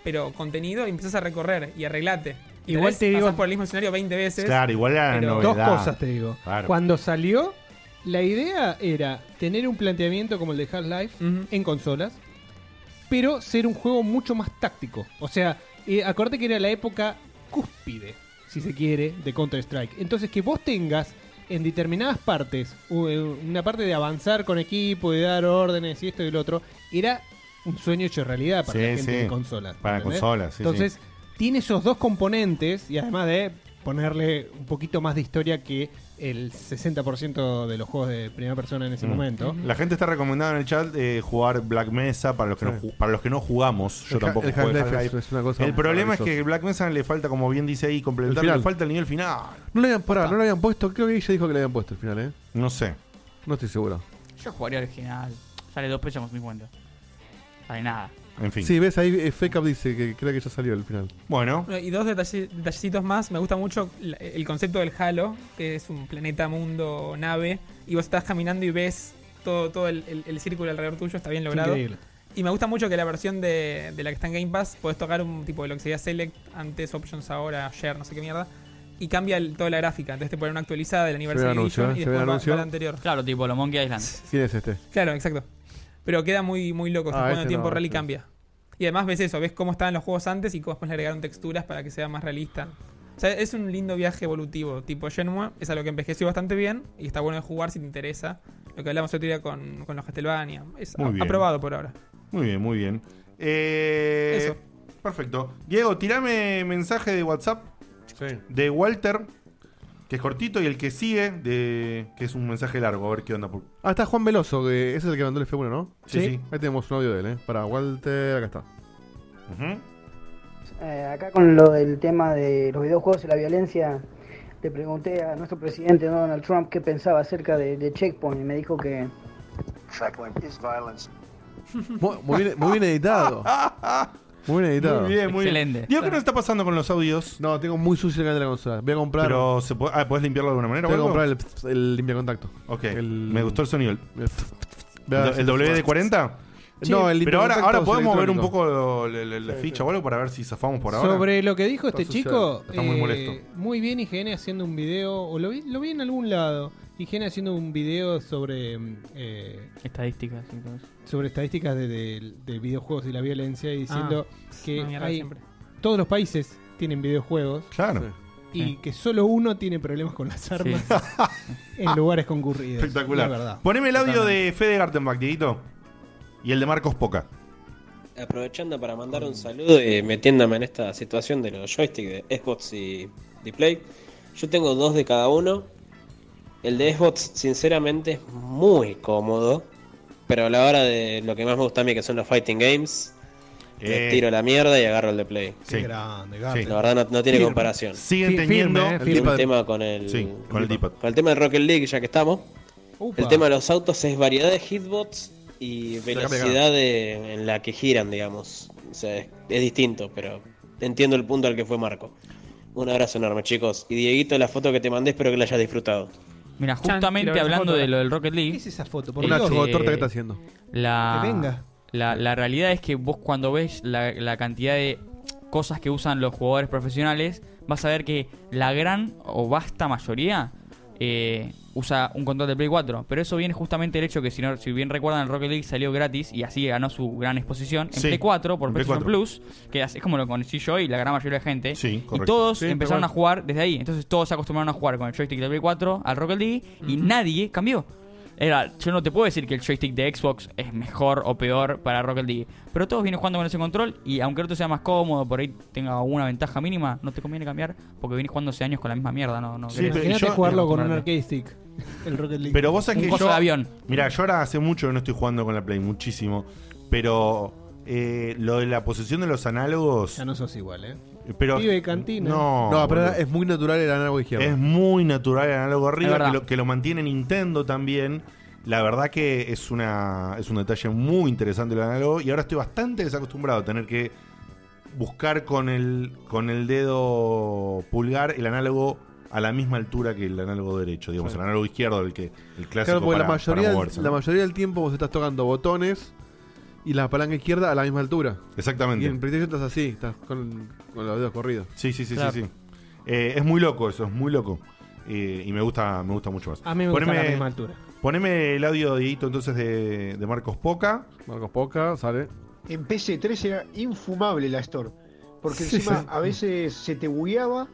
pero contenido, y empezás a recorrer y arreglate. Igual Tenés- te digo- pasás por el mismo escenario 20 veces. Claro, igual era pero- novedad. Dos cosas te digo. Claro. Cuando salió, la idea era tener un planteamiento como el de Half-Life en consolas, pero ser un juego mucho más táctico. O sea, eh, acordate que era la época cúspide, si se quiere, de Counter-Strike. Entonces, que vos tengas en determinadas partes, u- eh, una parte de avanzar con equipo, de dar órdenes y esto y lo otro, era un sueño hecho realidad para Sí, la gente sí. de consolas. Para ¿entendés? consolas, sí, Entonces, sí. tiene esos dos componentes y además de ponerle un poquito más de historia que el 60% de los juegos de primera persona en ese Mm. momento. La gente está recomendando en el chat eh, jugar Black Mesa para los que, no, ju- para los que no jugamos. Yo El ha- tampoco el jugué Half-Life Half-Life. es- es una cosa El problema es maravillosa. que Black Mesa le falta, como bien dice ahí, complementar, El final. le falta el nivel Ah, final. No lo habían parado, no lo habían puesto. Creo que ella dijo que lo habían puesto al final, ¿eh? No sé. No estoy seguro. Yo jugaría original. Sale dos pesos más mi cuenta. Sale nada. En fin. Sí, ves, ahí eh, Fake Up dice que creo que ya salió el final. Bueno. Bueno, Y dos detalle- detallecitos más. Me gusta mucho la- el concepto del Halo, que es un planeta, mundo, nave. Y vos estás caminando y ves todo, todo el, el- el círculo alrededor tuyo, está bien logrado. Increíble. Y me gusta mucho que la versión de, de la que está en Game Pass podés tocar un tipo de lo que sería Select antes, Options ahora, Share, no sé qué mierda. Y cambia el- toda la gráfica. Entonces te ponen una actualizada del Anniversary anuncio, Edition ¿eh? y Se ve después va- anuncio. va la anterior. Claro, tipo lo Monkey Island. ¿Quién es este? Claro, exacto. Pero queda muy, muy loco. Estás Ah, jugando en este tiempo no, real y este no. cambia. Y además ves eso, ves cómo estaban los juegos antes y cómo después le agregaron texturas para que sea más realista. O sea, es un lindo viaje evolutivo, tipo Shenmue. Es algo que envejeció bastante bien y está bueno de jugar si te interesa. Lo que hablamos el otro día con, con los Castlevania. Es Muy a- bien. aprobado por ahora. Muy bien, muy bien. Eh, Perfecto. Diego, tirame mensaje de WhatsApp de Walter, que es cortito, y el que sigue, de que es un mensaje largo. A ver qué onda. por- Ah, está Juan Veloso, que ese es el que mandó el F1, ¿no? Sí, sí. Ahí tenemos un audio de él, ¿eh? Para Walter, acá está. Eh, acá con lo del tema de los videojuegos y la violencia, le pregunté a nuestro presidente Donald Trump qué pensaba acerca de, de Checkpoint y me dijo que... Checkpoint is violence. Muy, muy bien, muy bien editado. Muy bien editado. Muy bien, muy bien. Digo que no está pasando con los audios. No, tengo muy sucio el canal de la consola. Voy a comprar. Pero se puede, ah, ¿puedes limpiarlo de alguna manera? Voy a o algo? comprar el, el limpiacontacto. Ok. Me gustó el sonido. ¿El, Gracias. el WD-40? Sí. No, el Pero ahora, ahora limpiacontactos podemos mover un electrónico. poco el- el- el- la ficha o algo para ver si zafamos por ahora. Sobre lo que dijo este Está sucio. chico, Está muy eh, molesto. muy bien IGN haciendo un video, o lo vi, lo vi en algún lado, IGN haciendo un video sobre mm, eh, Estadísticas, entonces. sobre estadísticas de, de- de videojuegos y la violencia y diciendo Ah, que una mierda hay- siempre. todos los países tienen videojuegos. Claro. Y Sí. que solo uno tiene problemas con las armas en lugares concurridos. Ah, Espectacular. La verdad. Poneme el audio Totalmente. de Fede Gartenbach, Dieguito. Y el de Marcos Poca. Aprovechando para mandar un saludo eh, y metiéndome en esta situación de los joysticks de Xbox y de Play, yo tengo dos de cada uno. El de Xbox, sinceramente, es muy cómodo, pero a la hora de lo que más me gusta a mí, que son los fighting games, Eh. me tiro a la mierda y agarro el de Play. Sí. grande, Garten. La verdad, no, no tiene Firme. comparación. Siguen Fi- teniendo firme, eh, el firme. tema con el, Sí, con el D-pad. con el tema del Rocket League, ya que estamos. Upa. El tema de los autos es variedad de hitbots y acá. velocidad de- en la que giran, digamos. O sea, es, es distinto, pero entiendo el punto al que fue Marco. Un abrazo enorme, chicos. Y Dieguito, la foto que te mandé, espero que la hayas disfrutado. Mira, Chan, justamente quiero ver esa hablando foto. de lo del Rocket League. ¿Qué es esa foto? Por eh, Dios. eh, Una chocotorta que está haciendo. La, Que venga. La, la realidad es que vos cuando ves la, la cantidad de cosas que usan los jugadores profesionales, vas a ver que la gran o vasta mayoría eh, usa un control de Play 4. Pero eso viene justamente del hecho que, si, no- si bien recuerdan, el Rocket League salió gratis y así ganó su gran exposición en Sí, Play 4 por en Play PlayStation 4. Plus, que así es como lo conocí yo y la gran mayoría de la gente. y correcto. todos Sí, empezaron tal a jugar desde ahí. Entonces todos se acostumbraron a jugar con el joystick de Play 4 al Rocket League y nadie cambió. Era, yo no te puedo decir que el joystick de Xbox es mejor o peor para Rocket League. Pero todos vienen jugando con ese control y aunque el otro sea más cómodo, por ahí tenga alguna ventaja mínima, no te conviene cambiar porque vienes jugando hace años con la misma mierda. No, no Sí, querés- pero Imagínate yo- jugarlo con un arcade stick. El Rocket League. Pero vos sabés que coso yo. de avión. Mira, yo ahora hace mucho que no estoy jugando con la Play, muchísimo. Pero eh, lo de la posición de los análogos. Ya no sos igual, ¿eh? Pero, Pibe de cantina. No, No, pero boludo. es muy natural el análogo izquierdo. Es muy natural el análogo Es arriba, verdad. que lo, que lo mantiene Nintendo también. La verdad que es una es un detalle muy interesante el análogo. Y ahora estoy bastante desacostumbrado a tener que buscar con el, con el dedo pulgar el análogo a la misma altura que el análogo derecho, digamos, Sí. el análogo izquierdo, el que el clásico Claro, porque para, la, mayoría, para moverse, la ¿no? mayoría del tiempo vos estás tocando botones y la palanca izquierda a la misma altura. Exactamente. Y en PlayStation estás así, estás con, con los dedos corridos. Sí, sí, sí, Claro. sí, sí. Eh, es muy loco eso, es muy loco. Eh, y me gusta, me gusta mucho más. A mí me gusta la misma altura. Poneme el audio de Dieguito, entonces de, de Marcos Poca. Marcos Poca, sale. En PC3 era infumable la Store. Porque Sí, encima sí. a veces se te bugueaba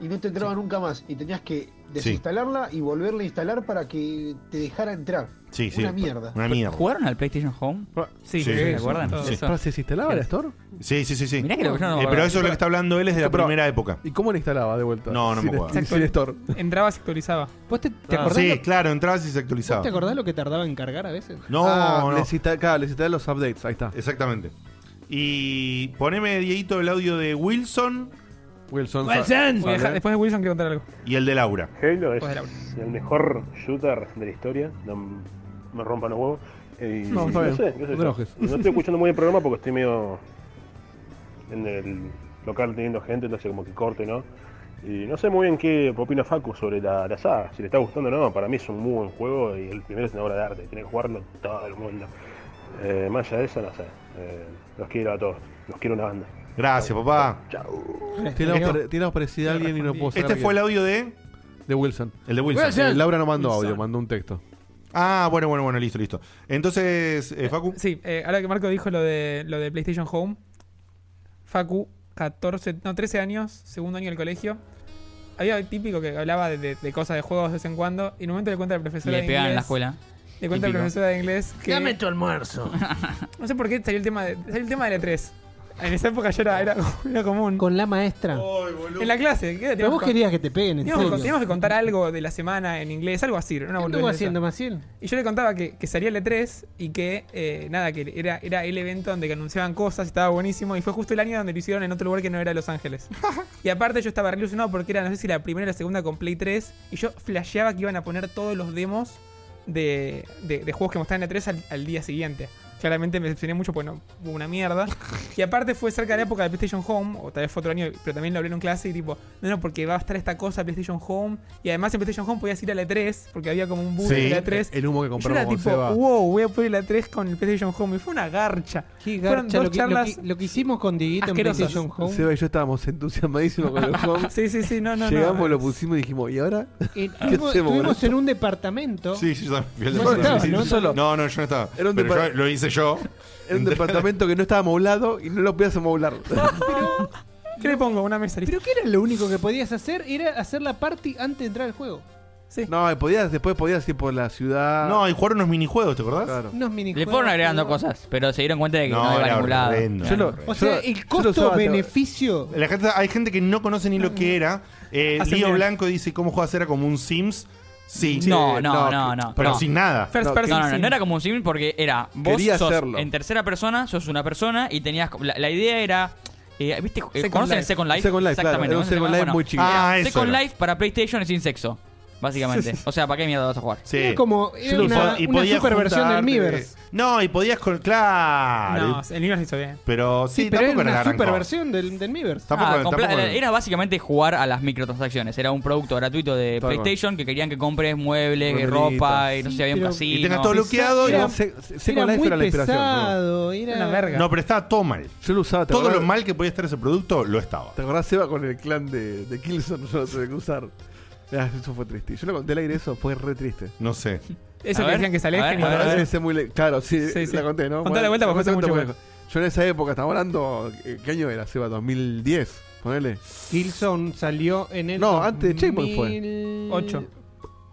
y no te entraba nunca más. Y tenías que desinstalarla y volverla a instalar para que te dejara entrar. Sí, sí. Una mierda. Una mierda. ¿Jugaron al PlayStation Home? Sí, Sí, ¿se sí, acuerdan? sí. Eso. ¿Para si se instalaba la Store? Sí, sí, sí, sí. Mirá que lo que yo no me Eh, pero acordaba. eso es lo que está hablando él es de la Pero- primera época. ¿Y cómo la instalaba de vuelta? No, no me Sin- acuerdo. sin- Sin Store. Entrabas y actualizaba. ¿Vos te, te Ah, acordás sí, lo- claro, entrabas y se ¿Vos actualizaba. te acordás lo que tardaba en cargar a veces? No, Ah, no. necesita- claro, necesitaba los updates, ahí está. Exactamente. Y poneme, Dieguito, el audio de Wilson. Wilson. Voy a dejar- después de Wilson quiero contar algo. Y el de Laura. Halo es Joder, Laura. el mejor shooter de la historia. No m- me rompan los huevos. Eh, No, está bien. sé, qué sé No te yo. enojes. No estoy escuchando muy el programa porque estoy medio en el local teniendo gente, entonces como que corto, ¿no? Y no sé muy bien qué opina Facu sobre la, la saga, si le está gustando o no. Para mí es un muy buen juego y el primero es una obra de arte. Tiene que jugarlo todo el mundo. Eh, más allá de eso, no sé. Eh, los quiero a todos. Los quiero una banda. Gracias, papá. Tiene la voz pare- tiene la voz parecida a alguien y no puedo Este sacar fue el quién. audio de. De Wilson. El de Wilson. Wilson. Eh, Laura no mandó Wilson. audio, mandó un texto. Ah, bueno, bueno, bueno, listo, listo. Entonces, eh, Facu. Sí, eh, ahora que Marco dijo lo de, lo de PlayStation Home, Facu, 14, no, 13 años, segundo año del colegio. Había el típico que hablaba de, de- de cosas de juegos de vez en cuando, y en un momento le cuenta la profesora Le de pegaban en inglés. la escuela. Le cuenta la Típico. profesora de inglés que. Dame tu almuerzo. no sé por qué salió el tema de, salió el tema de la 3. En esa época yo era, era, era común. Con la maestra. Oh. En la clase, ¿qué Pero teníamos vos que- querías que te peguen, en Teníamos que, serio. teníamos que contar algo de la semana en inglés, algo así. era Una ¿Qué boludez estuvo esa. haciendo Maciel? Y yo le contaba que, que salía el E3 y que, eh, nada, que era, era el evento donde que anunciaban cosas, estaba buenísimo. Y fue justo el año donde lo hicieron en otro lugar que no era Los Ángeles. y aparte yo estaba re ilusionado porque era, no sé si la primera o la segunda con Play 3. Y yo flasheaba que iban a poner todos los demos de, de- de juegos que mostraban en E3 al, al día siguiente. Claramente me decepcioné mucho porque no hubo una mierda. Y aparte fue cerca de la época de PlayStation Home, o tal vez fue otro año, pero también lo hablé en clase y tipo, no, no, porque va a estar esta cosa PlayStation Home. Y además en PlayStation Home podías ir a la E3, porque había como un boom Sí, de la E3. el humo que Y yo compramos era con tipo, Seba. wow, voy a poder ir a la E3 con el PlayStation Home. Y fue una garcha. Qué Fueron garcha, dos lo que, lo charlas que- lo que hicimos con Dieguito en asquerosas. PlayStation Home. Seba y yo estábamos entusiasmadísimos con los home. Sí, sí, sí, no, no, no. Llegamos, lo pusimos y dijimos, ¿y ahora? Eh, ¿Qué tuvimos- hacemos con Estuvimos esto? en un departamento. Sí, sí, yo también fui al Vos departamento. estabas, ¿no? Sí, sí, Solo. No, no, yo no estaba. Era un Pero depart- yo lo hice yo. Era un departamento que no estaba moblado y no lo podías amoblar. ¿Qué le pongo? Una mesa. Pero que era lo único que podías hacer, era hacer la party antes de entrar al juego. No, y podías, después podías ir por la ciudad. No, y jugar unos minijuegos, ¿te acordás? Unos Le minijuegos. fueron agregando cosas, pero se dieron cuenta de que no, No, iba a era ningún lado. horrendo. Yo lo- O sea, el costo-beneficio. La gente- hay gente que no conoce ni lo que era. Eh, Hacen Lío bien. Blanco dice: ¿Cómo juegas? Era como un Sims. Sí. No, Eh, no, que- no, no. Pero no. sin nada. no, no, no, no era como un sim porque era vos Quería sos hacerlo. en tercera persona, sos una persona y tenías co- la, la idea era eh, ¿viste? Eh, Second ¿Conocen el Life. Second Life? Second Life, claro, Exactamente. era un ¿conocen Second el Life muy chiquito. Era Ah, eso Second era. Life para PlayStation es sin sexo, básicamente. o sea, ¿para qué mierda vas a jugar? Sí. Era como- era una- una podías superversión del juntarte- Miiverse. No, y podías. con- Claro. No, el Miiverse hizo bien. Pero sí, Sí, pero era tampoco una la gran cosa. superversión del, del Miiverse. Tampoco- Ah, compla- Era básicamente jugar a las microtransacciones. Era un producto gratuito de Tal cual. PlayStation que querían que compres muebles, Muebles, ropa y no sé, había un pero- casino. Y tengas todo bloqueado y Era- no sé- sé- sé cuál era la inspiración, pesado, era- Una verga. No, pero estaba todo mal. Yo lo usaba. Todo lo mal que podía estar ese producto, lo estaba. ¿Te acordás, Seba, con el clan de, de Kilson? Yo lo tuve que usar. Ah, eso fue triste. Yo lo conté al aire, eso fue re triste. No sé. Eso A que ver, decían que se a alejen ver, y a ver. Claro, sí, Sí, sí. la conté, ¿no? Contá la vuelta, porque la fue hace cuento, mucho porque- Yo en esa época, estaba hablando. eh, ¿Qué año era, Seba? 2010, ponele. Kilson salió en el. No, antes de Checkpoint fue. 2008.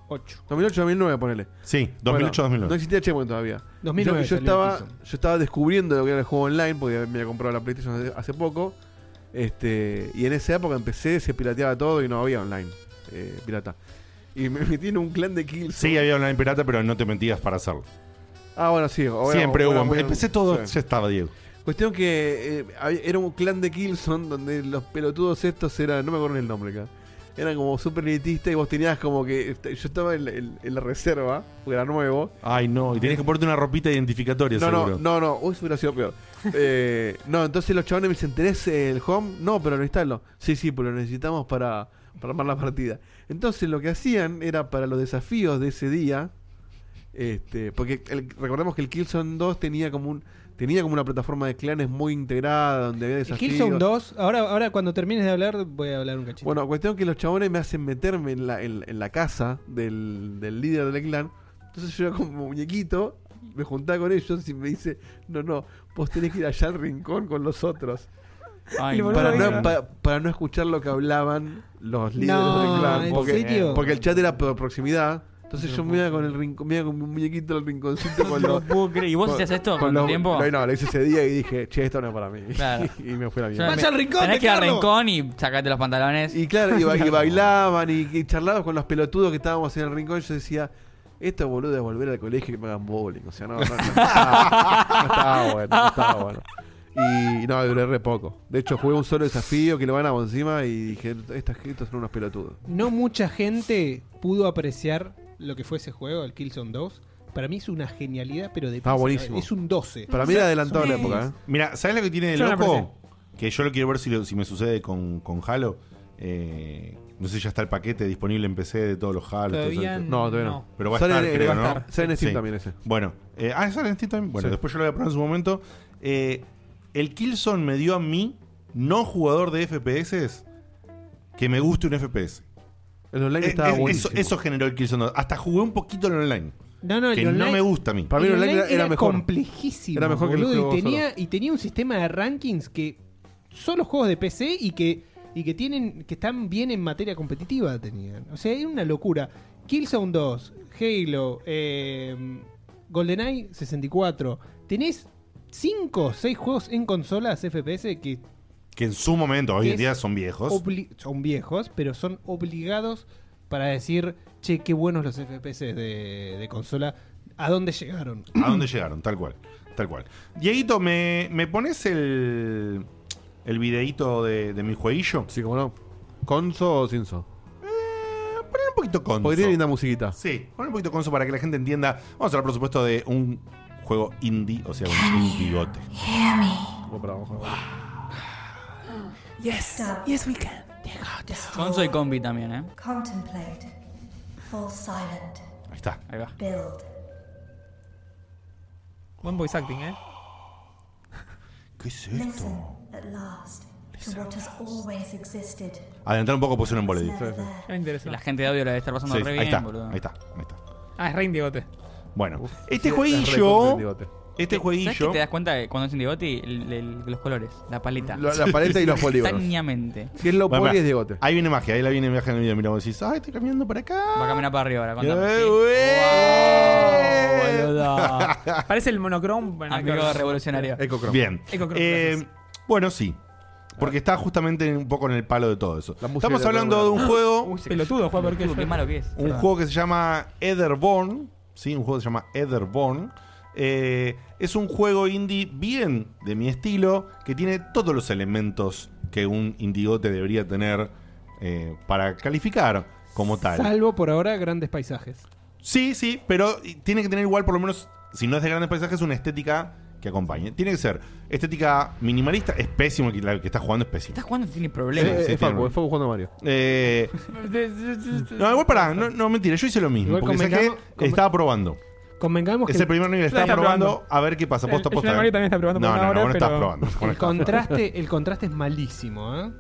2008, 2009, ponele. Sí, 2008, 2009. No existía Checkpoint todavía. 2009 yo, yo salió estaba, yo estaba descubriendo lo que era el juego online porque me había comprado la PlayStation hace, hace poco. Este, y en esa época empecé, se pirateaba todo y no había online eh, pirata. Y me metí en un clan de kills. Sí, había online pirata, pero no te mentías para hacerlo. Ah, bueno, sí. o era- Siempre o era hubo. muy- Empecé todo, sí. ya estaba Diego. Cuestión que eh, había- era un clan de Killzone donde los pelotudos estos eran, no me acuerdo ni el nombre acá, eran como super elitistas y vos tenías como que, este, yo estaba en, la- en- en la reserva, porque era nuevo. Ay, no. Y tenés que ponerte una ropita identificatoria, No, seguro. no, no, no, uy, eso hubiera sido peor. Eh, no, entonces los chavales me dicen, ¿tenés el home? No, pero lo instalo. Sí, sí, pero lo necesitamos para, para armar la partida. Entonces lo que hacían era para los desafíos de ese día, este, porque el- recordemos que el Killzone 2 tenía como un tenía como una plataforma de clanes muy integrada donde había El desafíos. Killzone 2, ahora, ahora cuando termines de hablar, voy a hablar un cachito. Bueno, cuestión que los chabones me hacen meterme en la, en, en la casa del, del líder del clan. Entonces yo era como muñequito, me juntaba con ellos y me dice, no, no, vos tenés que ir allá al rincón con los otros. Ay, Y no. para, boludo no, ahí. pa- para no escuchar lo que hablaban los líderes No, del clan. ¿en Porque, serio? porque el chat era por proximidad. Entonces yo me iba con el rincón, me iba con mi muñequito al rinconcito con los. ¿Y vos hacías esto con los- tiempo? No, no, lo hice ese día y dije, che, esto no es para mí. Claro. y me fui a la mierda. Tenés que ir al rincón y sacate los pantalones. Y claro, y, ba- y bailaban y, y charlaban con los pelotudos que estábamos en el rincón. Yo decía, esto boludo es volver al colegio y que me hagan bowling. O sea, no, no, no, estaba, no estaba bueno, no estaba bueno. Y no, duré re poco. De hecho, jugué un solo desafío que lo ganaba encima y dije, estas estos son unos pelotudos. No mucha gente pudo apreciar lo que fue ese juego, el Killzone 2. Para mí es una genialidad, pero de Ah, Está pizza. Ah, buenísimo. Es un 12. Para mí era adelantado a la época, ¿eh? Mira, ¿sabes lo que tiene de Yo no loco? Que yo lo quiero ver si, lo- si me sucede con, con Halo. Eh, no sé, ya está el paquete disponible en PC de todos los Halo. todo Todavía eso. No, todavía no. Pero va a Sale estar, en- creo, va a ¿no? estar. Sale en Steam Sí. también ese. Bueno. eh, ah, ¿sale en Steam también? Bueno, Sí. después yo lo voy a probar en su momento. Eh, el Killzone me dio a mí, no jugador de FPS, que me guste un FPS. El online Eh, estaba eh, eso, buenísimo. eso generó el Killzone 2. Hasta jugué un poquito el online. No, no, el que no online- me gusta a mí. Para mí el online era- era mejor. complejísimo. Era mejor que el boludo, juego y tenía, y tenía un sistema de rankings que solo juegos de PC y que, y que tienen que están bien en materia competitiva tenían. O sea, era una locura. Killzone em, 2, Halo, eh, GoldenEye 64. Tenés 5 o 6 juegos en consolas FPS que Que en su momento, hoy en es día son viejos. obli- son viejos, pero son obligados para decir, che, qué buenos los FPS de, de consola, ¿a dónde llegaron? ¿A dónde llegaron? Tal cual. Tal cual. Dieguito, ¿me, me pones el, el videíto de, de mi jueguillo? Sí, como no. ¿Conso o Sinso? Poner Eh, un poquito conso. Podría ir una musiquita. Sí, poner un poquito conso para que la gente entienda. Vamos a hablar, por supuesto, de un juego indie, o sea, un bigote. Oh, Vamos para abajo. Yes, yes we can. Conso y combi también, ¿eh? Contemplate. Fall silent. Ahí está. Ahí va. Build. Buen voice acting, ¿eh? ¿Qué es Listen at last to what has always existed. Adelantar un poco, pues un embole. Me interesa. La gente de audio la debe estar pasando Sí, re bien, ahí está, boludo. ahí está. Ah, es re indigote. Bueno, sí, este es jueguillo. recontra indigote. Este ¿Sabes jueguillo. que te das cuenta que cuando es Indigoti, el- el- los colores, la paleta. La- la paleta y los polígonos. Instantáneamente. Bueno, Va pará. Ahí viene magia, ahí la viene magia en el video. Mirá, vos decís, ah, estoy caminando por acá. a caminar para arriba ahora. contame, ¡Eh, sí. güey! boludo. Parece el monochrome. Bueno, Amigo claro. revolucionario. Ecochrome. Bien. Ecochrome, Eh, bueno, sí. Porque está justamente un poco en el palo de todo eso. Estamos hablando de un juego. Uy, se Pelotudo, Juan, porque Qué malo que es. Un juego que se llama Etherborn. Sí, un juego que se llama Etherborn. Eh, es un juego indie bien de mi estilo, que tiene todos los elementos que un indigote debería tener eh, para calificar como tal. Salvo por ahora grandes paisajes. Sí, sí, pero tiene que tener igual, por lo menos, si no es de grandes paisajes, una estética que acompañe. Tiene que ser estética minimalista. Es pésimo que la que está jugando es pésimo. Estás jugando tiene problemas. Sí, sí, es Facu, tiene- es Facu jugando a Mario. Eh, no, igual pará, no, no, mentira, yo hice lo mismo. Igual porque saqué, convengamos- conven- estaba probando. Convengamos Es que el primer nivel, está, probando, a ver qué pasa. Posta, El- el posta. Mario también está probando no, por no, una no, hora, vos no estás pero- probando. vos no El estás contraste, el contraste es malísimo, ¿eh?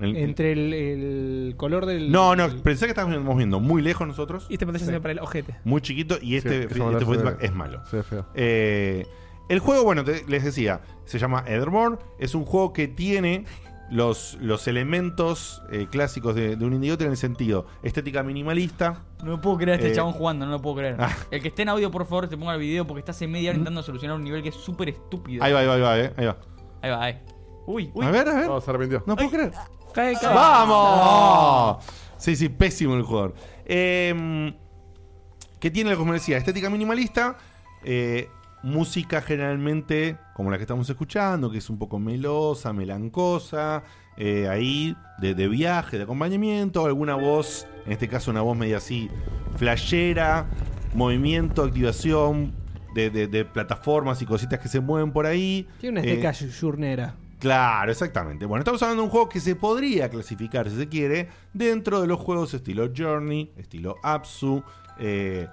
El- Entre el, el color del. probando. No, no, pensé que estábamos viendo muy lejos nosotros. Y este pantalla se ve para el ojete. Muy chiquito y este, Sí, este esa bola se ve- feedback es malo. Se ve feo. Eh, el juego, bueno, te- les decía, se llama Etherborn. Es un juego que tiene los, los elementos eh, clásicos de, de un indigote en el sentido estética minimalista. No lo puedo creer a este Eh, chabón jugando, no lo puedo creer. Ah. El que esté en audio, por favor, te ponga el video porque estás en media hora intentando solucionar un nivel que es súper estúpido. Ahí va, ahí va, ahí va, eh, ahí va. Ahí va, ahí. Uy, uy. A ver, a ver. se arrepintió. No puedo creer. Cae, cae. ¡Vamos! Sí, sí, pésimo el jugador. Eh, que tiene, como decía, estética minimalista, eh, música generalmente como la que estamos escuchando, que es un poco melosa, melancosa, eh, ahí de, de viaje, de acompañamiento, alguna voz, en este caso una voz medio así, flashera, movimiento, activación de, de- de plataformas y cositas que se mueven por ahí. Tiene una Eh, estética yurnera. Claro, exactamente. Bueno, estamos hablando de un juego que se podría clasificar, si se quiere, dentro de los juegos estilo Journey, estilo Apsu, eh,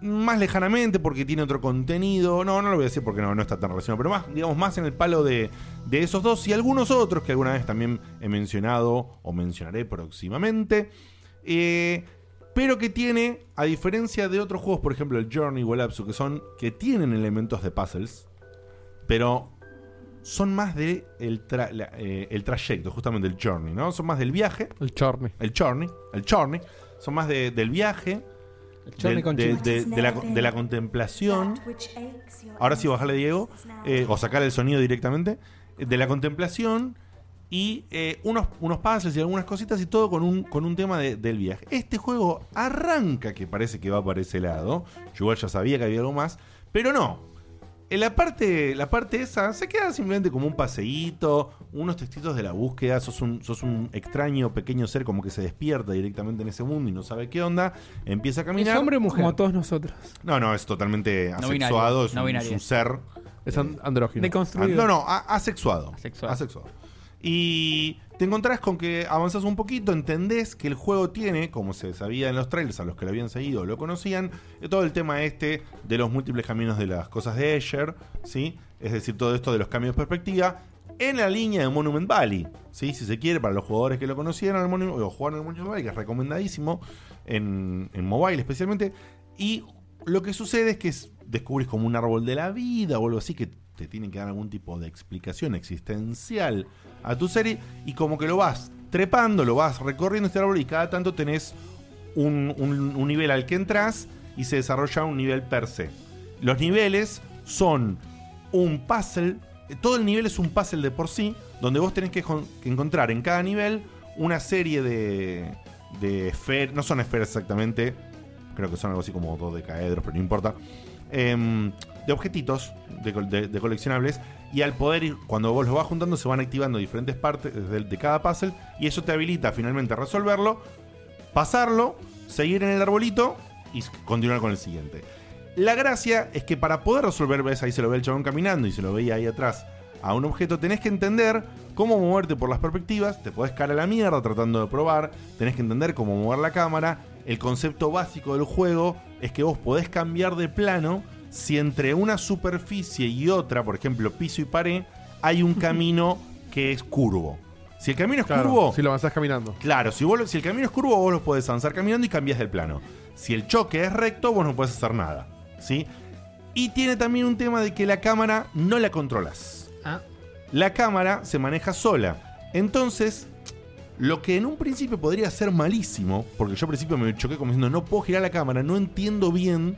más lejanamente porque tiene otro contenido. No, no lo voy a decir porque no, no está tan relacionado, pero más, digamos, más en el palo de, de esos dos y algunos otros que alguna vez también he mencionado o mencionaré próximamente. Eh, pero que tiene, a diferencia de otros juegos, por ejemplo, el Journey o el Apsu, que son, que tienen elementos de puzzles, pero son más de el, tra- la- eh, el trayecto, justamente el journey, ¿no? Son más del viaje. El journey. El journey. El journey. Son más de- del viaje. journey del- con de, chicos. de- de la, de la contemplación. Ahora sí, bajarle Diego. eh, o sacar el sonido directamente. eh, De la contemplación. Y eh, unos, unos puzzles y algunas cositas y todo con un, con un tema de- del viaje. Este juego arranca que parece que va para ese lado. Yo igual ya sabía que había algo más. Pero no. En la parte, la parte esa se queda simplemente como un paseíto, unos textitos de la búsqueda, sos un, sos un extraño pequeño ser como que se despierta directamente en ese mundo y no sabe qué onda, empieza a caminar. hombre o mujer? Como todos nosotros. No, no, es totalmente No binario, asexuado, es, no un, binario. es un ser. Es andrógino. No, no, a- asexuado. Asexuado. Y te encontrás con que avanzás un poquito, entendés que el juego tiene, como se sabía en los trailers, a los que lo habían seguido lo conocían, eh, todo el tema este de los múltiples caminos de las cosas de Escher, ¿sí? Es decir, todo esto de los cambios de perspectiva, en la línea de Monument Valley, ¿sí? Si se quiere, para los jugadores que lo conocieron el Monu- o jugaron en Monument Valley, que es recomendadísimo, en, en mobile especialmente, y lo que sucede es que es- descubrís como un árbol de la vida o algo así que te tienen que dar algún tipo de explicación existencial a tu serie y como que lo vas trepando, lo vas recorriendo este árbol y cada tanto tenés un, un- un nivel al que entras y se desarrolla un nivel per se. Los niveles son un puzzle. Todo el nivel es un puzzle de por sí, donde vos tenés que, jon- que encontrar en cada nivel una serie de, de esferas. No son esferas exactamente, creo que son algo así como dos decaedros, pero no importa. Em, de objetitos de, col- de- de coleccionables. Y al poder ir, cuando vos los vas juntando, se van activando diferentes partes de, de cada puzzle. Y eso te habilita finalmente a resolverlo, pasarlo, seguir en el arbolito y s- continuar con el siguiente. La gracia es que para poder resolver, ves, ahí se lo ve el chabón caminando y se lo veía ahí atrás a un objeto, tenés que entender cómo moverte por las perspectivas, te podés caer a la mierda tratando de probar, tenés que entender cómo mover la cámara. El concepto básico del juego es que vos podés cambiar de plano si entre una superficie y otra, por ejemplo piso y pared, hay un camino que es curvo. Si el camino es curvo, Si lo avanzás caminando. Claro, si, vos lo- si el camino es curvo, vos lo podés avanzar caminando y cambias del plano. Si el choque es recto, vos no podés hacer nada. ¿Sí? Y tiene también un tema de que la cámara no la controlas. La cámara se maneja sola. Entonces, lo que en un principio podría ser malísimo, porque yo al principio me choqué como diciendo, no puedo girar la cámara, no entiendo bien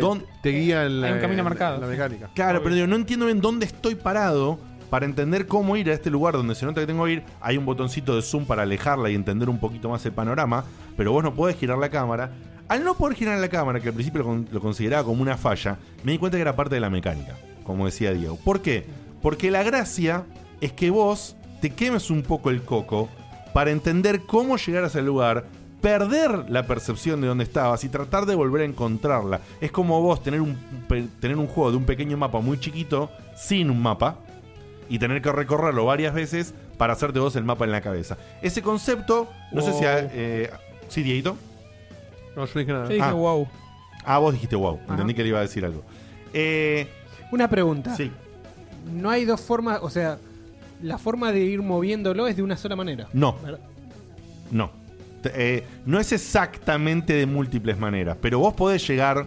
dónde. Te guía el, Hay un camino el- marcado, La sí. mecánica. Claro, pero digo, no entiendo bien dónde estoy parado para entender cómo ir a este lugar donde se nota que tengo que ir. Hay un botoncito de zoom para alejarla y entender un poquito más el panorama, pero vos no podés girar la cámara. Al no poder girar la cámara, que al principio lo, con- lo consideraba como una falla, me di cuenta que era parte de la mecánica, como decía Diego. ¿Por qué? Porque la gracia es que vos te quemes un poco el coco para entender cómo llegar a ese lugar, perder la percepción de dónde estabas y tratar de volver a encontrarla. Es como vos tener un, pe- tener un juego de un pequeño mapa muy chiquito, sin un mapa, y tener que recorrerlo varias veces para hacerte vos el mapa en la cabeza. Ese concepto, no sé si... a- Wow. eh, ¿Sí, Dieguito? No, yo dije nada. Yo dije Ah. wow. Ah, vos dijiste wow. Entendí que le iba a decir algo. Una pregunta. Sí. No hay dos formas, o sea, la forma de ir moviéndolo es de una sola manera. No. ¿Verdad? No. Te- eh, no es exactamente de múltiples maneras, pero vos podés llegar,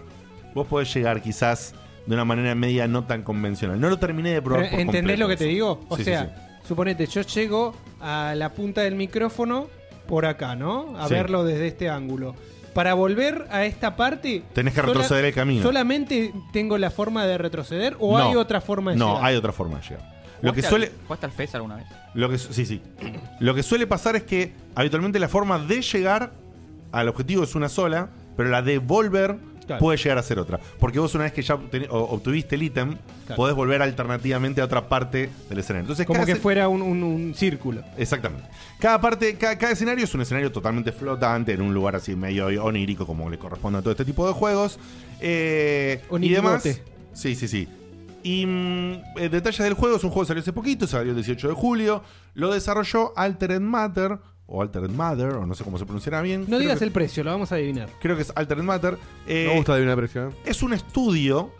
vos podés llegar quizás de una manera media no tan convencional. No lo terminé de probar. Pero, por ¿Entendés completo lo que te eso. digo? O Sí, sí, sea, sí. suponete, yo llego a la punta del micrófono por acá, ¿no? A Sí. verlo desde este ángulo. Para volver a esta parte... Tenés que sola- retroceder el camino. ¿Solamente tengo la forma de retroceder o hay No. otra forma de No, llegar? hay otra forma de llegar. Lo que ¿Jugaste suele. al- ¿Jugaste al FES alguna vez? Lo que, su- sí, sí. Lo que suele pasar es que habitualmente la forma de llegar al objetivo es una sola, pero la de volver Claro. puede llegar a ser otra. Porque vos una vez que ya obten- o- obtuviste el ítem, Claro. podés volver alternativamente a otra parte del escenario. Entonces, Como cada que se- fuera un, un- un círculo. Exactamente. Cada parte, ca- cada, escenario es un escenario totalmente flotante, en un lugar así medio onírico, como le corresponde a todo este tipo de juegos. Eh, y demás. Onirigote. Sí, sí, sí. Y mm, eh, detalles del juego, es un juego que salió hace poquito, salió el 18 de julio. Lo desarrolló Altered Matter, o Altered Matter, o no sé cómo se pronunciará bien. No Creo digas que- el precio, lo vamos a adivinar. Creo que es Altered Matter. Eh, Me gusta adivinar precio. ¿eh? es un estudio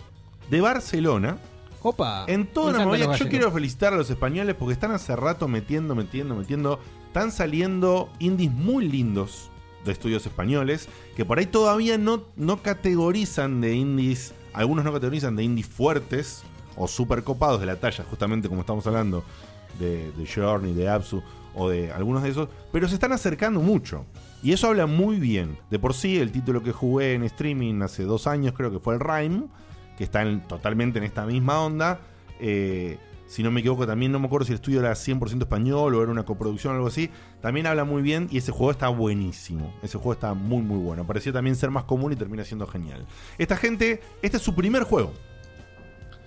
de Barcelona. Opa. En toda Me una encantan movida. los Yo gallegos. quiero felicitar a los españoles porque están hace rato metiendo, metiendo, metiendo. Están saliendo indies muy lindos de estudios españoles que por ahí todavía no, no categorizan de indies. Algunos no categorizan de indies fuertes o super copados de la talla, justamente como estamos hablando de, de Journey, de Absu o de algunos de esos, pero se están acercando mucho. Y eso habla muy bien. De por sí, el título que jugué en streaming hace dos años, creo que fue el Rhyme, que está en- totalmente en esta misma onda. Eh, si no me equivoco, también no me acuerdo si el estudio era 100% español o era una coproducción o algo así. También habla muy bien y ese juego está buenísimo. Ese juego está muy, muy bueno. Parecía también ser más común y termina siendo genial. Esta gente, este es su primer juego.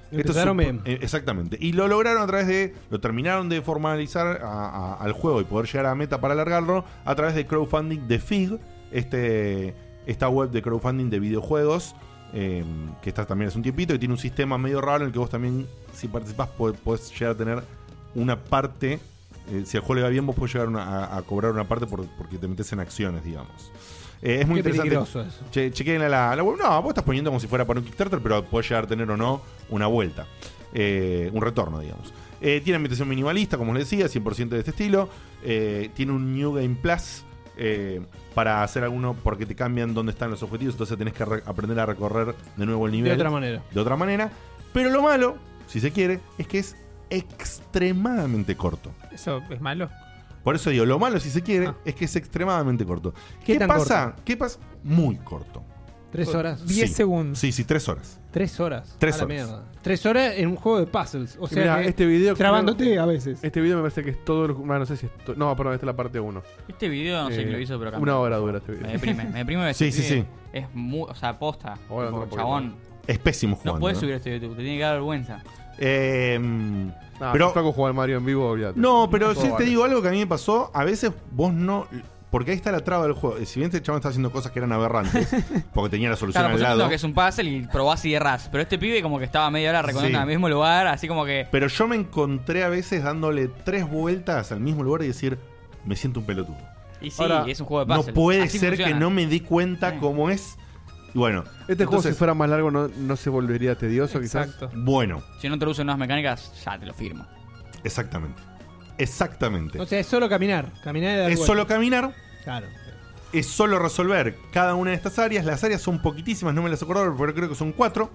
Esto es Empezaron su- bien. eh, Exactamente. Y lo lograron a través de. Lo terminaron de formalizar a- a- al juego y poder llegar a la meta para alargarlo a través de crowdfunding de FIG, este, esta web de crowdfunding de videojuegos. eh, que está también hace un tiempito y tiene un sistema medio raro en el que vos también, si participás, po- podés llegar a tener una parte. eh, si al juego le va bien, vos podés llegar una- a, a cobrar una parte por- porque te metes en acciones, digamos. Eh, es muy Qué interesante. peligroso eso. Che, chequen a la, la web. No, vos estás poniendo como si fuera para un Kickstarter, pero puede llegar a tener o no una vuelta. Eh, un retorno, digamos. Eh, tiene ambientación minimalista, como les decía, 100% de este estilo. Eh, tiene un New Game Plus eh, para hacer alguno, porque te cambian dónde están los objetivos, entonces tenés que re- aprender a recorrer de nuevo el nivel. otra manera. De otra manera. Pero lo malo, si se quiere, es que es extremadamente corto. Eso es malo. Por eso digo, lo malo, si se quiere, es que es extremadamente corto. ¿Qué ¿Qué, tan pasa? ¿Qué pasa? Muy corto. Tres horas. Sí. Sí, sí, tres horas. Tres horas. Tres A la horas. mierda. Tres horas en un juego de puzzles. O Y sea, mirá, que este video. trabándote a veces. Este video me parece que es todo el. bueno, no sé si es to- No, perdón, esta es la parte 1. Este video no sé quién lo hizo, pero Una cambia. hora dura este video. Me deprime, me deprime ver este pibe. Es muy, o sea, posta. Ahora ando Tipo, un chabón. Es pésimo no jugando, puedes ¿eh? subir este YouTube, te tiene que dar vergüenza. Eh, Ah, pero si Facu juega al Mario en vivo, olvídate. No, pero Todo si te vale. digo algo que a mí me pasó, a veces vos no. Porque ahí está la traba del juego. Si bien este chabón está haciendo cosas que eran aberrantes, porque tenía la solución Claro, al pues yo lado. entiendo que es un puzzle y probás y errás. Pero este pibe como que estaba media hora reconociendo Sí. en el mismo lugar, así como que. Pero yo me encontré a veces dándole tres vueltas al mismo lugar y decir, me siento un pelotudo. Y sí, es un juego de puzzle. No puede Así ser funciona. que no me di cuenta cómo es. Y bueno, Este juego, si entonces, fuera más largo, no, no se volvería tedioso, quizás. Bueno, Si no te lo usan nuevas mecánicas, ya te lo firmo. exactamente. Exactamente. O sea, es solo caminar. Caminar y dar Es vueltas. solo caminar. Claro. Es solo resolver cada una de estas áreas. Las áreas son poquitísimas, no me las acuerdo, pero creo que son cuatro.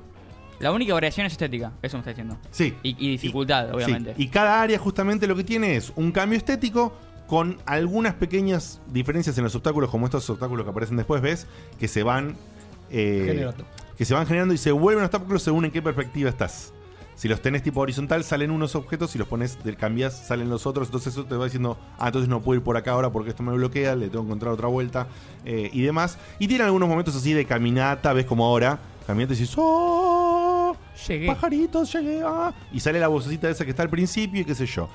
La única variación es estética, eso me está diciendo. Sí. Y, y dificultad, Sí, obviamente. Y cada área justamente lo que tiene es un cambio estético con algunas pequeñas diferencias en los obstáculos, como estos obstáculos que aparecen después, ves, que se van eh, Generando. que se van generando y se vuelven obstáculos según en qué perspectiva estás. Si los tenés tipo horizontal, salen unos objetos, si los pones del cambias, salen los otros. Entonces eso te va diciendo, ah, entonces no puedo ir por acá ahora porque esto me bloquea, le tengo que encontrar otra vuelta eh, y demás. Y tiene algunos momentos así de caminata, ves como ahora, caminata y dices, ¡oh! Llegué. Pajaritos, llegué, ah. Y sale la vocecita esa que está al principio y qué sé yo.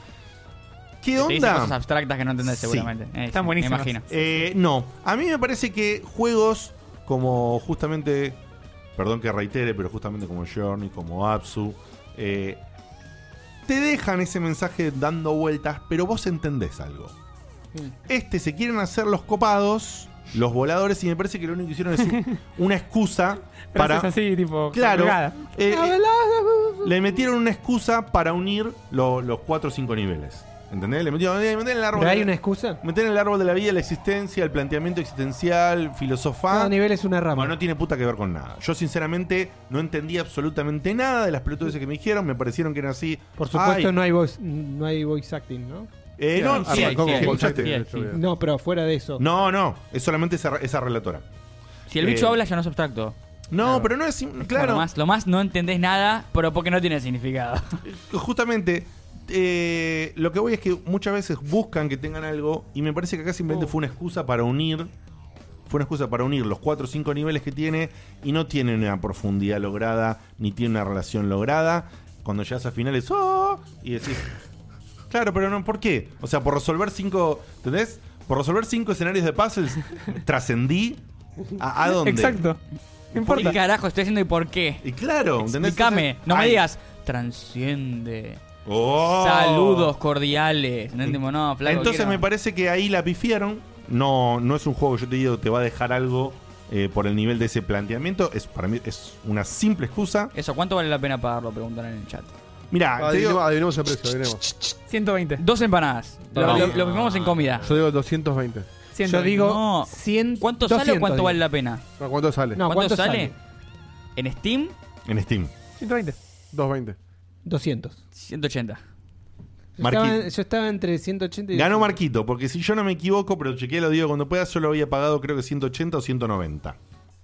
¿Qué Te dicen cosas onda? abstractas que no entendés Sí. seguramente. Eh, sí, Me imagino. Eh, no, a mí me parece que juegos como justamente, perdón que reitere, pero justamente como Journey, como Apsu, eh, te dejan ese mensaje dando vueltas, pero vos entendés algo. Este se quieren hacer los copados, los voladores, y me parece que lo único que hicieron es un- una excusa para. Frases así, tipo, Claro. colgada. eh, eh, le metieron una excusa para unir lo- los 4 o 5 niveles. ¿Entendés? Le metieron, eh, metieron el árbol. ¿Pero de- hay una excusa? Meter en el árbol de la vida, la existencia, el planteamiento existencial, filosofar. Cada nivel es una rama. Bueno, no tiene puta que ver con nada. Yo, sinceramente, no entendí absolutamente nada de las pelotudeces que me dijeron. Me parecieron que eran así. Por supuesto, Ay, no hay voice, no hay voice acting, ¿no? Eh, no, sí, sí, sí, sí, sí. No, pero fuera de eso. No, no, es solamente esa, esa relatora. Si el bicho habla, ya no es abstracto. eh, No, pero no es. claro. Lo más, lo más no entendés nada, pero porque no tiene significado. Justamente, eh, lo que voy es que muchas veces buscan que tengan algo y me parece que acá Oh. simplemente fue una excusa para unir. Fue una excusa para unir los 4 o 5 niveles que tiene y no tiene una profundidad lograda, ni tiene una relación lograda. Cuando llegas a finales, ¡oh! Y decís, claro, pero no, ¿por qué? O sea, por resolver 5, ¿entendés? Por resolver 5 escenarios de puzzles, trascendí a, a dónde. Exacto. No ¿Por importa. qué carajo estoy haciendo y por qué? Y claro, ¿entendés? Explícame, Entonces, no me ay. digas. Transciende. Oh. Saludos cordiales. No, entendemos, no, flaco, Entonces quiero- me parece que ahí la pifiaron. No, no es un juego que yo te digo te va a dejar algo eh, por el nivel de ese planteamiento. Es para mí es una simple excusa. Eso, ¿cuánto vale la pena pagarlo? Preguntan en el chat. Mira, te digo, adivinemos el precio, adivinemos. 120. Dos empanadas. Lo, No. lo- lo firmamos en comida. Yo digo 220. Yo digo, no. 100, ¿cuánto sale o 200 cuánto digo. vale la pena? No, ¿Cuánto sale? No, ¿cuánto sale? ¿En Steam? En Steam. 120. 220. 200. 180. Yo estaba, Marquito. yo estaba entre 180 y. ganó Marquito, porque si yo no me equivoco, pero chequeé lo digo cuando pueda, yo lo había pagado creo que 180 o 190.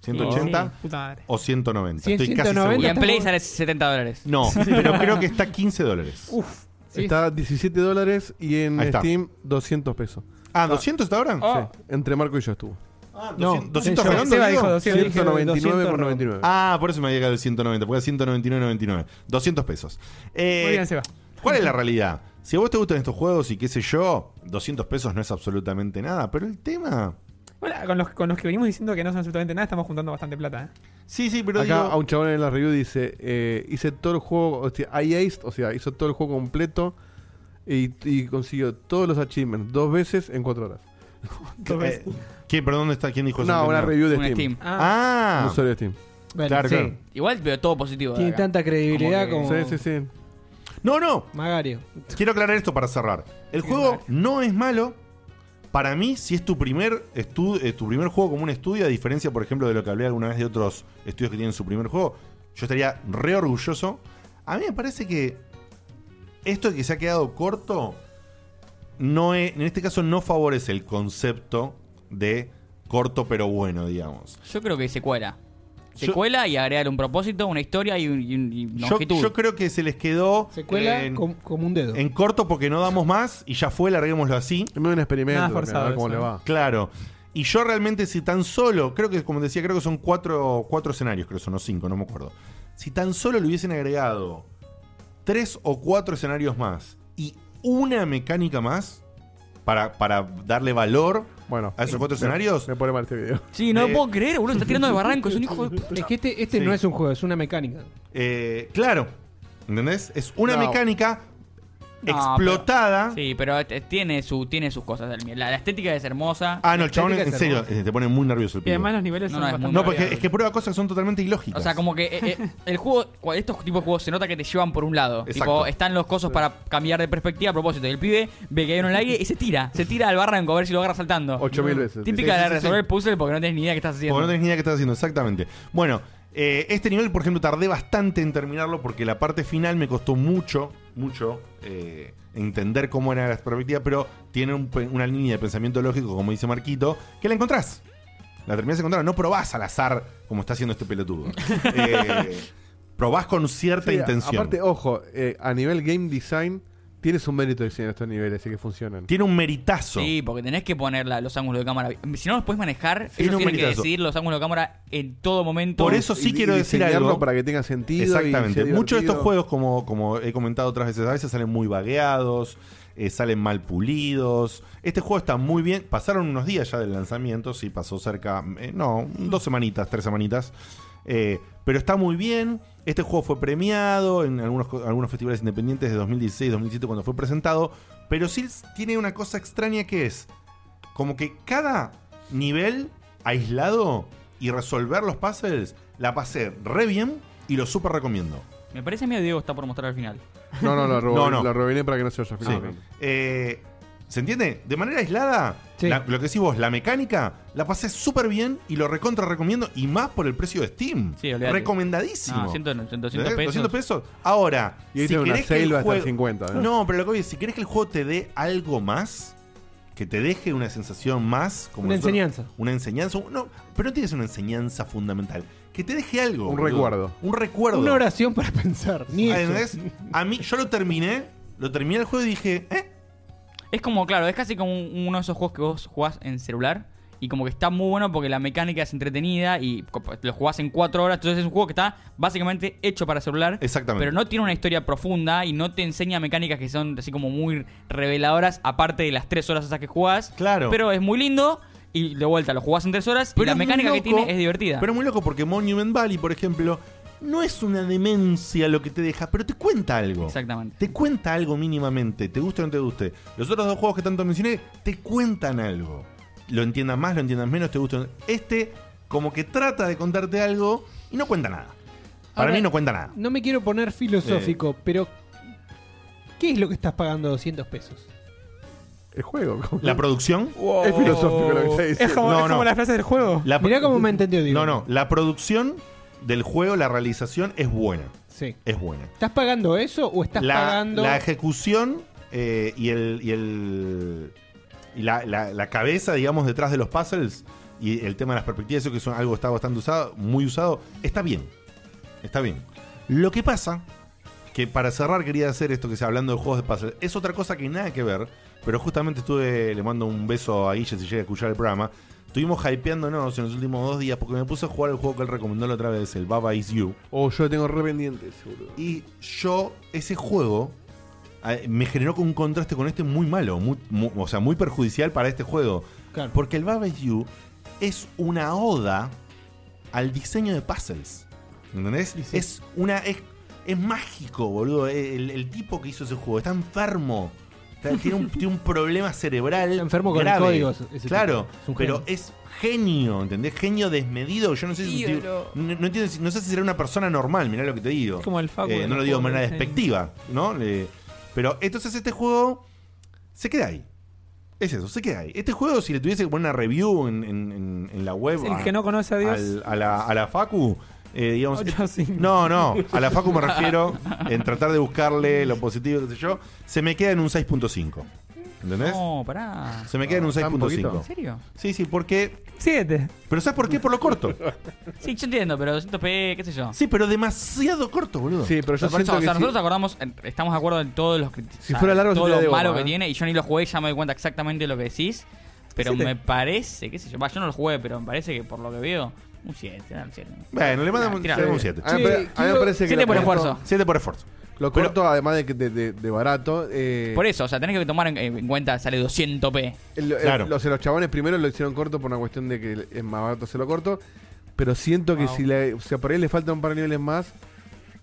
180 Sí, puta madre. o 190. Si en Estoy casi Y en seguro. Play sale 70 dólares. No, pero creo que está 15 dólares. Uf. Está a 17 dólares y en Ahí está. Steam 200 pesos. Ah, ¿200 está ahora? Ah. Sí, entre Marco y yo estuvo. Ah, No, 200, 200 yo- redondo, Seba digo. dijo 200, dije 199 por 99. Ah, por eso me había quedado el 190, porque era 199.99. 200 pesos. Eh, Muy bien, Seba. ¿Cuál es la realidad? Si a vos te gustan estos juegos y qué sé yo, 200 pesos no es absolutamente nada, pero el tema... Bueno, con los, con los que venimos diciendo que no son absolutamente nada, estamos juntando bastante plata, ¿eh? Sí, sí, Acá a un chabón en la review dice, eh, hice todo el juego, o sea, I aced, o sea, hizo todo el juego completo y, y consiguió todos los achievements dos veces en cuatro horas. Eh, ¿Quién, perdón, está, quién dijo eso? No, una Entendí. review de Steam. Ah. Un usuario de Steam. Bueno, claro, sí. claro. Igual veo todo positivo. de Tiene acá. tanta credibilidad Como como. que- Sí, sí, sí. No, no. Magario. Quiero aclarar esto para cerrar. El juego no es malo. Para mí, si es tu primer, estu- eh, tu primer juego como un estudio, a diferencia, por ejemplo, de lo que hablé alguna vez de otros estudios que tienen su primer juego, yo estaría re orgulloso. A mí me parece que esto de que se ha quedado corto, no es- en este caso no favorece el concepto de corto pero bueno, digamos. Yo creo que secuela. Secuela y agregar un propósito, una historia y, un- y un- y una Yo, longitud. yo creo que se les quedó eh, Secuela com- como un dedo. En corto porque no damos más y ya fue, larguémoslo así. Es un experimento, Nada forzado a ver cómo eso, le va. ¿no? Claro. Y yo realmente, si tan solo, creo que como decía, creo que son cuatro, cuatro escenarios, creo que son, o cinco, no me acuerdo. Si tan solo le hubiesen agregado tres o cuatro escenarios más y una mecánica más para, para darle valor a esos cuatro me- escenarios. Me pone mal este video. Sí, no Eh, puedo creer, boludo. Está tirando de barranco, es un hijo de puta. Es que este, este Sí. no es un juego, es una mecánica. eh, claro. ¿Entendés? Es una No. mecánica No, explotada. pero- sí, pero eh, tiene, su, tiene sus cosas. La, la estética es hermosa. Ah, no, el chabón, en serio, eh, te pone muy nervioso el pibe. los niveles No, no, porque es que prueba cosas que son totalmente ilógicas. O sea, como que eh, eh, el juego, cua- estos tipos de juegos se nota que te llevan por un lado. Exacto. Tipo, están los cosos para cambiar de perspectiva a propósito. Y el pibe ve que hay uno en el aire y se tira. Se tira al barranco a ver si lo agarra saltando. 8000 veces. Típica Sí, sí, de sí, resolver sí. puzzle porque no tenés ni idea qué estás haciendo. Mm. Porque no tenés ni idea qué estás haciendo, exactamente. Bueno, eh, este nivel, por ejemplo, tardé bastante en terminarlo porque la parte final me costó mucho, mucho eh, entender cómo era la perspectiva, pero tiene un pe- una línea de pensamiento lógico, como dice Marquito, que la encontrás. La terminás de encontrar, no probás al azar como está haciendo este pelotudo. Eh, probás con cierta Sí, intención. Aparte, ojo, eh, a nivel game design, tienes un mérito de diseño estos niveles, así que funcionan. Tiene un meritazo. Sí, porque tenés que poner la- los ángulos de cámara. Si no los puedes manejar, Tiene ellos un tienen que meritazo. decidir los ángulos de cámara en todo momento. Por eso sí quiero decir diseñarlo algo. para que tenga sentido y Exactamente. sea Muchos de divertido. estos juegos, como, como he comentado otras veces, a veces salen muy vagueados, eh, salen mal pulidos. Este juego está muy bien. Pasaron unos días ya del lanzamiento, sí, pasó cerca, eh, no, dos semanitas, tres semanitas. Eh, pero está muy bien. Este juego fue premiado en algunos, co- algunos festivales independientes de 2016, 2017 cuando fue presentado. Pero sí tiene una cosa extraña que es como que cada nivel aislado y resolver los puzzles la pasé re bien y lo súper recomiendo. Me parece medio Diego está por mostrar al final. No, no, lo, robo, No, no. lo rebobiné para que no se oya. Sí. Eh, ¿Se entiende? De manera aislada, la- lo que decís vos, la mecánica, la pasé súper bien y lo recontra recomiendo y más por el precio de Steam. Sí, olvídate. Ah, Recomendadísimo. No, 100, 200 pesos. 200 ¿Eh? pesos. Ahora, Y ahí tiene una que el sale, va a estar juego- 50, ¿eh? No, pero lo que voy a decir, si querés que el juego te dé algo más, que te deje una sensación más. Como Una nosotros- enseñanza. Una enseñanza. un- No, pero no tienes una enseñanza fundamental. Que te deje algo. Un boludo. recuerdo. Un recuerdo. Una oración para pensar. Ni Ah, eso. ¿entendés? A mí, yo lo terminé, lo terminé el juego y dije, ¿eh? Es como, claro, es casi como un- uno de esos juegos que vos jugás en celular. Y como que está muy bueno porque la mecánica es entretenida y co- lo jugás en cuatro horas. Entonces es un juego que está básicamente hecho para celular. Exactamente. Pero no tiene una historia profunda y no te enseña mecánicas que son así como muy reveladoras, aparte de las tres horas esas que jugás. Claro. Pero es muy lindo y de vuelta lo jugás en tres horas y la es muy mecánica que loco, tiene es divertida. Pero es muy loco porque Monument Valley, por ejemplo, no es una demencia lo que te deja, pero te cuenta algo. Exactamente. Te cuenta algo mínimamente, te guste o no te guste. Los otros dos juegos que tanto mencioné te cuentan algo. Lo entiendas más, lo entiendas menos, te guste. o no. Este, como que trata de contarte algo y no cuenta nada. Para Ahora, mí no cuenta nada. No me quiero poner filosófico, pero ¿qué es lo que estás pagando 200 pesos? El juego. La producción. Wow. Es filosófico lo que está diciendo. Es como- es como la frase del juego. Mirá cómo me entendió, Diego. No, no. La producción del juego, la realización es buena. Sí. Es buena. ¿Estás pagando eso o estás la, pagando la ejecución eh, y el. Y, el- y la, la- la cabeza, digamos, detrás de los puzzles y el tema de las perspectivas, eso que es algo que está bastante usado, muy usado, está bien. Está bien. Lo que pasa, que para cerrar quería hacer esto que sea hablando de juegos de puzzle, es otra cosa que nada que ver, pero justamente estuve, le mando un beso a Guille si llega a escuchar el programa. Estuvimos hypeándonos en los últimos dos días porque me puse a jugar el juego que él recomendó la otra vez, el Baba Is You. O Oh, yo lo tengo re pendiente, seguro. Y yo, ese juego eh, me generó un contraste con este muy malo, muy- mu- o sea, muy perjudicial para este juego. Porque el Baba Is You es una oda al diseño de puzzles. ¿Entendés? Es una. Es, es mágico, boludo. El, el tipo que hizo ese juego está enfermo. Está- Tiene un, tiene un problema cerebral. Está enfermo con el código, ese tipo. Claro, Es un pero genio. es genio, ¿entendés? Genio desmedido. Yo no sé si. es un Ídolo. tipo- no, no entiendo si- no sé si será una persona normal, mirá lo que te digo. Es como el Facu Eh, de no los lo digo de juegos manera de diseño. despectiva, ¿no? Eh, pero entonces este juego se queda ahí. Es eso, se queda ahí. Este juego, si le tuviese que poner una review en, en- en- en la web. El que no conoce a Dios. al- a, la, a la Facu. eh, digamos, no, no, a la Facu me refiero en tratar de buscarle lo positivo, qué sé yo. Se me queda en un 6.5. ¿Entendés? No, pará. Se me Ah, queda en un ¿Tan 6.5. poquito? ¿En serio? Sí, sí, porque. 7. ¿Pero sabes por qué? Por lo corto. Sí, yo entiendo, pero 200 p, qué sé yo. Sí, pero demasiado corto, boludo. Sí, pero yo por siento eso, o sea, que si- nosotros acordamos, eh, estamos de acuerdo en todos los que- Si o sea, fuera largo, todo sería lo de goma, malo ¿eh? que tiene y yo ni lo jugué, ya me doy cuenta exactamente lo que decís, pero Siete. me parece, qué sé yo, va, yo no lo jugué, pero me parece que por lo que veo un 7, un 7. Bueno, le mandamos le damos un 7. Ah, A mí me pare- a mí me parece que. 7 lo por corto- esfuerzo. 7 por esfuerzo. Lo corto, además de, que- de, de- de barato. eh, Por eso, o sea, tenés que tomar en, en cuenta sale 200 p. el- el- eh, los, los chabones primero lo hicieron corto por una cuestión de que es más barato se lo corto. Pero siento que Wow. si le, o sea, por ahí le faltan un par de niveles más.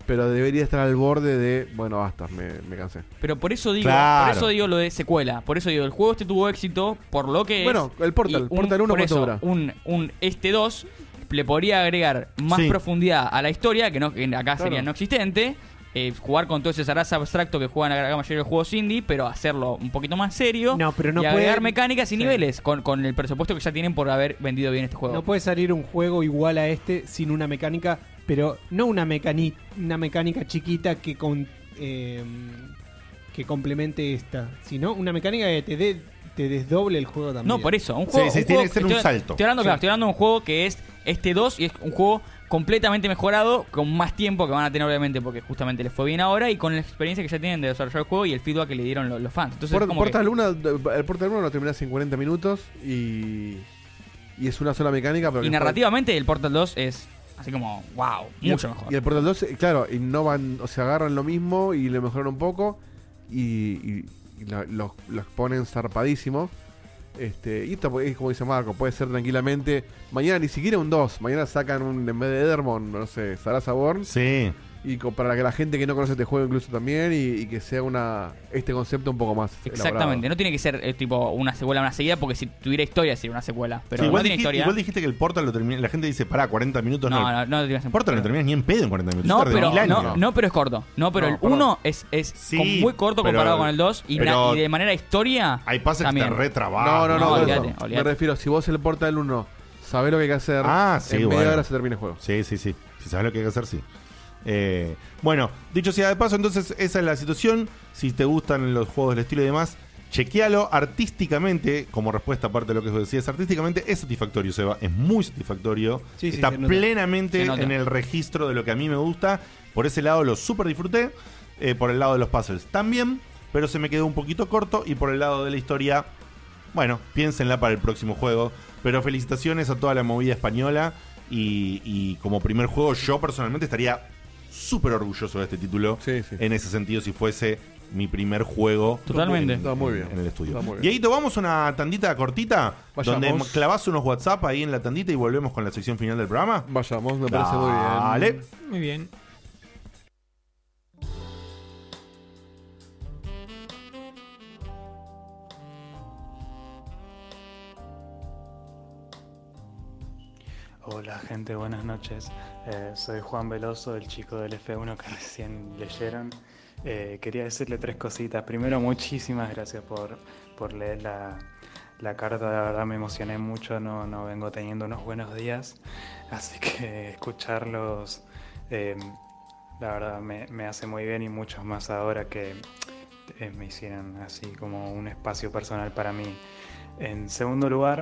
Pero debería estar al borde de. Bueno, basta, me, me cansé. Pero por eso digo, Claro. por eso digo lo de secuela, por eso digo, el juego este tuvo éxito por lo que es. Bueno, el Portal, y Portal uno, por ¿cuánto eso, dura? un un este 2 le podría agregar más Sí. profundidad a la historia, que no que acá Claro. sería no existente. eh, jugar con todo ese zaraza abstracto que juegan la gran mayoría de los juegos indie, pero hacerlo un poquito más serio No, pero no y agregar pueden- mecánicas y niveles con, con el presupuesto que ya tienen por haber vendido bien este juego. No puede salir un juego igual a este sin una mecánica, pero no una, mecani- una mecánica chiquita que con eh, que complemente esta, sino una mecánica que te, dé- te desdoble el juego también. No, por eso. Un juego, un juego- estoy- Estoy hablando, claro, estoy hablando de un juego que es este 2 y es un juego completamente mejorado, con más tiempo que van a tener obviamente porque justamente les fue bien ahora y con la experiencia que ya tienen de desarrollar el juego y el feedback que le dieron lo- los, fans. Entonces, Por- como Portal que, 1, el Portal 1 lo terminás en 40 minutos y. Y es una sola mecánica. Pero y que es para- narrativamente el Portal 2 es así como, wow, Y mucho el- mejor. Y el Portal 2, eh, claro, innovan, o sea, agarran lo mismo y lo mejoran un poco y, y- y la- los, los ponen zarpadísimos. Este, y esto es como dice Marco, puede ser tranquilamente. Mañana ni siquiera un 2, mañana sacan un en vez de Edermon, no sé, Sarasa Born. Sí. Y co- para que la gente que no conoce este juego incluso también y, y que sea una este concepto un poco más. elaborado. Exactamente, no tiene que ser eh, tipo una secuela, una seguida, porque si tuviera historia sería una secuela, pero Sí, no igual, tiene dijiste, historia. igual dijiste que el Portal lo terminé. La gente dice, pará, 40 minutos. No, No, no, no lo terminas en Portal no terminas ni en pedo en 40 minutos. No tarda pero, mil años. no, no, pero es corto. No, pero No, el perdón. 1 es, es Sí, con- muy corto pero- comparado con el 2 y, pero- na- y de manera historia. Hay pases que te también. retrabajan. No, no, no, por eso. olvídate, me olvídate. refiero, si vos el Portal 1 sabés lo que hay que hacer, Ah, sí, en media bueno. hora se termina el juego. Sí, sí, sí. Si sabes lo que hay que hacer, sí. Eh, bueno, dicho sea de paso, entonces esa es la situación. Si te gustan los juegos del estilo y demás, chequealo artísticamente, como respuesta aparte de lo que vos decías, artísticamente es satisfactorio, Seba, es muy satisfactorio. Sí, sí, Está se nota. plenamente Se nota. en el registro de lo que a mí me gusta. Por ese lado lo super disfruté, eh, por el lado de los puzzles también, pero se me quedó un poquito corto y por el lado de la historia bueno, piénsenla para el próximo juego. Pero felicitaciones a toda la movida española. Y, y como primer juego, yo personalmente estaría súper orgulloso de este título. En ese sentido, si fuese mi primer juego. Totalmente. en- Está muy bien. En el estudio. Está muy bien. Y ahí vamos a una tandita cortita. Vayamos. Donde clavás unos WhatsApp ahí en la tandita y volvemos con la sección final del programa. Vayamos, me parece muy bien. Dale. Muy bien. Hola gente, buenas noches. Eh, soy Juan Veloso, el chico del F1 que recién leyeron. Eh, quería decirle tres cositas. Primero, muchísimas gracias por, por leer la, la carta. La verdad me emocioné mucho, no, no vengo teniendo unos buenos días. Así que escucharlos, eh, la verdad me, me hace muy bien y muchos más ahora que eh, me hicieron así como un espacio personal para mí. En segundo lugar,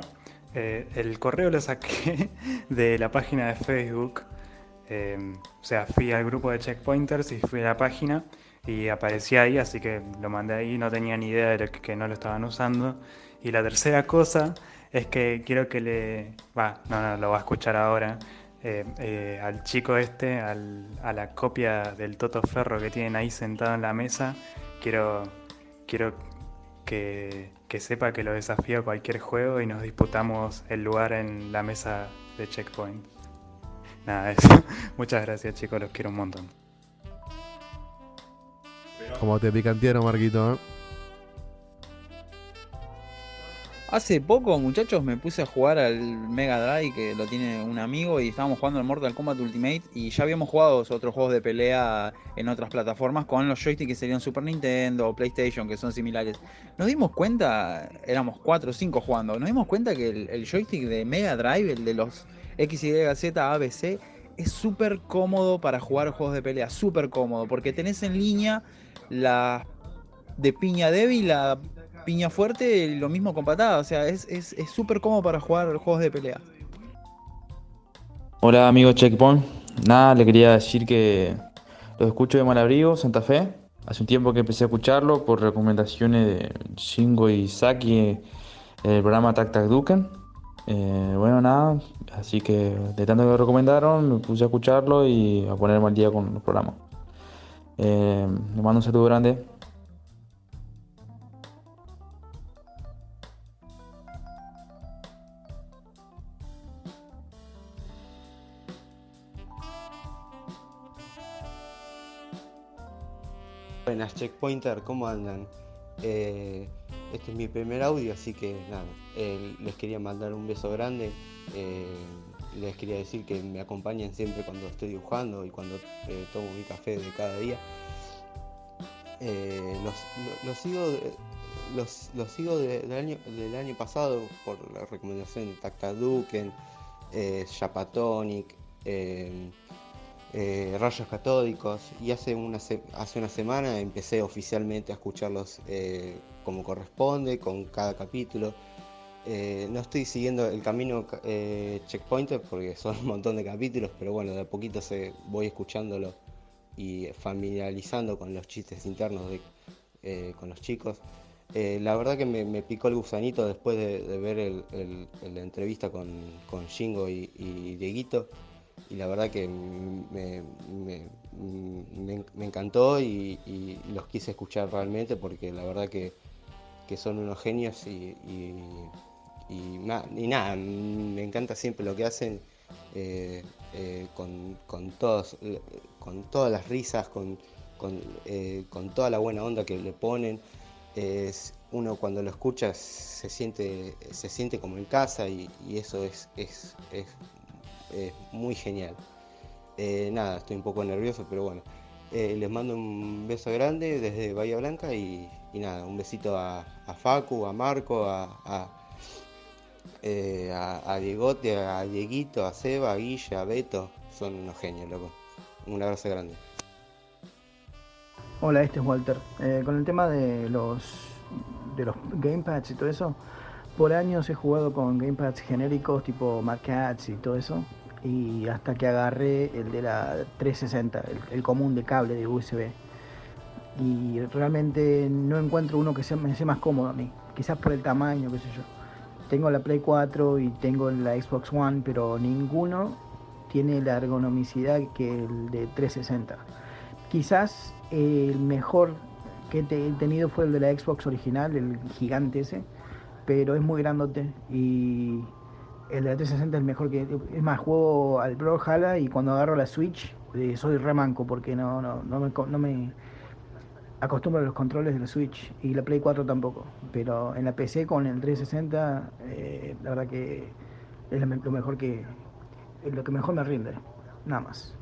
eh, el correo lo saqué de la página de Facebook. eh, o sea, fui al grupo de checkpointers y fui a la página y aparecía ahí, así que lo mandé ahí, no tenía ni idea de lo que, que no lo estaban usando. Y la tercera cosa es que quiero que le... Va, no, no, lo va a escuchar ahora. eh, eh, al chico este, al- a la copia del Toto Ferro que tienen ahí sentado en la mesa, quiero, quiero que, que sepa que lo desafío a cualquier juego y nos disputamos el lugar en la mesa de checkpoint. Nada, eso. Muchas gracias chicos, los quiero un montón. Como te picantearon, Marquito. ¿eh? Hace poco, muchachos, me puse a jugar al Mega Drive que lo tiene un amigo y estábamos jugando al Mortal Kombat Ultimate y ya habíamos jugado otros juegos de pelea en otras plataformas con los joysticks que serían Super Nintendo o PlayStation que son similares. Nos dimos cuenta, éramos 4 o 5 jugando, nos dimos cuenta que el, el joystick de Mega Drive, el de los XYZ ABC, es súper cómodo para jugar juegos de pelea, súper cómodo, porque tenés en línea las de piña débil a piña fuerte, lo mismo con patada. O sea, es es- es súper cómodo para jugar juegos de pelea. Hola amigos Checkpoint. Nada, le quería decir que los escucho de Malabrigo, Santa Fe. Hace un tiempo que empecé a escucharlo por recomendaciones de Shingo y Saki en el programa Tac Tac Duken. Eh, bueno, nada, así que de tanto que lo recomendaron me puse a escucharlo y a ponerme al día con los programas. Eh, le mando un saludo grande. Buenas, Checkpointer, ¿cómo andan? Eh, este es mi primer audio, así que nada, eh, les quería mandar un beso grande. eh, les quería decir que me acompañen siempre cuando estoy dibujando y cuando eh, tomo mi café de cada día. Eh, los, lo- los sigo, de- los, los sigo de- del, año, del año pasado por la recomendación de Tactaduken, eh, Japatonic, eh, eh, rayos catódicos y hace una, se- hace una semana empecé oficialmente a escucharlos eh, como corresponde, con cada capítulo. Eh, no estoy siguiendo el camino eh, checkpointer porque son un montón de capítulos, pero bueno, de a poquito se, voy escuchándolo y familiarizando con los chistes internos de, eh, con los chicos. Eh, la verdad que me, me picó el gusanito después de, de ver el- el- el- la entrevista con, con Shingo y, y Dieguito y la verdad que me, me- me- me encantó y, y los quise escuchar realmente porque la verdad que, que son unos genios y, y- y na- y nada, me encanta siempre lo que hacen eh, eh, con, con todos, eh, con todas las risas, con, con, eh, con toda la buena onda que le ponen. Es, uno cuando lo escucha se siente, se siente como en casa y, y eso es, es, es es muy genial. Eh, nada, estoy un poco nervioso, pero bueno. Eh, les mando un beso grande desde Bahía Blanca y, y nada, un besito a, a Facu, a Marco, a, a, eh, a- a Diegote, a Dieguito, a Seba, a Guilla, a Beto. Son unos genios, loco. Un abrazo grande. Hola, este es Walter. Eh, con el tema de los de los gamepads y todo eso, por años he jugado con gamepads genéricos tipo Macats y todo eso, y hasta que agarré el de la 360, el, el común de cable de USB. Y realmente no encuentro uno que sea, me sea más cómodo a mí, quizás por el tamaño, qué sé yo. Tengo la Play 4 y tengo la Xbox One, pero ninguno tiene la ergonomicidad que el de 360. Quizás eh, el mejor que te- he tenido fue el de la Xbox original, el gigante ese, pero es muy grandote y el de la 360 es el mejor que... Es más, juego al Brawlhalla y cuando agarro la Switch eh, soy remanco porque no, no, no me... co- No me acostumbro a los controles de la Switch y la Play 4 tampoco, pero en la PC con el 360 eh, la verdad que es la me- lo mejor que lo que mejor me rinde, nada más.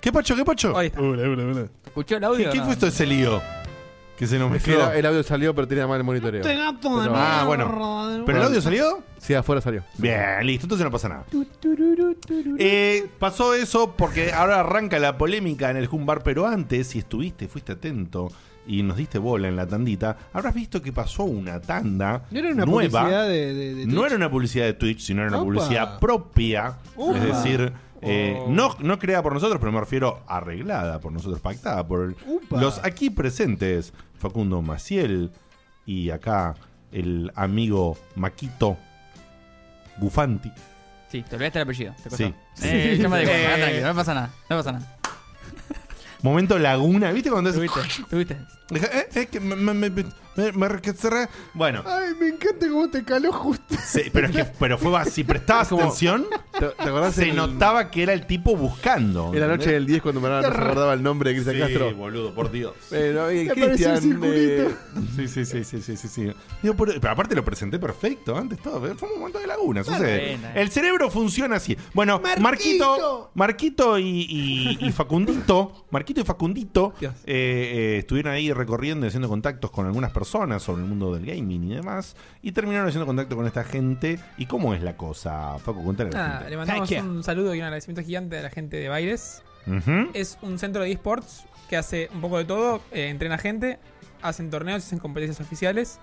¿Qué pacho? ¿Qué pacho? Uh, Hola, hola, hola. ¿Escuchó el ¿Qué, audio? qué o no? fue esto ese lío? Que se nos Es que mezcló. el- el audio salió, pero tenía mal el monitoreo. Este gato de Pero- mierda. Ah, bueno. ¿Pero el audio salió? Sí, afuera salió. Bien, listo, entonces no pasa nada. Eh, pasó eso porque ahora arranca la polémica en el Jumbar, pero antes, si estuviste, fuiste atento y nos diste bola en la tandita, habrás visto que pasó una tanda No era una nueva. publicidad de- de- de No era una publicidad de Twitch, sino era una Opa. publicidad propia. Opa. Oh. Es decir, eh, no, no creada por nosotros, pero me refiero arreglada por nosotros, pactada por el- los aquí presentes, Facundo Maciel y acá el amigo Maquito Bufanti. Sí, te olvidaste el apellido. Te costó. Sí. Eh, Sí. ya me di cuenta, Eh. ah, tranquilo, no pasa nada, no pasa nada. Momento laguna, ¿viste cuando es... Tuviste. Eh, eh, que me, me, me, me- me requeceré. Bueno, Ay, me encanta cómo te caló justo. sí, pero, es que, pero fue así. Si prestabas atención, se el- notaba que era el tipo buscando. En la noche del 10 cuando me no se acordaba el nombre de Cristian Sí, Castro. boludo, por Dios. Pero, eh, Me apareció el Cristian. eh, Sí, sí, sí, sí, sí, sí, sí. Digo, pero, pero aparte lo presenté perfecto antes todo. pero Fue un momento de laguna, sucede. Bueno. El cerebro funciona así. Bueno, Marquito, Marquito. Marquito y, y- y Facundito, Marquito y Facundito eh, eh, estuvieron ahí recorriendo y haciendo contactos con algunas personas sobre el mundo del gaming y demás. Y terminaron haciendo contacto con esta gente. ¿Y cómo es la cosa, Facu? Contale Ah, a la Nada, gente. le mandamos Heck yeah. un saludo y un agradecimiento gigante a la gente de Baires. Ujú. Es un centro de esports que hace un poco de todo, eh, entrena gente, hacen torneos, hacen competencias oficiales.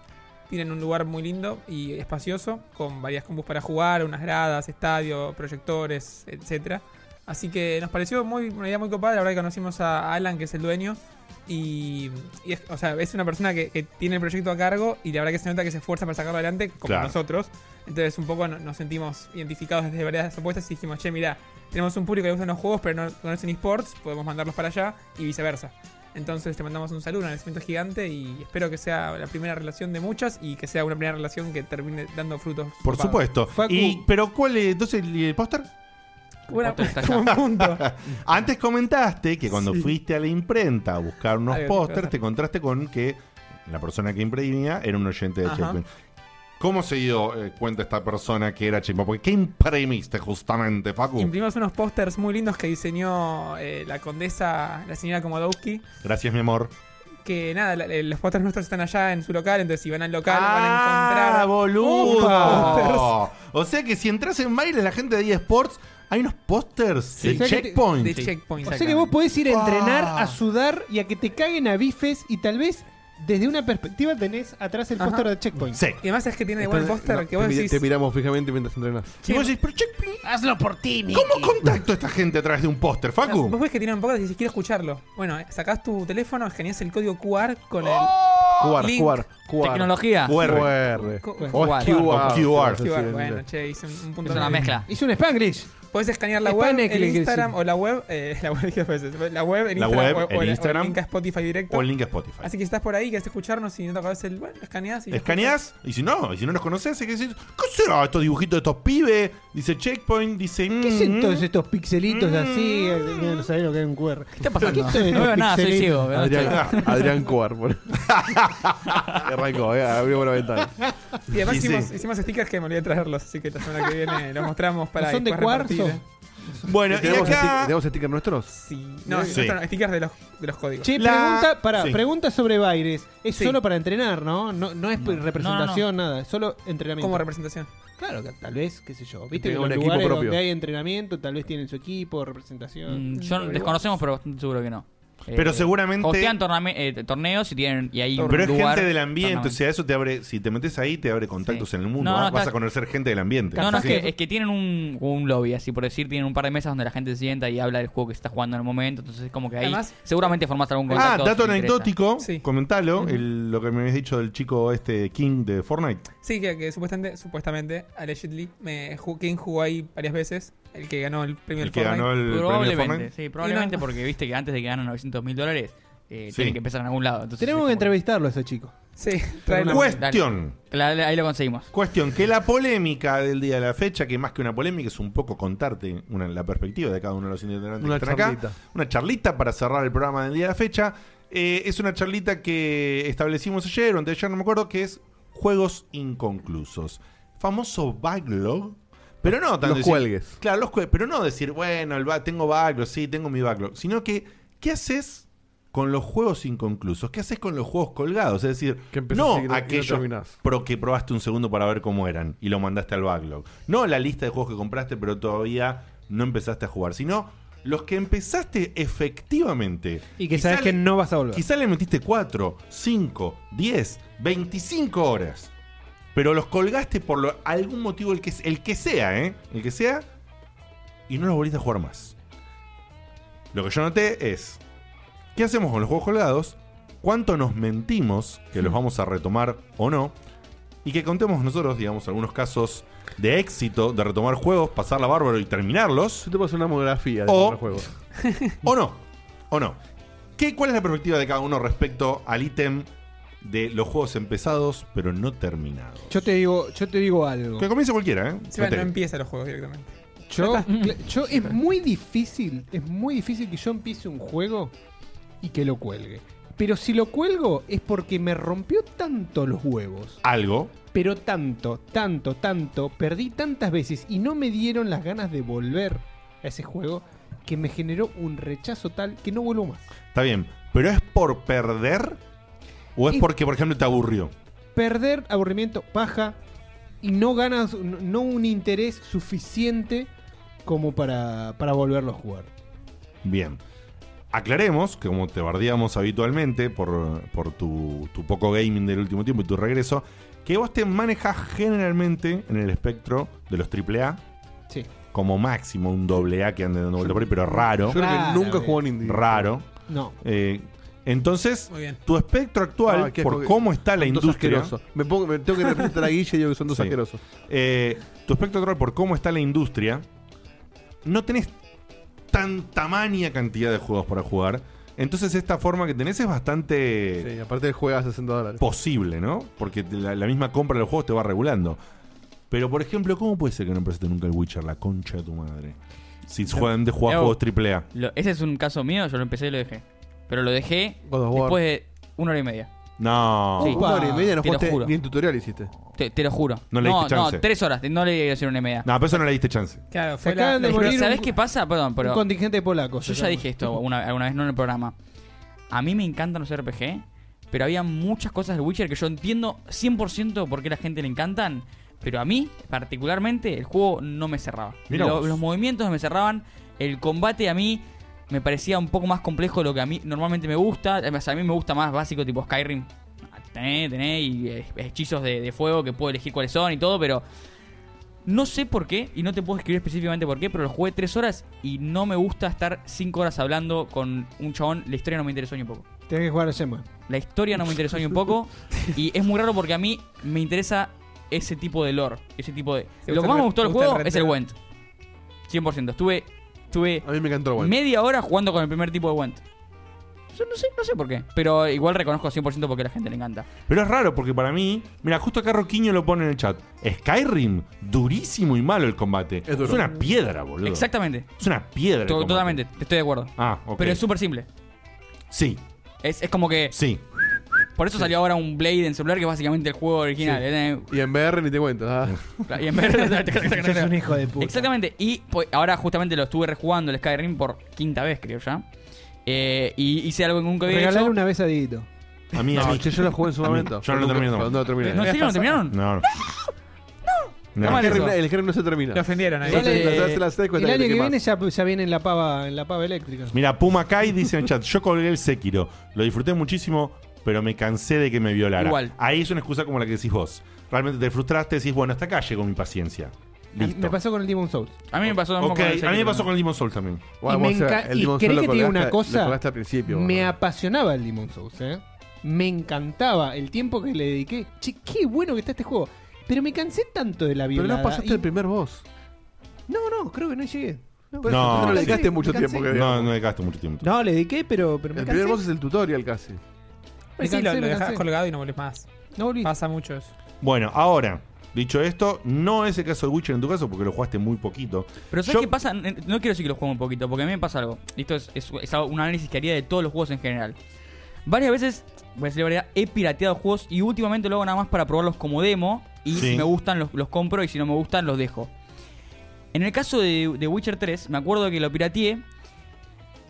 Tienen un lugar muy lindo y espacioso, con varias combos para jugar, unas gradas, estadio, proyectores, etcétera. Así que nos pareció muy, una idea muy copada. La verdad que conocimos a Alan, que es el dueño. Y, y es, o sea, es una persona que, que tiene el proyecto a cargo y la verdad que se nota que se esfuerza para sacarlo adelante como Claro. nosotros. Entonces un poco no- nos sentimos identificados desde varias apuestas y dijimos, che, mira, tenemos un público que le gustan los juegos pero no conocen esports, podemos mandarlos para allá y viceversa. Entonces te mandamos un saludo, un agradecimiento gigante y espero que sea la primera relación de muchas y que sea una primera relación que termine dando frutos. Por copados. supuesto. Y- pero ¿cuál es entonces el el póster? Buena- Antes comentaste que cuando Sí. fuiste a la imprenta a buscar unos Hay otro pósters, póster. te encontraste con que la persona que imprimía era un oyente de Ajá. Checkpoint. ¿Cómo se dio eh, cuenta esta persona que era Checkpoint? Porque ¿qué imprimiste justamente, Facu? Imprimimos unos pósters muy lindos que diseñó eh, la condesa, la señora Komodowski. Gracias, mi amor. Que nada, la- eh, los pósters nuestros están allá en su local, entonces si van al local ¡Ah, van a encontrar. boludo! O sea que si entras en Mail, la gente de eSports, hay unos pósters Sí. de O sea que te- Checkpoint. de Checkpoint. O sea que vos podés ir a entrenar, a sudar y a que te caguen a bifes y tal vez desde una perspectiva tenés atrás el Ajá. póster de Checkpoint. Sí. Y además es que tiene de buen póster que vos te, mi- decís. te miramos fijamente mientras entrenas. Sí, Hazlo por ti, ¿Cómo contacto a esta gente a través de un póster, Facu? Vos ves que tienen podcast y dices, quiero escucharlo. Bueno, eh, sacás tu teléfono, escaneás el código QR con el. Oh. QR, link. QR, QR. Tecnología. QR. Co- O es QR. QR. Sí, sí, sí, sí. Bueno, che, hice un, un punto Es una medio. mezcla. Hice un Spanglish. Podés escanear la web, Spanglish, el sí. Instagram o la web, eh, la web dije dos veces, la web, el La Instagram, web, o- o, el la- o Instagram. el link a Spotify directo. O el link a Spotify. Así que si estás por ahí, querés escucharnos y no te acabas el. Bueno, escaneás y. Escaneás y si no, y si no nos conoces, ¿qué decís? ¿Qué será estos dibujitos de estos pibes? Dice Checkpoint, dice. ¿Qué mm, son todos estos pixelitos así? Eh, mira, No sabés lo que es un QR. ¿Qué está pasando? No veo nada, soy ciego, veo Adrián, ah. Adrián QR. por- Arrancó, eh, abrimos la ventana. Y además Sí, sí. hicimos, hicimos stickers que me olvidé de traerlos, así que la semana que viene los mostramos para. ¿Son de después repartir, cuarzo? eh. Bueno, ¿Y tenemos, stick- ¿Tenemos stickers nuestros? Sí. No, Sí. esto no, stickers de los, de los códigos. Che, pregunta, pará, pregunta sobre Baires. Es solo para entrenar, ¿no? No, no es representación, nada. Es solo entrenamiento. Como representación. Claro, que tal vez, qué sé yo. Viste que los Tenga un equipo lugares propio. donde hay entrenamiento, tal vez tienen su equipo, representación. Mm, yo desconocemos, pero bastante seguro que no. Pero seguramente- Hostean torname- eh, torneos y, tienen, y hay un Pero es lugar- gente del ambiente, o torneo. sea, eso te abre, si te metes ahí, te abre contactos en el mundo. No, ¿ah? no, Vas está- a conocer gente del ambiente. No, no, es Sí. que, es que tienen un, un lobby, así por decir, tienen un par de mesas donde la gente se sienta y habla del juego que se está jugando en el momento, entonces es como que ahí Además- seguramente formaste algún Ah, contacto. dato si te interesa. anecdótico, comentalo, el- lo que me habías dicho del chico este King de Fortnite. Sí, que, que supuestamente, supuestamente, allegedly, me, ju- King jugó ahí varias veces. El que ganó el premio El del que Fortnite. ganó el premio Probablemente, Fortnite. sí, probablemente porque viste que antes de que ganan 900 mil dólares, eh, Sí. tienen que empezar en algún lado. Entonces, Tenemos que entrevistarlo a ese chico. Sí, traerlo. Cuestión. Dale, ahí lo conseguimos. Cuestión, que la polémica del día de la fecha, que más que una polémica es un poco contarte una, la perspectiva de cada uno de los integrantes Una que están acá. charlita. Una charlita para cerrar el programa del día de la fecha. Eh, es una charlita que establecimos ayer o anteayer, no me acuerdo, que es juegos inconclusos. Famoso backlog, pero no tan Los decir- cuelgues. Claro, los cuelgues, pero no decir, bueno, el ba- tengo backlog, sí, tengo mi backlog, sino que, ¿qué haces? Con los juegos inconclusos, ¿qué haces con los juegos colgados? Es decir, empezás no y que no- y no aquellos terminás. pero que probaste un segundo para ver cómo eran y lo mandaste al backlog. No la lista de juegos que compraste, pero todavía no empezaste a jugar, sino los que empezaste efectivamente. Y que Quizá sabes que le- no vas a volver. Quizá le metiste 4, 5, 10, 25 horas. Pero los colgaste por lo- algún motivo, el que, el que sea, ¿eh? El que sea. Y no los volviste a jugar más. Lo que yo noté es. ¿Qué hacemos con los juegos colgados? ¿Cuánto nos mentimos que Hmm. los vamos a retomar o no? Y que contemos nosotros, digamos, algunos casos de éxito de retomar juegos, pasarla bárbaro y terminarlos. Yo te puedo hacer una monografía de O- los juegos. ¿O no? ¿O no? ¿Qué, ¿Cuál es la perspectiva de cada uno respecto al ítem de los juegos empezados pero no terminados? Yo te digo, yo te digo algo. Que comience cualquiera, ¿eh? Sí, bueno, Mete. no empieza los juegos directamente. Yo, cl- yo es muy difícil, es muy difícil que yo empiece un juego y que lo cuelgue. Pero si lo cuelgo es porque me rompió tanto los huevos. Algo. Pero tanto, tanto, tanto, perdí tantas veces y no me dieron las ganas de volver a ese juego que me generó un rechazo tal que no vuelvo más. Está bien. ¿Pero es por perder? ¿O es Y- porque, por ejemplo, te aburrió? Perder aburrimiento, paja y no ganas, no no un interés suficiente como para, para volverlo a jugar. Bien. Aclaremos, que como te bardeamos habitualmente por, por tu, tu poco gaming del último tiempo y tu regreso, que vos te manejas generalmente en el espectro de los AAA. Sí. Como máximo un doble A que anden dando vuelta por ahí, pero raro. Yo creo que Raro. nunca jugó un indie. Raro. No. Eh, entonces, bien. tu espectro actual, Ah, que es por porque cómo está la son dos industria. asquerosos. Me, pongo- me tengo que representar a Guille y digo que son dos Sí. asquerosos. Eh, tu espectro actual, por cómo está la industria, no tenés tan tamaña cantidad de juegos para jugar. Entonces, esta forma que tenés es bastante. Sí, aparte juegas a 60 dólares. Posible, ¿no? Porque la, la misma compra de los juegos te va regulando. Pero, por ejemplo, ¿cómo puede ser que no presente nunca el Witcher, la concha de tu madre? Si juegan de jugar Evo, juegos AAA. lo- ese es un caso mío, yo lo empecé y lo dejé. Pero lo dejé God of War. después de una hora y media. No. Sí. Una hora y media no Te lo jugaste juro. ni el tutorial hiciste. Te, te lo juro. No le no, diste chance. no, tres horas. No le iba a hacer una y media. No, pero eso no le diste chance. Claro, fue la- acaban de Pero morir ¿Sabés un- qué pasa? Perdón, pero. un contingente de polacos, Yo se ya llama. dije esto una, alguna vez, no en el programa. A mí me encantan los RPG, pero había muchas cosas de Witcher que yo entiendo 100% por qué a la gente le encantan. Pero a mí, particularmente, el juego no me cerraba. Mirá Lo- vos. los movimientos me cerraban. El combate a mí me parecía un poco más complejo de lo que a mí normalmente me gusta. Además, a mí me gusta más básico, tipo Skyrim. Tené, tené, y eh, hechizos de, de fuego que puedo elegir cuáles son y todo, pero no sé por qué, y no te puedo escribir específicamente por qué, pero lo jugué tres horas y no me gusta estar cinco horas hablando con un chabón. La historia no me interesó ni un poco. Tenés que jugar a Shenmue. La historia no me interesó ni un poco. Y es muy raro porque a mí me interesa ese tipo de lore. Ese tipo de. Sí, lo gusta que más me el- gustó del gusta el juego es el retro. Went. 100%. Estuve, estuve A mí me encantó el Went. media hora jugando con el primer tipo de Went. Yo no sé, no sé por qué. Pero igual reconozco 100% porque a la gente le encanta. Pero es raro porque para mí, mira, justo acá Roquiño lo pone en el chat. Skyrim, durísimo y malo el combate. Es, duro. una piedra, boludo. Exactamente. Es una piedra. el To- combate. totalmente, estoy de acuerdo. Ah, ok. Pero es súper simple. Sí. Es, es como que. Sí. Por eso salió ahora un Blade en celular que es básicamente el juego original. Sí. Eh, Y en VR ni te cuento. ah. Y en vez de- Sos un hijo de puta. Exactamente. Y pues, ahora justamente lo estuve rejugando el Skyrim por quinta vez, creo ya. Eh, y hice algo que nunca había Regalar hecho. una vez a Dieguito. A mí, a No, mí. che, yo lo jugué en su A mí. momento. Yo no lo Nunca- terminé. nomás. no lo terminé. ¿No, en serio, no terminaron? No. No. El No. Skyrim- el Skyrim no se termina. Lo ofendieron ahí. Se Dale, hace- se hace las seis el cuentas año que que te viene ya, ya viene en la pava, en la pava eléctrica. Mira, Puma Kai dice en el chat, yo colgué el Sekiro, lo disfruté muchísimo, pero me cansé de que me violara. Igual. Ahí es una excusa como la que decís vos. Realmente te frustraste, decís, bueno, hasta acá llegó mi paciencia. Listo. Me pasó con el Demon Souls. A mí me pasó Ok, a mí me pasó con el Demon Soul también. Y, me enca- y crees que te digo una cosa. me boludo. apasionaba el Demon Souls, ¿eh? Me encantaba el tiempo que le dediqué. Che, qué bueno que está este juego. Pero me cansé tanto de la Pero violada. no pasaste y- el primer boss. No, no, creo que no llegué. No, Pero no le Me dedicaste cansé, mucho me cansé. tiempo, que No, digamos. no dedicaste mucho tiempo. No, le dediqué, pero, pero me El cansé. primer boss es el tutorial casi. Me sí, lo, cansé, lo me dejás cansé. colgado y no volvés más. No volví. Pasa mucho eso. Bueno, ahora, dicho esto, no es el caso de Witcher en tu caso porque lo jugaste muy poquito. Pero ¿sabes Yo- qué pasa? No quiero decir que lo juego un poquito, porque a mí me pasa algo. Y Esto es, es- es algo- un análisis que haría de todos los juegos en general. Varias veces, voy a decir la verdad, he pirateado juegos y últimamente lo hago nada más para probarlos como demo. Y Sí. si me gustan, los, los compro y si no me gustan, los dejo. En el caso de, de Witcher 3, me acuerdo que lo pirateé.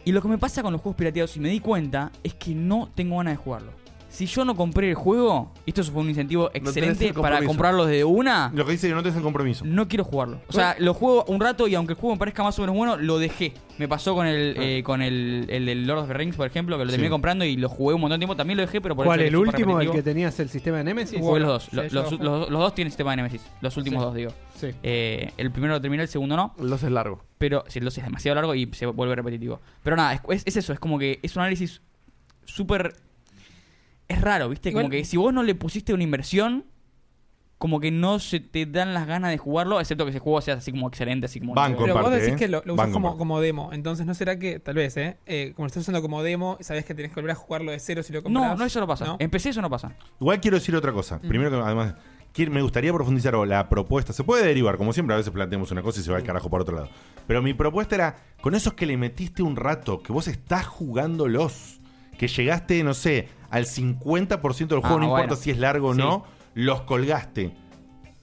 Y lo que me pasa con los juegos pirateados, y me di cuenta, es que no tengo ganas de jugarlo. Si yo no compré el juego, esto fue un incentivo tenés excelente el para compromiso. comprarlos de una. Lo que dice que no tenés el compromiso. No quiero jugarlo. O sea, lo juego un rato y aunque el juego me parezca más o menos bueno, lo dejé. Me pasó con el eh, con el, el del Lord of the Rings, por ejemplo, que lo Ah. terminé Sí. comprando y lo jugué un montón de tiempo. También lo dejé, pero por ¿Cuál? eso es ¿El súper último? ¿El repetitivo. que tenías el sistema de Nemesis? Jugué los dos. Lo- los, los- los dos tienen sistema de Nemesis. Los últimos Sí. dos, digo. Sí. Eh, el primero lo terminé, el segundo no. El 2 es largo. Pero si el 2 es demasiado largo y se vuelve repetitivo. Pero nada, es, es- es eso. Es como que es un análisis súper... Es raro, ¿viste? Como Igual- que si vos no le pusiste una inversión... Como que no se te dan las ganas de jugarlo, excepto que ese juego sea así como excelente, así como... Banco Pero Pero vos parte, decís ¿eh? que lo, lo Van usás con como, parte. como demo. Entonces, ¿no será que, tal vez, eh, eh, como lo estás usando como demo, sabés que tenés que volver a jugarlo de cero si lo compras? No, no, eso no pasa. En PC eso no pasa. Igual quiero decir otra cosa. Mm. Primero que además, quiero- me gustaría profundizar o la propuesta. Se puede derivar, como siempre, a veces planteamos una cosa y se Mm. va al carajo por otro lado. Pero mi propuesta era, con esos que le metiste un rato, que vos estás jugándolos, que llegaste, no sé, al 50% del Ah, juego, no bueno. importa si es largo o Sí. no, los colgaste.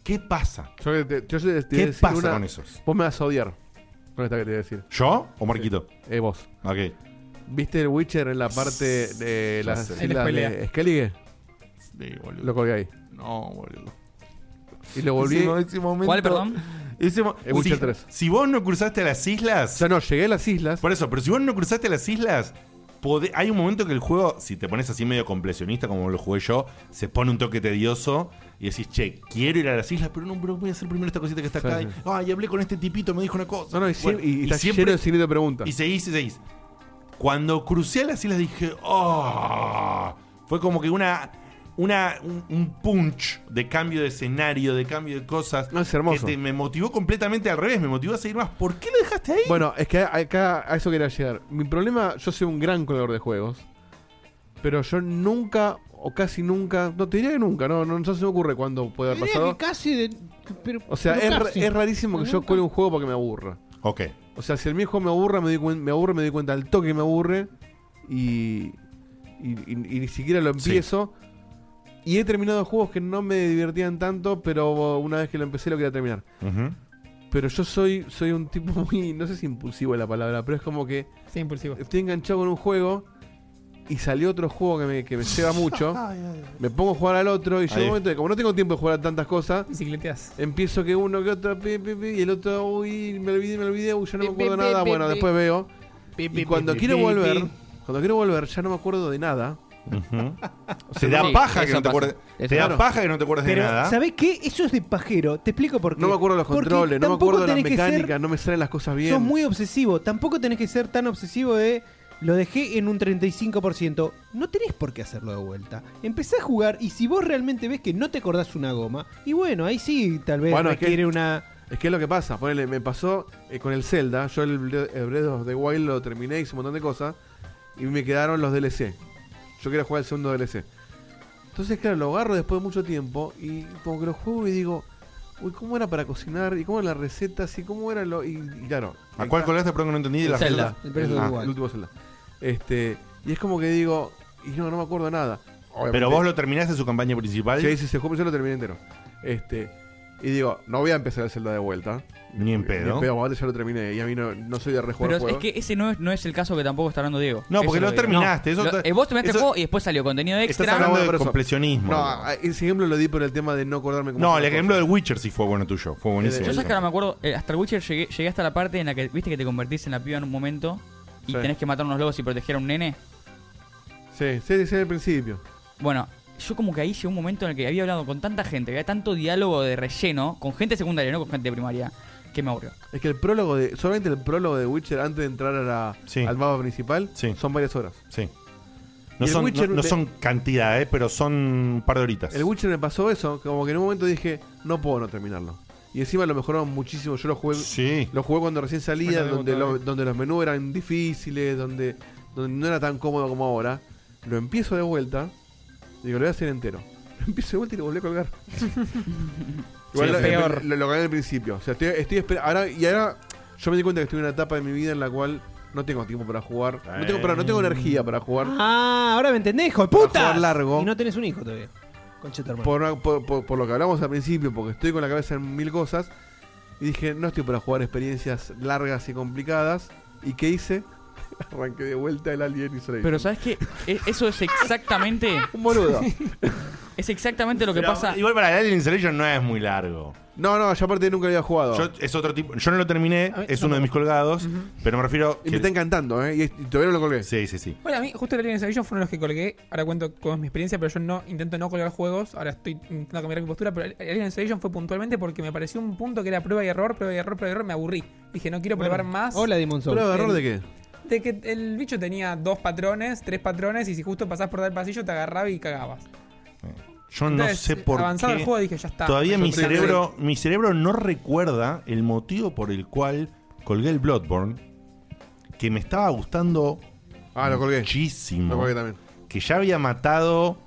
¿Qué pasa? Yo te, yo te- te ¿Qué voy a decir pasa una- con esos? Vos me vas a odiar con esta que te voy a decir. ¿Yo o Marquito? Eh, vos. Ok. ¿Viste el Witcher en la parte de Ya las sé. islas Él de spoilea. Skellige? Sí, boludo. Lo colgué ahí. No, boludo. Y lo volví. Ese mo- ese momento- ¿Cuál, perdón? Ese mo- El Witcher si, 3. si vos no cruzaste a las islas. O sea, no, llegué a las islas. Por eso, pero si vos no cruzaste a las islas. pode- hay un momento que el juego, si te pones así medio completionista como lo jugué yo, se pone un toque tedioso y decís, che, quiero ir a las islas, pero no, pero voy a hacer primero esta cosita que está acá. Sí, y- sí. Ah, y hablé con este tipito, me dijo una cosa. No, no, y, sie- Bueno, y, y está siempre- lleno de cine de preguntas. Y seguís y seguís. Cuando crucé a las islas dije, ¡oh! Fue como que una, una, un, un punch de cambio de escenario, de cambio de cosas. No, es hermoso. Que te- me motivó completamente al revés, me motivó a seguir más. ¿Por qué lo dejaste ahí? Bueno, es que acá a eso quería llegar. Mi problema, yo soy un gran colador de juegos, pero yo nunca o casi nunca, no te diría que nunca, no, no, no se me ocurre cuándo puede haber Diría que pasado. casi de- pero- O sea, pero es, ra- casi. es rarísimo que yo Nunca. cuele un juego porque me aburra. Ok. O sea, si el mismo juego me aburra, me, doy cuen- me aburre, me doy cuenta al toque que me aburre y, y, y- y ni siquiera lo Sí. empiezo. Y he terminado juegos que no me divertían tanto, pero una vez que lo empecé lo quería terminar. Ujú. Pero yo soy, soy un tipo muy. No sé si impulsivo es la palabra, pero es como que. Sí, impulsivo. Estoy enganchado con un juego y salió otro juego que me, que me lleva mucho. me pongo a jugar al otro y llega Ahí. un momento de. Como no tengo tiempo de jugar a tantas cosas. Bicicleteas. Empiezo que uno que otro. pi, pi, pi, y el otro. Uy, me olvidé, me olvidé. Uy, yo no me Pi, acuerdo pi, nada. pi, bueno, pi, después pi. veo. Pi, y pi, cuando pi, quiero pi, volver. pi. Cuando quiero volver, ya no me acuerdo de nada. Te da paja que no te acuerdes- te da paja que no te acuerdes de Pero, nada. ¿sabés qué? Eso es de pajero. Te explico por qué. No me acuerdo los Porque controles, no me tampoco acuerdo de la tenés que ser- mecánica, no me salen las cosas bien. Sos muy obsesivo. Tampoco tenés que ser tan obsesivo de lo dejé en un 35%. No tenés por qué hacerlo de vuelta. Empezá a jugar y si vos realmente ves que no te acordás una goma, y bueno, ahí sí tal vez Bueno, es que- requiere una... Es que es lo que pasa, ponele, me pasó eh, con el Zelda, yo el, Bre- el Breath of the Wild lo terminé, hice un montón de cosas, y me quedaron los DLC. Yo quería jugar el segundo DLC. Entonces, claro, lo agarro después de mucho tiempo y como que lo juego y digo, uy, ¿cómo era para cocinar? ¿Y cómo eran las recetas? ¿Y cómo era lo...? Y, y claro... ¿A cuál colgaste? Perdón que no entendí. de El la Zelda, receta. el, Breath of the Ah. Wild. el último Zelda. Este, y es como que digo, y no, no me acuerdo nada. Pero Obviamente- vos lo terminaste su campaña principal. Sí, sí, sí, yo lo terminé entero. Este, y digo, no voy a empezar el Zelda de vuelta. Ni en Ni pedo. en pedo, aparte ya lo terminé. Y a mí no, no soy de rejugar Pero es juegos. que ese no es, no es el caso que tampoco está hablando Diego. No, Eso porque es no lo que digo. terminaste, eso Lo- está- eh, vos terminaste eso- el juego y después salió contenido extra. por eso. completionismo. No, a- ese ejemplo lo di ah, por el tema de no acordarme cómo. No, son el las ejemplo del Witcher sí fue bueno tuyo. Fue buenísimo. Yo sabes que ahora me acuerdo, eh, hasta el Witcher llegué, llegué hasta la parte en la que viste que te convertís en la piba en un momento y Sí. tenés que matar unos lobos y proteger a un nene. Sí, sí, sí, al principio. Bueno, yo como que ahí llegó un momento en el que había hablado con tanta gente, había tanto diálogo de relleno, con gente secundaria, no con gente primaria, que me aburrió. cosas. Es que el prólogo de. Solamente el prólogo de Witcher antes de entrar a la- al mapa principal son varias horas. Sí. No, Y el son, no- Witcher no, me- son cantidades, pero son un par de horitas. El Witcher me pasó eso, como que en un momento dije, no puedo no terminarlo. Y encima lo mejoraron muchísimo. Yo lo jugué, lo jugué cuando recién salía, Bueno, donde, tengo lo- donde los menús eran difíciles, donde, donde no era tan cómodo como ahora. Lo empiezo de vuelta, digo, lo voy a hacer entero. Lo empiezo de vuelta y lo volví a colgar. Igual Sí, lo, es peor. lo- lo gané al principio. O sea, estoy, estoy esper- Ahora, y ahora yo me di cuenta que estoy en una etapa de mi vida en la cual no tengo tiempo para jugar. No tengo, para- no tengo energía para jugar. Ah, ahora me entendés, hijo de puta. jugar largo. Y no tenés un hijo todavía. Concha de tu hermana. por, una- por- por- por lo que hablamos al principio, porque estoy con la cabeza en mil cosas, y dije, no estoy para jugar experiencias largas y complicadas. ¿Y qué hice? Arranqué de vuelta el Alien Isolation. Pero ¿sabes qué? E- Eso es exactamente... Un boludo. es exactamente lo que Pero pasa... Igual para el Alien Installation no es muy largo. No, no, yo aparte nunca había jugado. Yo, es otro tipo. Yo no lo terminé, es uno de mis colgados, pero me refiero. Y me está encantando, ¿eh? Y, y todavía no lo colgué. Sí, sí, sí. Bueno, a mí justo el Alien Isolation fueron los que colgué. Ahora cuento con mi experiencia, pero yo no intento no colgar juegos. Ahora estoy intentando cambiar mi postura, pero el Alien Isolation fue puntualmente porque me pareció un punto que era prueba y error, prueba y error, prueba y error. Me aburrí. Dije, no quiero probar Bueno, más. hola, Demon's Souls. ¿Prueba de error El- de qué? De que el bicho tenía dos patrones, tres patrones, y si justo pasás por tal pasillo te agarraba y cagabas. Yo no Entonces, sé por avanzado qué. el juego, dije, ya está. Todavía Me mi sorprendí. cerebro, mi cerebro no recuerda el motivo por el cual colgué el Bloodborne, que me estaba gustando ah, lo colgué. muchísimo. Lo colgué también. Que ya había matado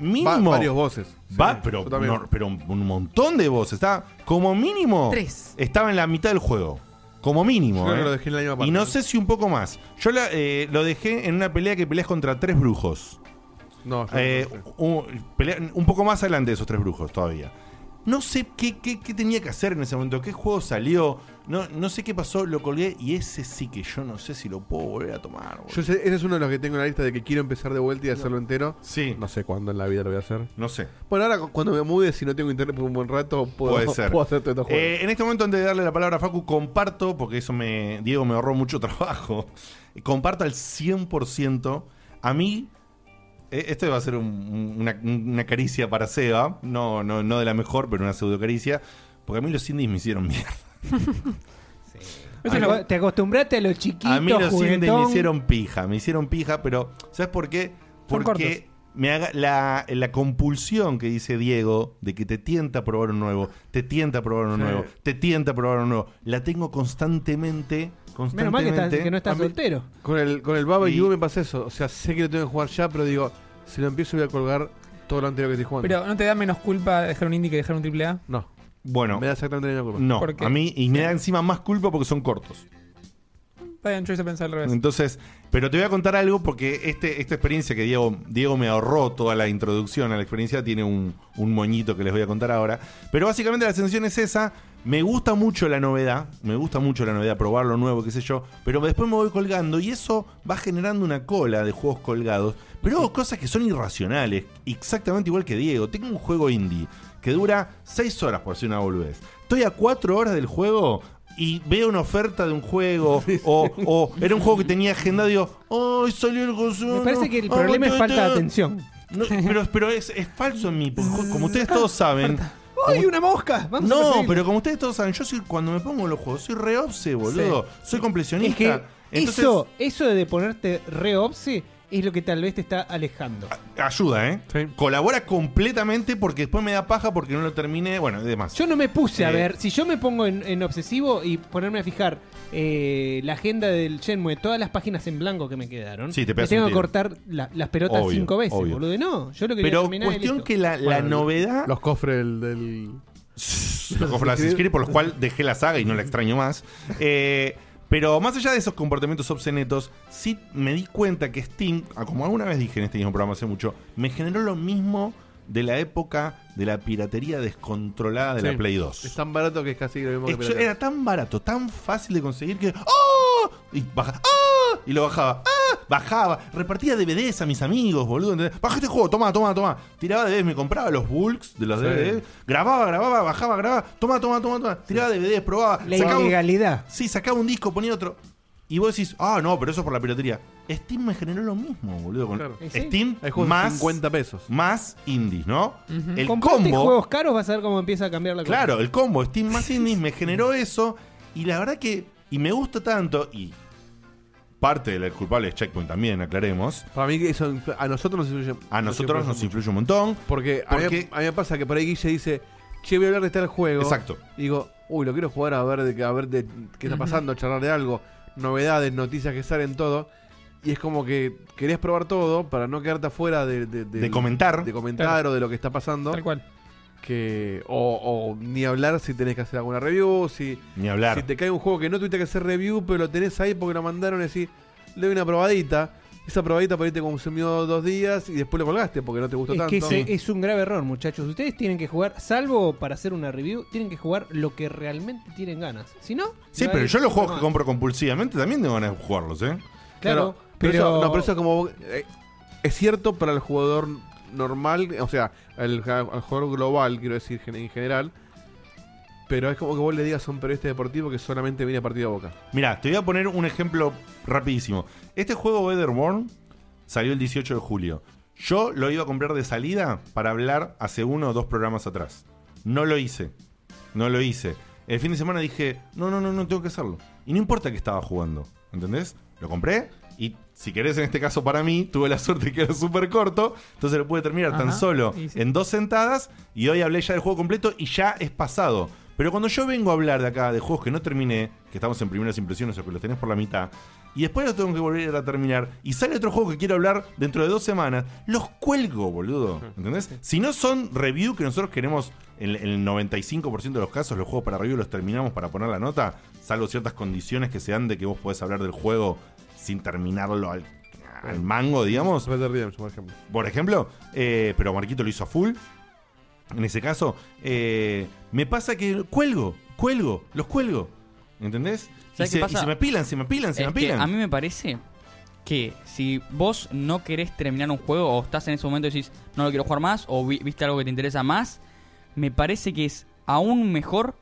mínimo. Va- varios voces. Va, Sí, pero, yo también. no- pero un montón de voces. Estaba, como mínimo. Tres. Estaba en la mitad del juego. Como mínimo. Yo creo ¿eh? que lo dejé en la misma Y parte. no sé si un poco más. Yo la- eh, lo dejé en una pelea que peleas contra tres brujos. No, yo Eh, no sé. un, pelea- un poco más adelante de esos tres brujos todavía. No sé qué, qué- qué tenía que hacer en ese momento, qué juego salió, no, no sé qué pasó, lo colgué y ese sí que yo no sé si lo puedo volver a tomar. boludo. Yo sé- ese es uno de los que tengo en la lista de que quiero empezar de vuelta y hacerlo entero. Sí. No sé cuándo en la vida lo voy a hacer. No sé. Bueno, ahora cu- cuando me mude, si no tengo internet por un buen rato, puedo, Puede ser. puedo hacer todos estos juegos. Eh, en este momento, antes de darle la palabra a Facu, comparto, porque eso me. Diego me ahorró mucho trabajo. Comparto al 100%. A mí. eh, Este va a ser un- un- una, una caricia para Seba. No, no, no de la mejor, pero una pseudo caricia. Porque a mí los indies me hicieron mierda. Te aco- Te acostumbraste a los chiquitos. A mí los indies me juguetón. hicieron pija, me hicieron pija, pero ¿sabes por qué? Son cortos. Porque me haga, la, la compulsión que dice Diego de que te tienta a probar un nuevo, te tienta a probar un Sí. nuevo, te tienta a probar un nuevo, la tengo constantemente, Menos mal que, constantemente. estás- que no estás A mí- soltero. Con el, con el Baba Y- Yu me pasa eso. O sea, sé que lo tengo que jugar ya, pero digo, si lo empiezo voy a colgar todo lo anterior que estoy jugando. Pero ¿no te da menos culpa dejar un indie que dejar un triple A? No. Bueno. Me da exactamente la misma culpa. No, ¿Por qué? a mí, y me da encima más culpa porque son cortos. Está bien, yo hice pensar al revés. Entonces, pero te voy a contar algo porque este, esta experiencia que Diego, Diego me ahorró toda la introducción a la experiencia, tiene un, un moñito que les voy a contar ahora. Pero básicamente la sensación es esa. Me gusta mucho la novedad, me gusta mucho la novedad, probar lo nuevo, qué sé yo, pero después me voy colgando y eso va generando una cola de juegos colgados. Pero hago cosas que son irracionales, exactamente igual que Diego. Tengo un juego indie que dura 6 horas por si una boludez. Estoy a 4 horas del juego y veo una oferta de un juego o, o era un juego que tenía agenda digo, "Oh, ¡ay, salió el consumo! Me parece que el problema es falta de atención. oh, No, pero pero es, es falso en mí, porque como ustedes todos saben... ¡Ay, una mosca! Vamos a No, perseguirla. pero como ustedes todos saben, yo soy, cuando me pongo los juegos, soy re obse, boludo. Soy Es completionista. que Entonces, eso, eso de ponerte re obse es lo que tal vez te está alejando. ayuda, ¿eh? Colabora completamente porque después me da paja porque no lo terminé, bueno, y demás. Yo no me puse a Eh, ver, si yo me pongo en, en obsesivo y ponerme a fijar eh, la agenda del Shenmue, todas las páginas en blanco que me quedaron, Sí, te me pegas tengo un que tiro. cortar la- las pelotas Obvio, cinco veces, obvio. boludo. No, yo lo quería Pero terminar y cuestión listo. que la, la Bueno, novedad. Los cofres del. del... los cofres de Assassin's Creed, por los cuales dejé la saga y no la extraño más. Eh, pero más allá de esos comportamientos obscenetos, sí me di cuenta que Steam, ah, como alguna vez dije en este mismo programa hace mucho, me generó lo mismo de la época de la piratería descontrolada de Sí. la Play 2. Es tan barato que es casi lo mismo que Es- yo- piratear. era tan barato, tan fácil de conseguir que. ¡Oh! Y baja. ¡Ah! Y lo bajaba. ¡Ah! Bajaba. Repartía DVDs a mis amigos, boludo. ¿entendés? Baja este juego, toma, toma, toma. Tiraba DVDs, me compraba los bulks de los Sí. DVDs. Grababa, grababa, bajaba, grababa. Toma, toma, toma, toma. Tiraba DVDs, probaba. La sacaba un- ilegalidad. sí, sacaba un disco, ponía otro. Y vos decís, ah, no, pero eso es por la piratería. Steam me generó lo mismo, boludo. Con Claro. Y sí. Steam Hay juegos de más 50 pesos. Más indies, ¿no? Ujú. El Comprate combo. juegos caros vas a ver cómo empieza a cambiar la cosa. Claro, el combo Steam más Indies me generó eso. Y la verdad que. Y me gusta tanto. Y parte del culpable es Checkpoint también, aclaremos. Para mí, eso influ- a nosotros nos influye. A nosotros nos influye un montón. Porque, a mí- Porque- a mí me pasa que por ahí Guille dice, che, voy a hablar de tal juego. Exacto. Digo, uy, lo quiero jugar a ver de, qué- a ver de qué está Ujú. pasando, charlar de algo, novedades, noticias que salen, todo. Y es como que querés probar todo para no quedarte afuera de, de, De comentar. De comentar Claro. o de lo que está pasando. Tal cual. Que, o, o ni hablar si tenés que hacer alguna review, si, Ni hablar. si te cae un juego que no tuviste que hacer review, pero lo tenés ahí porque lo mandaron y decís, le doy una probadita. Esa probadita por ahí te consumió dos días y después lo colgaste porque no te gustó Es tanto. que ese es un grave error, muchachos. Ustedes tienen que jugar, salvo para hacer una review, tienen que jugar lo que realmente tienen ganas. Si no, Sí, no pero hay- yo los juegos que compro compulsivamente también tengo ganas de jugarlos, ¿eh? Claro, pero, pero- eso, no, pero eso es como vos- eh, es cierto para el jugador normal, o sea, el, ja- al jugador global, quiero decir, gen- en general. Pero es como que vos le digas a un periodista deportivo que solamente viene a partido de boca. Mirá, te voy a poner un ejemplo rapidísimo. Este juego Weatherborn salió el 18 de julio. Yo lo iba a comprar de salida para hablar hace uno o dos programas atrás. No lo hice. No lo hice. El fin de semana dije, no, no, no, no tengo que hacerlo. Y no importa que estaba jugando. ¿Entendés? Lo compré y si querés en este caso para mí, tuve la suerte que era súper corto. Entonces lo pude terminar tan Ajá. solo Y en dos sentadas y hoy hablé ya del juego completo y ya es pasado. Pero cuando yo vengo a hablar de acá de juegos que no terminé, que estamos en primeras impresiones o que los tenés por la mitad, y después los tengo que volver a terminar, y sale otro juego que quiero hablar dentro de dos semanas, los cuelgo, boludo. ¿Entendés? Si no son review que nosotros queremos, en en el 95% de los casos, los juegos para review los terminamos para poner la nota, salvo ciertas condiciones que se dan de que vos podés hablar del juego sin terminarlo al, al mango, digamos. Red Dead Redemption, por ejemplo. Por ejemplo, eh, pero Marquito lo hizo a full. en ese caso, eh, me pasa que cuelgo, cuelgo, los cuelgo. ¿Entendés? Y ¿Sabes qué se, y pasa? se me pilan, se me pilan, se Es me que pilan. A mí me parece que si vos no querés terminar un juego o estás en ese momento y decís no lo quiero jugar más o vi- viste algo que te interesa más, me parece que es aún mejor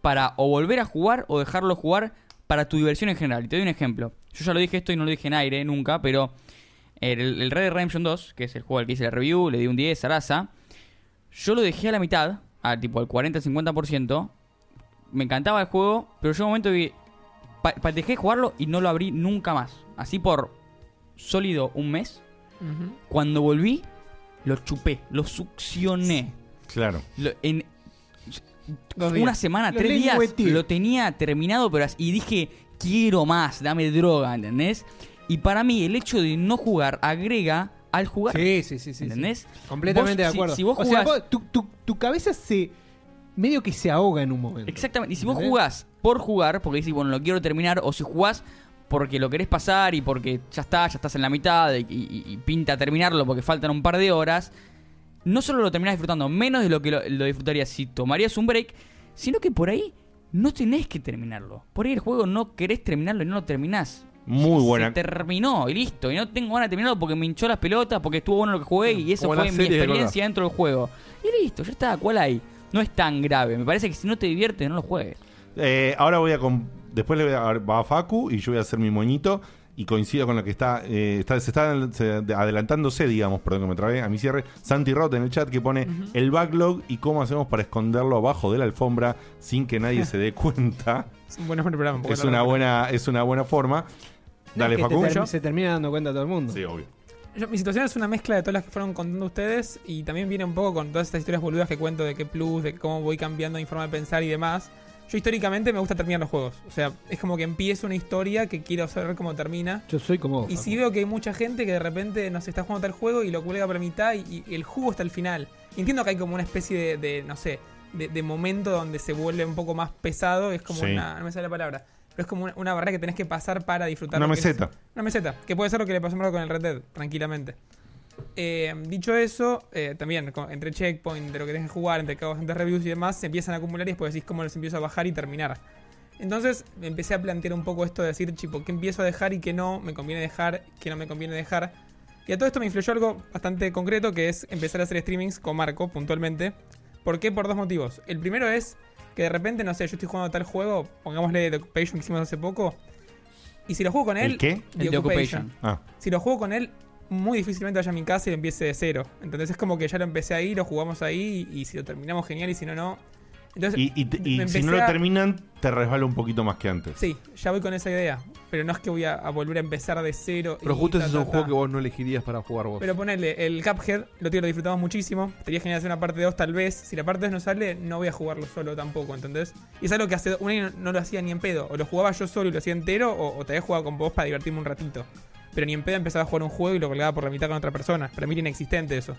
para o volver a jugar o dejarlo jugar para tu diversión en general. Y te doy un ejemplo. Yo ya lo dije esto y no lo dije en aire nunca, pero el, el Red Dead Redemption 2, que es el juego al que hice la review, le di un 10 a Raza. Yo lo dejé a la mitad, a tipo al 40-50%. Me encantaba el juego, pero llegó un momento que pa- pa- dejé de jugarlo y no lo abrí nunca más. Así por sólido un mes. Ujú. Cuando volví, lo chupé, lo succioné. Claro. Lo- en Dos una días. semana, Lo tres días, lengüeteé. lo tenía terminado pero as- y dije, quiero más, dame droga, ¿entendés? Y para mí el hecho de no jugar agrega al jugar. Sí, sí, sí, sí. ¿Entendés? Completamente Vos, de si- acuerdo. Si, vos o jugás, sea, vos- tu, tu- tu cabeza se. medio que se ahoga en un momento. Exactamente. Y si vos ¿Entendés? jugás por jugar, porque decís, bueno, lo quiero terminar, o si jugás porque lo querés pasar y porque ya está, ya estás en la mitad y, y- y pinta terminarlo porque faltan un par de horas, no solo lo terminás disfrutando menos de lo que lo, lo disfrutarías si tomarías un break, sino que por ahí no tenés que terminarlo. Por ahí el juego no querés terminarlo y no lo terminás. Muy Se buena. terminó y listo. Y no tengo ganas de terminarlo porque me hinchó las pelotas, porque estuvo bueno lo que jugué y eso Como fue las mi series que experiencia dentro del juego. Y listo, ya está, ¿cuál hay? No es tan grave. Me parece que si no te diviertes, no lo juegues. Eh, ahora voy a. com- Después le voy a, va a Facu y yo voy a hacer mi moñito. Y coincido con lo que está. eh, está- se está adel- se- de- adelantándose, digamos, perdón que me trabé a mi cierre. Santi Rota en el chat que pone el backlog y cómo hacemos para esconderlo abajo de la alfombra sin que nadie se dé cuenta. Es un buen programa. porque Es la una verdad- buena, es una buena forma. Dale, Que te Facu. termi- se termina dando cuenta todo el mundo. Sí, obvio. Yo- mi situación es una mezcla de todas las que fueron contando ustedes y también viene un poco con todas estas historias boludas que cuento de qué plus, de cómo voy cambiando mi forma de pensar y demás. Yo históricamente me gusta terminar los juegos. O sea, es como que empiezo una historia que quiero saber cómo termina. Yo soy como vos. Y Facu. si veo que hay mucha gente que de repente no sé, está jugando tal juego y lo cuelga por la mitad y, y el jugo está al final. Y entiendo que hay como una especie de, de, no sé, de, de momento donde se vuelve un poco más pesado. Es como Sí. una. No me sale la palabra. Pero es como una, una barrera que tenés que pasar para disfrutar. Una lo que es- meseta. una meseta. Que puede ser lo que le pasó a Marco con el Red Dead, tranquilamente. Eh, dicho eso, eh, también co- entre checkpoint, de lo que tenés que jugar, entre que hago bastantes reviews y demás, se empiezan a acumular y después decís cómo los empiezo a bajar y terminar. Entonces me empecé a plantear un poco esto de decir, tipo, ¿qué empiezo a dejar y qué no me conviene dejar, qué no me conviene dejar? Y a todo esto me influyó algo bastante concreto, que es empezar a hacer streamings con Marco, puntualmente. ¿Por qué? Por dos motivos. El primero es que de repente, no sé, yo estoy jugando tal juego, pongámosle The Occupation que hicimos hace poco, y si lo juego con él... ¿El qué? The El The Occupation Occupation. Ah. si lo juego con él, muy difícilmente vaya a mi casa y lo empiece de cero. Entonces es como que ya lo empecé ahí, lo jugamos ahí y, y si lo terminamos genial y si no, no. Entonces, Y, y te- y me si empecé no lo a- terminan, te resbala un poquito más que antes. Sí, ya voy con esa idea. Pero no es que voy a, a volver a empezar de cero. Pero y justo ta, ese es un ta, juego ta. que vos no elegirías para jugar vos. Pero ponele, el Cuphead, lo tío lo disfrutamos muchísimo. Estaría genial hacer una parte 2 tal vez. Si la parte 2 no sale, no voy a jugarlo solo tampoco, ¿entendés? Y es algo que hace un año no lo hacía ni en pedo. O lo jugaba yo solo y lo hacía entero, o, o te había jugado con vos para divertirme un ratito. Pero ni en pedo empezaba a jugar un juego y lo colgaba por la mitad con otra persona. Para mí era inexistente eso.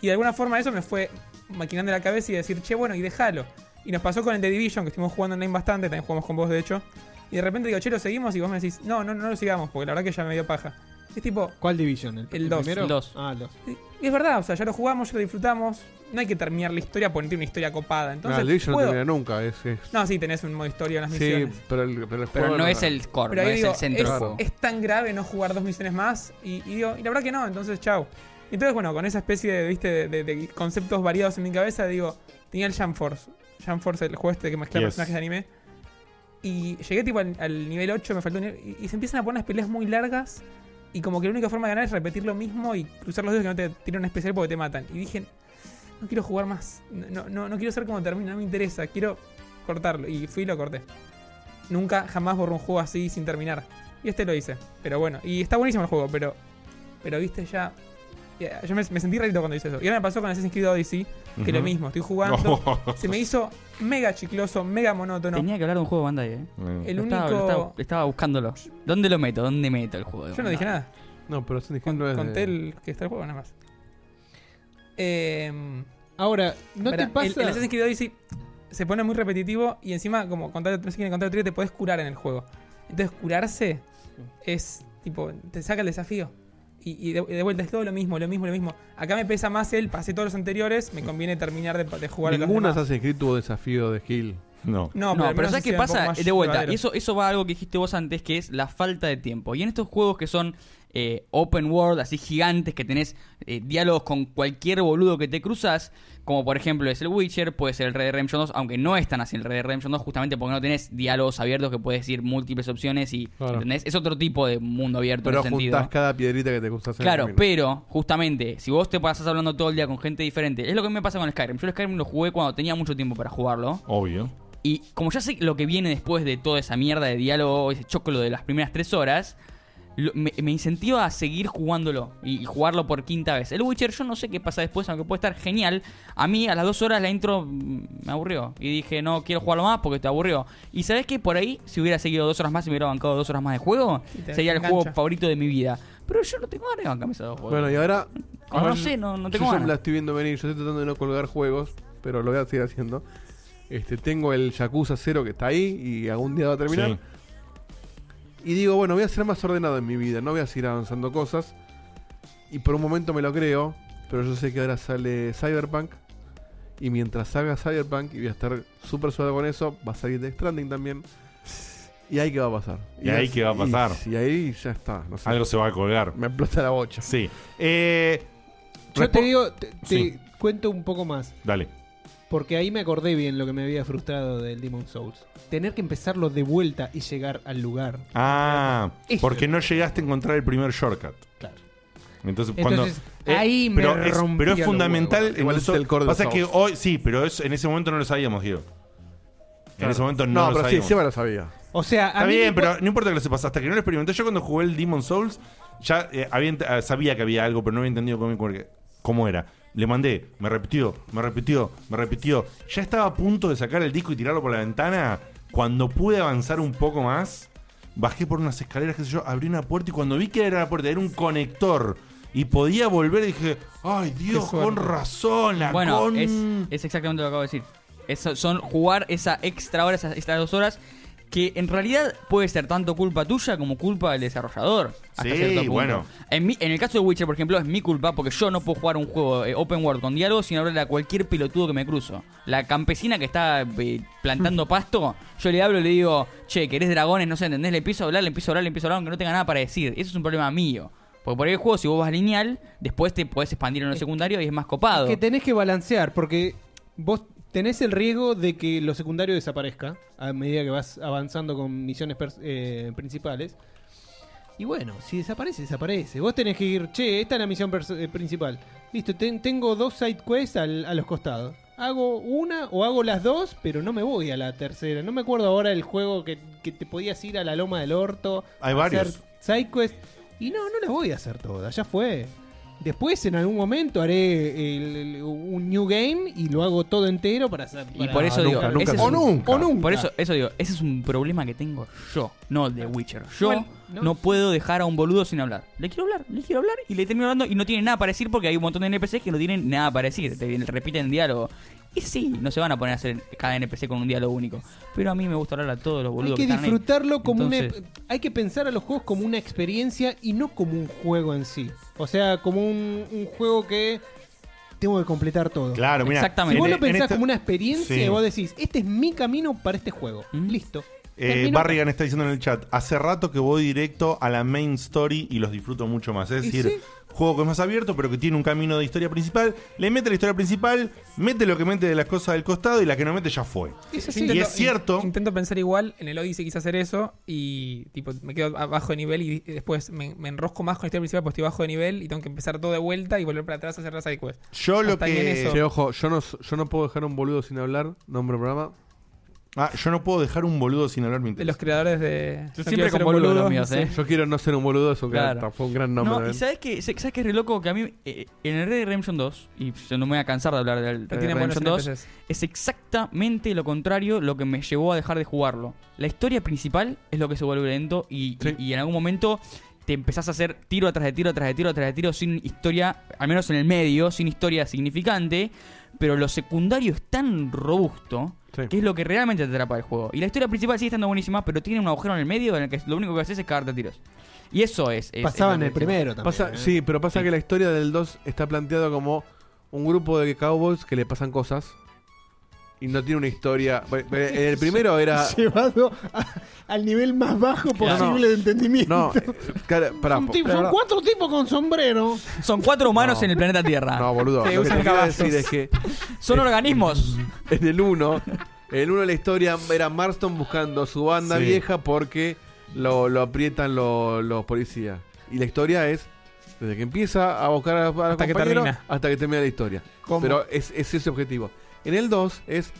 Y de alguna forma eso me fue maquinando la cabeza y decir, che, bueno, y déjalo. Y nos pasó con el The Division, que estuvimos jugando online bastante, también jugamos con vos de hecho. Y de repente digo, che, lo seguimos y vos me decís, no, no, no lo sigamos, porque la verdad que ya me dio paja. Es tipo, ¿Cuál Division? ¿El, El dos. primero? El dos. Ah, el dos. y es verdad, o sea, ya lo jugamos, ya lo disfrutamos. No hay que terminar la historia por una historia copada. Entonces, Nah, Ah, el Division no puedo- termina nunca. Es, es- No, sí, tenés un modo historia, unas sí, misiones. pero el, pero el Pero juego no es el core, Pero no ahí es digo, el centro del juego. es tan grave no jugar dos misiones más. Y, y digo, y la verdad que no, entonces chau. Entonces, bueno, con esa especie de, ¿viste? de, de- de conceptos variados en mi cabeza, digo, tenía el Jam Force. Jam Force, el juego este que mezcla Yes. personajes de anime. Y llegué tipo al, al nivel 8, me faltó un nivel- y, y se empiezan a poner unas peleas muy largas. Y como que la única forma de ganar es repetir lo mismo y cruzar los dedos que no te tiran un especial porque te matan. Y dije, no quiero jugar más. No, no, no quiero ser como termina, no me interesa. Quiero cortarlo. Y fui y lo corté. Nunca jamás borré un juego así sin terminar. Y este lo hice. Pero bueno, y está buenísimo el juego, pero. Pero viste, ya. ya- Yo me, me sentí rarito cuando hice eso. Y ahora me pasó con Assassin's Creed Odyssey, que lo Ujú. mismo. Estoy jugando. se me hizo mega chicloso, mega monótono. Tenía que hablar de un juego de Bandai, eh. Mm. El Lo único- estaba, lo estaba- estaba buscándolo. ¿Dónde lo meto? ¿Dónde meto el juego? de Yo no dije Bandai? nada. No, pero eh, es un ejemplo de- Conté el que está el juego nada más. Eh, Ahora, ¿no Pará, te pasa? El, el Assassin's Creed Odyssey se pone muy repetitivo y encima, como contar, no sé quién contar te podés curar en el juego. Entonces, curarse es tipo, te saca el desafío. Y y, y de, de vuelta es todo lo mismo, lo mismo, lo mismo. Acá me pesa más el, pasé todos los anteriores, me conviene terminar de, de jugar a los Ninguna demás. se hace escrito tuvo desafío de Gil. No. No, pero No, pero, al menos ¿sabes sí qué sea un poco pasa? más De vuelta, llevadero. eso, eso va a algo que dijiste vos antes, que es la falta de tiempo. Y en estos juegos que son eh, open world, así gigantes, que tenés eh, diálogos con cualquier boludo que te cruzas, como por ejemplo es el Witcher, puede ser el Red Dead Redemption 2, aunque no es tan así el Red Dead Redemption 2, justamente porque no tenés diálogos abiertos que puedes ir múltiples opciones y Claro. ¿entendés? es otro tipo de mundo abierto en Pero ese juntás sentido. cada piedrita que te gusta hacer. Claro, pero justamente, si vos te pasás hablando todo el día con gente diferente, es lo que me pasa con Skyrim. Yo el Skyrim lo jugué cuando tenía mucho tiempo para jugarlo. Obvio. Y como ya sé lo que viene después de toda esa mierda de diálogo, ese chocolo de las primeras tres horas, lo- me, me incentiva a seguir jugándolo y, y jugarlo por quinta vez. El Witcher, yo no sé qué pasa después, aunque puede estar genial. A mí, a las dos horas, la intro mm, me aburrió. Y dije, no quiero jugarlo más porque te aburrió. Y sabes que por ahí, si hubiera seguido dos horas más y me hubiera bancado dos horas más de juego, Y te sería el engancha. juego favorito de mi vida. Pero yo no tengo ganas de bancarme esos dos juegos. Bueno, y ahora. No, ahora no yo- sé, no, no yo tengo ya ganas. la estoy viendo venir. Yo estoy tratando de no colgar juegos, pero lo voy a seguir haciendo. Este, tengo el Yakuza 0 que está ahí y algún día va a terminar. Sí. Y digo, bueno, voy a ser más ordenado en mi vida, no voy a seguir avanzando cosas. Y por un momento me lo creo, pero yo sé que ahora sale Cyberpunk. Y mientras salga Cyberpunk, y voy a estar súper suave con eso, va a salir de Stranding también. Y ahí que va a pasar. Y ahí qué va a y- pasar. Y, ahí ya está. no sé. Algo se va a colgar. Me explota la bocha. Sí. Eh, Yo te digo, te, te Sí. cuento un poco más. Dale. Porque ahí me acordé bien lo que me había frustrado del Demon Souls. Tener que empezarlo de vuelta y llegar al lugar. Ah, Este. Eso. porque no llegaste a encontrar el primer shortcut. Claro. Entonces, cuando. eh, Entonces, ahí me pero, es, rompía pero es los fundamental. huevos. en Igual los- es el core de pasa los que ojos. hoy sí, pero es- en ese momento no lo sabíamos, Diego. En Claro. ese momento no, No, lo pero sí, sabíamos. sí me lo sabía. O sea, a Está mí bien, me- pero no importa que lo sepas. Hasta que no lo experimenté. Yo cuando jugué el Demon Souls, ya eh, había ent- eh, sabía que había algo, pero no había entendido cómo, cómo era. Le mandé, me repitió, me repitió, me repitió. Ya estaba a punto de sacar el disco y tirarlo por la ventana. Cuando pude avanzar un poco más, bajé por unas escaleras, qué sé yo, abrí una puerta y cuando vi que era la puerta, era un conector. Y podía volver, dije, ay Dios, Qué suerte. con razón, la Bueno, con-". es, es exactamente lo que acabo de decir. Eso- son jugar esa extra hora, esas extra dos horas, que en realidad puede ser tanto culpa tuya como culpa del desarrollador. Hasta Sí, cierto punto. bueno. En, mi- en el caso de Witcher, por ejemplo, es mi culpa porque yo no puedo jugar un juego eh, open world con diálogo sin hablar a cualquier pelotudo que me cruzo. La campesina que está eh, plantando pasto, yo le hablo y le digo, che, querés dragones, no sé, ¿entendés? Le empiezo a hablar, le empiezo a hablar, le empiezo a hablar, aunque no tenga nada para decir. Eso es un problema mío. Porque por ahí el juego, si vos vas lineal, después te podés expandir en lo secundario y es más copado. que tenés que balancear, porque vos tenés el riesgo de que lo secundario desaparezca a medida que vas avanzando con misiones pers- eh, principales. Y bueno, si desaparece, desaparece. Vos tenés que ir, che, esta es la misión pers- eh, principal. Listo, ten- tengo dos side quests al- a los costados. Hago una o hago las dos, pero no me voy a la tercera. No me acuerdo ahora el juego que, que te podías ir a la loma del orto. Hay a varios. hacer Side quest. Y no, no las voy a hacer todas, ya fue. Después, en algún momento, haré el- el- un new game y lo hago todo entero para hacer. Y para- por eso digo, ese es o un- nunca. O nunca. Por eso, eso digo, ese es un problema que tengo yo, no de Witcher. Yo Bueno, no. puedo dejar a un boludo sin hablar. Le quiero hablar, le quiero hablar y le termino hablando y no tiene nada para decir porque hay un montón de NPCs que no tienen nada para decir, te repiten diálogo. Y sí, no se van a poner a hacer cada NPC con un diálogo único. Pero a mí me gusta hablar a todos los Hay boludos que están ahí. disfrutarlo como Entonces- una. Hay que pensar a los juegos como una experiencia y no como un juego en sí. O sea, como un, un juego que tengo que completar todo. Claro, mira. Si vos en- e- lo en este pensás esta- como una experiencia Sí. y vos decís, este es mi camino para este juego. Mm. Listo. Eh, Termino- Barrigan está diciendo en el chat, hace rato que voy directo a la main story y los disfruto mucho más. Es Y decir, juego que es más abierto, pero que tiene un camino de historia principal, le mete la historia principal, mete lo que mete de las cosas del costado y la que no mete ya fue. Eso sí. y es cierto, in- Intento pensar igual. En el Odyssey quise hacer eso y tipo me quedo abajo de nivel y después me, me enrosco más con la historia principal porque estoy bajo de nivel y tengo que empezar todo de vuelta y volver para atrás a hacer la side quest. yo lo Hasta ahí en que... eso. Che, ojo, yo no, yo no puedo dejar un boludo sin hablar. Nombre del programa. Ah, yo no puedo dejar un boludo sin hablar mi De los creadores de. Yo no siempre quiero ser con un boludo, boludo, míos, no sé. ¿eh? Yo quiero no ser un boludo, eso que Claro. era- fue un gran nombre. ¿eh? No, y sabes que sabes que es re loco que a mí eh, en el Red Dead Redemption 2 y yo no me voy a cansar de hablar del Red Dead tiene buenos Redemption 2 NPCs. es exactamente lo contrario lo que me llevó a dejar de jugarlo. La historia principal es lo que se vuelve lento y, y- y en algún momento te empezás a hacer tiro atrás de tiro atrás de tiro atrás de tiro sin historia, al menos en el medio, sin historia significante. pero lo secundario es tan robusto que es lo que realmente te atrapa el juego. Y la historia principal sigue estando buenísima, pero tiene un agujero en el medio en el que lo único que haces es cagarte a tiros. Y eso es. es- Pasaban es lo buenísimo. Pasa- ¿eh? ¿eh? Sí, pero pasa que la historia del 2 está planteada como un grupo de cowboys que le pasan cosas y no tiene una historia. Bueno, eh, El primero era. Llevado a- al nivel más bajo posible Claro. de entendimiento. No, eh, cara, pará, Son ti- pará, son pará. cuatro tipos con sombrero. Son cuatro humanos en el planeta Tierra. No, boludo. Que lo que usan te quiero caballos. decir es que. Son organismos. En el 1. En el 1 la historia era Marston buscando su banda Sí. vieja porque lo, lo aprietan lo- los policías. Y la historia es. Desde que empieza a buscar a, a los Hasta que compañeros termina. hasta que termina la historia. ¿Cómo? Pero es, es ese objetivo. En el 2 es.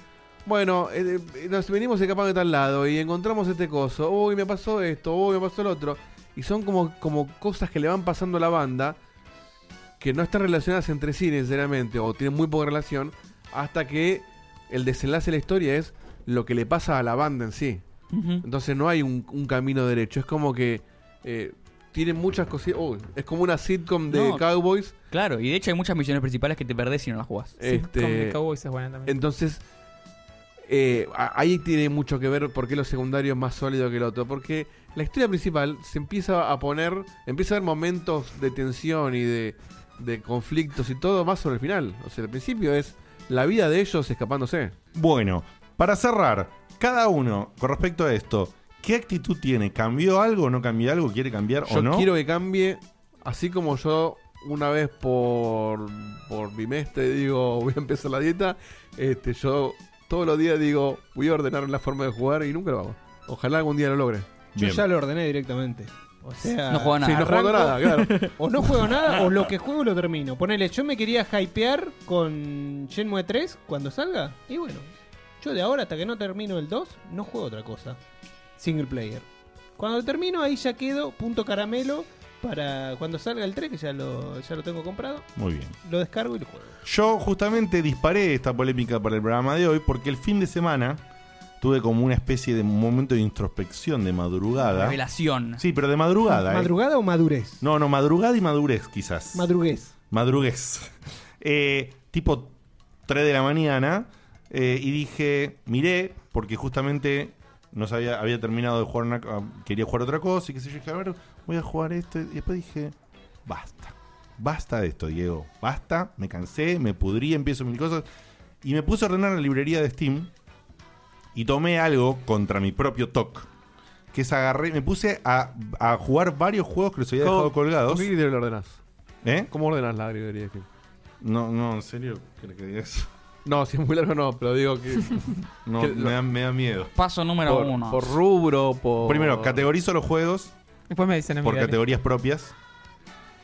Bueno, eh, eh, nos venimos escapando de tal lado y encontramos este coso. Uy, me pasó esto, uy, me pasó el otro. Y son como, como cosas que le van pasando a la banda que no están relacionadas entre sí necesariamente o tienen muy poca relación hasta que el desenlace de la historia es lo que le pasa a la banda en sí. Ujú. Entonces no hay un, un camino derecho, es como que eh, tiene muchas cosas... uy, es como una sitcom de No, cowboys. Claro, y de hecho hay muchas misiones principales que te perdés si no las jugás. Este, Entonces, eh, a- ahí tiene mucho que ver por qué lo secundario es más sólido que el otro. Porque la historia principal se empieza a poner, empieza a haber momentos de tensión y de, de conflictos y todo más sobre el final. O sea, el principio es la vida de ellos escapándose. Bueno, para cerrar, cada uno con respecto a esto, ¿qué actitud tiene? ¿Cambió algo? ¿No cambió algo? ¿Quiere cambiar Yo o no? quiero que cambie, así como yo una vez por, por bimestre digo, voy a empezar la dieta, este, yo todos los días digo, voy a ordenar la forma de jugar y nunca lo hago. Ojalá algún día lo logre. Yo ya lo ordené directamente. O sea, No juego nada. Sí, no juego nada, claro. O no juego nada, o lo que juego lo termino. Ponele, yo me quería hypear con Shenmue 3 cuando salga. Y bueno, yo de ahora hasta que no termino el 2, no juego otra cosa. Single player. Cuando termino, ahí ya quedo punto caramelo para cuando salga el 3, que ya lo, ya lo tengo comprado. Muy bien. Lo descargo y lo juego. Yo justamente disparé esta polémica para el programa de hoy porque el fin de semana tuve como una especie de momento de introspección de madrugada. Revelación. Sí, pero de madrugada. ¿eh? ¿Madrugada o madurez? No, no, madrugada y madurez quizás. Madrugués. Madrugués. Eh, tipo 3 de la mañana. eh, y dije, miré, porque justamente no sabía, había terminado de jugar una. ah, Quería jugar otra cosa y qué sé yo. Dije, a ver, voy a jugar esto. Y después dije, basta. Basta de esto, Diego. Basta. Me cansé, me pudrí, empiezo mil cosas. Y me puse a ordenar la librería de Steam. Y tomé algo contra mi propio TOC. Que es agarré. Me puse a, a jugar varios juegos que los había dejado colgados. ¿Cómo lo ordenás? ¿Eh? ¿Cómo ordenás la librería de Steam? No, no, en serio, ¿querés que diga eso? No, si es muy largo no, pero digo que... No, que me, da, me da miedo. Paso número Por- uno. Por rubro, por... Primero, categorizo los juegos Después me dicen a mí, por dale. categorías propias.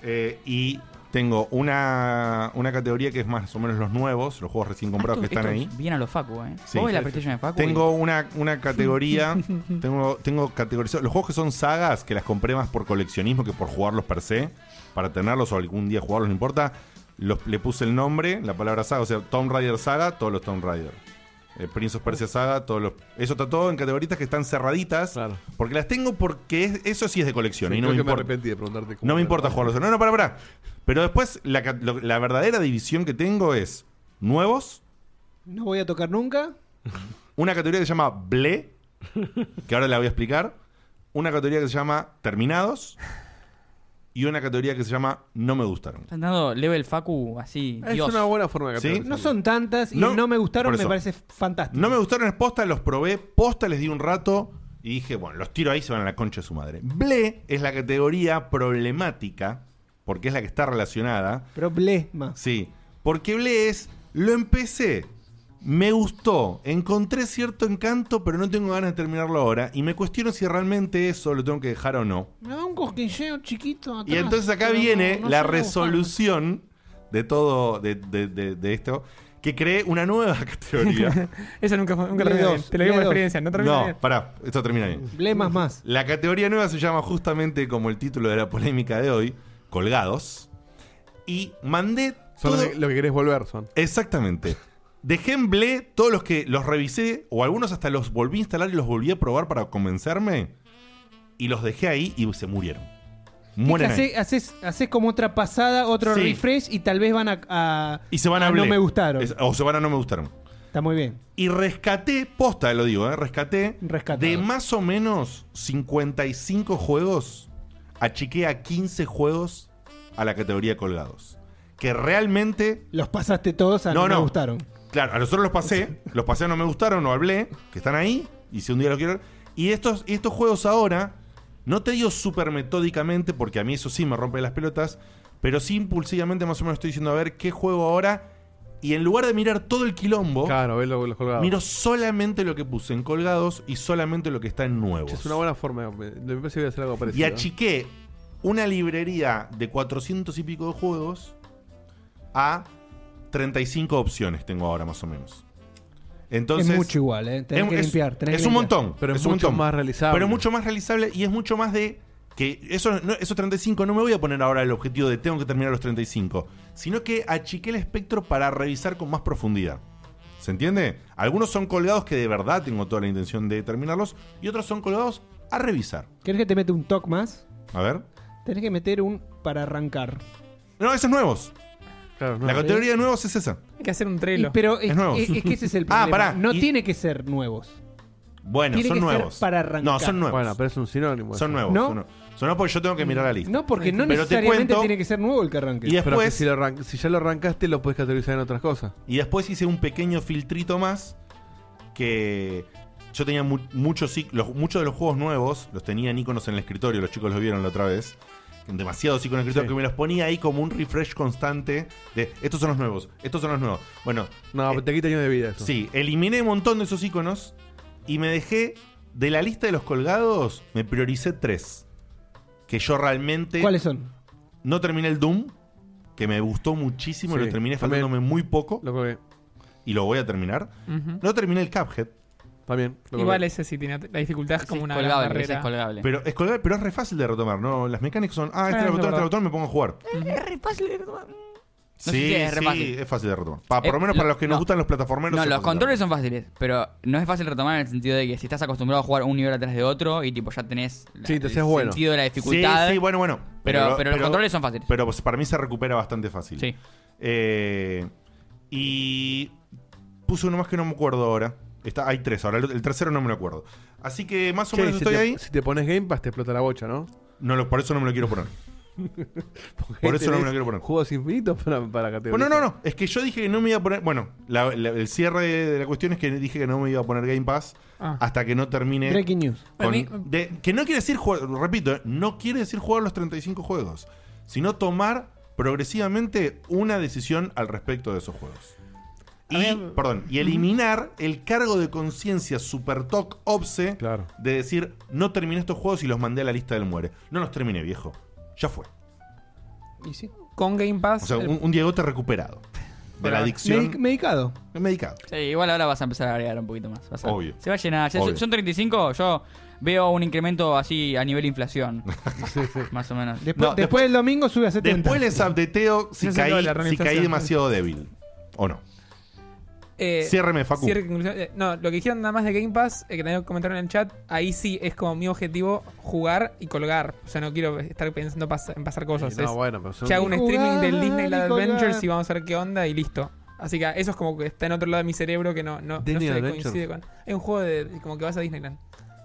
Eh, y tengo una, una categoría que es más o menos los nuevos, los juegos recién comprados Ah, que Esto- están ahí. esto Viene a los Facu, ¿eh? Sí. ¿Vos ves la PlayStation de Facu? Tengo una, una categoría. tengo, tengo categorizado. Los juegos que son sagas, que las compré más por coleccionismo que por jugarlos per se, para tenerlos o algún día jugarlos, no importa. Los, le puse el nombre, la palabra saga, o sea, Tomb Raider saga, todos los Tomb Raider. Eh, Prince of Persia saga, todos los. Eso está todo en categorías que están cerraditas. Porque las tengo porque es- eso sí es de colección. Sí, y no creo me que me importa. arrepentí de preguntarte cómo No me era. importa jugarlos. No, no, para, para. Pero después, la, ca- lo- la verdadera división que tengo es nuevos, No voy a tocar nunca. una categoría que se llama Ble, que ahora la voy a explicar. Una categoría que se llama Terminados. Y una categoría que se llama No me gustaron. Están dando level Facu así. Es Dios. una buena forma de ¿Sí? categorizar. No son tantas y no, No, me gustaron, por me eso. parece fantástico. No me gustaron es posta, los probé, posta les di un rato y dije, bueno, los tiro ahí, se van a la concha de su madre. Ble es la categoría problemática, porque es la que está relacionada. Problema. Sí, porque Ble es, lo empecé, me gustó, encontré cierto encanto, pero no tengo ganas de terminarlo ahora y me cuestiono si realmente eso lo tengo que dejar o no. Me da un cosquilleo chiquito. Y entonces acá viene la resolución de todo, de, de- de- de esto, que creé una nueva categoría. Eso nunca, fue- nunca Lee termina dos, bien. Te lo digo lee por dos. experiencia. No termina No, bien. pará, esto termina bien. Blemas más. La categoría nueva se llama justamente como el título de la polémica de hoy, Colgados. Y mandé... Son todo- lo que- lo que querés volver, son. Exactamente. Dejé en Ble todos los que los revisé, o algunos hasta los volví a instalar y los volví a probar para convencerme, y los dejé ahí y se murieron. Mueren ahí. Haces, haces- haces como otra pasada, otro Sí. refresh y tal vez van a. a- Y se van a, a Ah, No ble. me gustaron. Es- o se van a no me gustaron. Está muy bien. Y rescaté, posta lo digo, ¿eh? rescaté de más o menos 55 juegos, achiqué a 15 juegos a la categoría colgados. Que realmente, Los pasaste todos a No, no, no. me gustaron. claro, a los otros los pasé, los pasé a no me gustaron, no hablé, que están ahí, y si un día los quiero... Y estos, y estos juegos ahora, no te digo súper metódicamente, porque a mí eso sí me rompe las pelotas, pero sí impulsivamente más o menos estoy diciendo, a ver, ¿qué juego ahora? Y en lugar de mirar todo el quilombo... Claro, ves lo- los colgados. Miro solamente lo que puse en colgados y solamente lo que está en nuevos. es una buena forma. Me, me parece que voy a hacer algo y parecido. ¿eh? achiqué una librería de 400 y pico de juegos a 35 opciones tengo ahora más o menos. Entonces, Es mucho igual, ¿eh? Tenés que limpiar, tenés es que un limpiar. montón. Pero es un mucho montón. más realizable. Pero mucho más realizable y es mucho más de que eso, no- esos 35 no me voy a poner ahora el objetivo de tengo que terminar los 35, sino que achiqué el espectro para revisar con más profundidad. ¿Se entiende? Algunos son colgados que de verdad tengo toda la intención de terminarlos y otros son colgados a revisar. ¿Querés que te mete un toque más? A ver. Tenés que meter un para arrancar. No, esos nuevos. La categoría de nuevos es esa. Hay que hacer un Y- trelo. pero es, es- es que ese es el problema. Ah, pará. No Y- tiene que ser nuevos. Bueno, Tiene son que ser nuevos. para arrancar. No, son nuevos. Bueno, pero es un sinónimo. Son eso. nuevos. ¿No? Son, nuevos. Son nuevos porque yo tengo que mirar la lista. No, porque no Pero te necesariamente cuento- tiene que ser nuevo el que arranque. Y Pero que después- si, lo arran- si ya lo arrancaste, lo puedes categorizar en otras cosas. Y después hice un pequeño filtrito más que yo tenía mu- muchos ic- los- muchos de los juegos nuevos los tenían iconos en el escritorio, los chicos los vieron la otra vez. Demasiados iconos en el escritorio Sí. que me los ponía ahí como un refresh constante de estos son los nuevos, estos son los nuevos. Bueno, eh, no, te quita años de vida eso. Sí, eliminé un montón de esos iconos y me dejé de la lista de los colgados, me prioricé tres que yo realmente ¿Cuáles son? No terminé el Doom, que me gustó muchísimo, Sí, lo terminé también. faltándome muy poco. y lo voy a terminar. Ujú. No terminé el Cuphead. También. Igual ese sí tiene la dificultad es como una gran barrera. Pero es colgable, pero es re fácil de retomar, ¿no? Las mecánicas son, ah, este era Ah, el es botón, este era el verdad. botón, me pongo a jugar. Es re fácil ¿eh? de retomar. Sí, No sé si es re sí, fácil. es fácil de retomar. Pa- por lo Eh, menos para los que nos no. gustan los plataformeros. No, es los fácil de controles son fáciles, pero no es fácil retomar en el sentido de que si estás acostumbrado a jugar un nivel atrás de otro y tipo ya tenés la- Sí, te el haces bueno. sentido de la dificultad. Sí, sí, bueno, bueno. Pero, pero, los controles son fáciles. Pero pues, para mí se recupera bastante fácil. Sí. y puse uno más que no me acuerdo ahora. Está, hay tres ahora, el, el tercero no me lo acuerdo. Así que más o Che, menos si estoy te- ahí. Si te pones Game Pass, te explota la bocha, ¿no? No, lo- por eso no me lo quiero poner. por eso no me lo quiero poner. Juegos infinitos para, para Bueno, categorizar. no, no. Es que yo dije que no me iba a poner. Bueno, la- la- el cierre de la cuestión es que dije que no me iba a poner Game Pass Ah. hasta que no termine. Breaking news. con- A mí- de- que no quiere decir, jugar- repito, eh, no quiere decir jugar los 35 juegos, sino tomar progresivamente una decisión al respecto de esos juegos. Y, perdón, y eliminar el cargo de conciencia super toc obse de decir no terminé estos juegos y los mandé a la lista del muere. No los terminé, viejo. Ya fue. Con Game Pass. O sea, el- un, un Diegote recuperado de la adicción. medicado. Medicado. Sí, igual ahora vas a empezar a agregar un poquito más. vas a- Obvio. Se va a llenar. Ya Obvio. son 35, yo veo un incremento así a nivel inflación. Más o menos. Después, después del domingo sube a 70. Después les updateo si No es el caí, dólar, la si caí inflación. demasiado débil. ¿O no? Eh, Ciérreme, Facu. cierre y conclusión. Eh, no, lo que dijeron nada más de Game Pass, eh, que también comentaron en el chat, ahí sí es como mi objetivo jugar y colgar. O sea, no quiero estar pensando pas- en pasar cosas. Sí, no, es, bueno, pero son- que hago un Y streaming jugar del y Disneyland colgar. Adventures y vamos a ver qué onda y listo. Así que eso es como que está en otro lado de mi cerebro que no, no, no Disney se Adventures. coincide con. Es un juego de como que vas a Disneyland.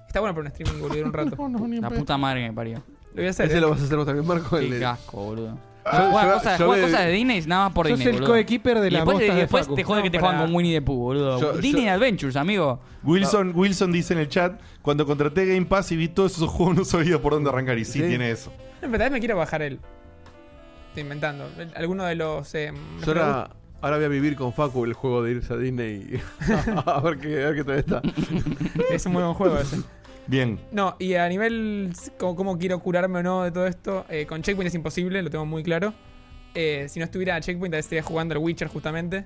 Está bueno para un streaming y volver un rato. La puta madre que me parió. Lo voy a hacer, Ese eh. lo vas a hacer vos también, Marco. Qué El- casco, boludo. Yo- Ah, juega yo- cosas, yo juega le- cosas de Disney y nada más por Sos Disney. el boludo. coequiper de Y las después, moscas de después Facu. te jode No, que te para- juegan con Winnie the Pooh, boludo. Yo- Disney yo- Adventures, amigo. Wilson, Wilson dice en el chat: Cuando contraté Game Pass y vi todos esos juegos, no sabía por dónde arrancar. Y sí, ¿Sí? tiene eso. En verdad me quiero bajar él. Estoy inventando. El- Alguno de los. eh, los Yo ahora, ahora voy a vivir con Facu el juego de irse a Disney y a ver qué, a ver qué tal está. Es un muy buen juego ese. Bien. No, y a nivel s- como- cómo, quiero curarme o no de todo esto, eh, con Checkpoint es imposible, lo tengo muy claro. Eh, si no estuviera a Checkpoint, estaría jugando al Witcher justamente.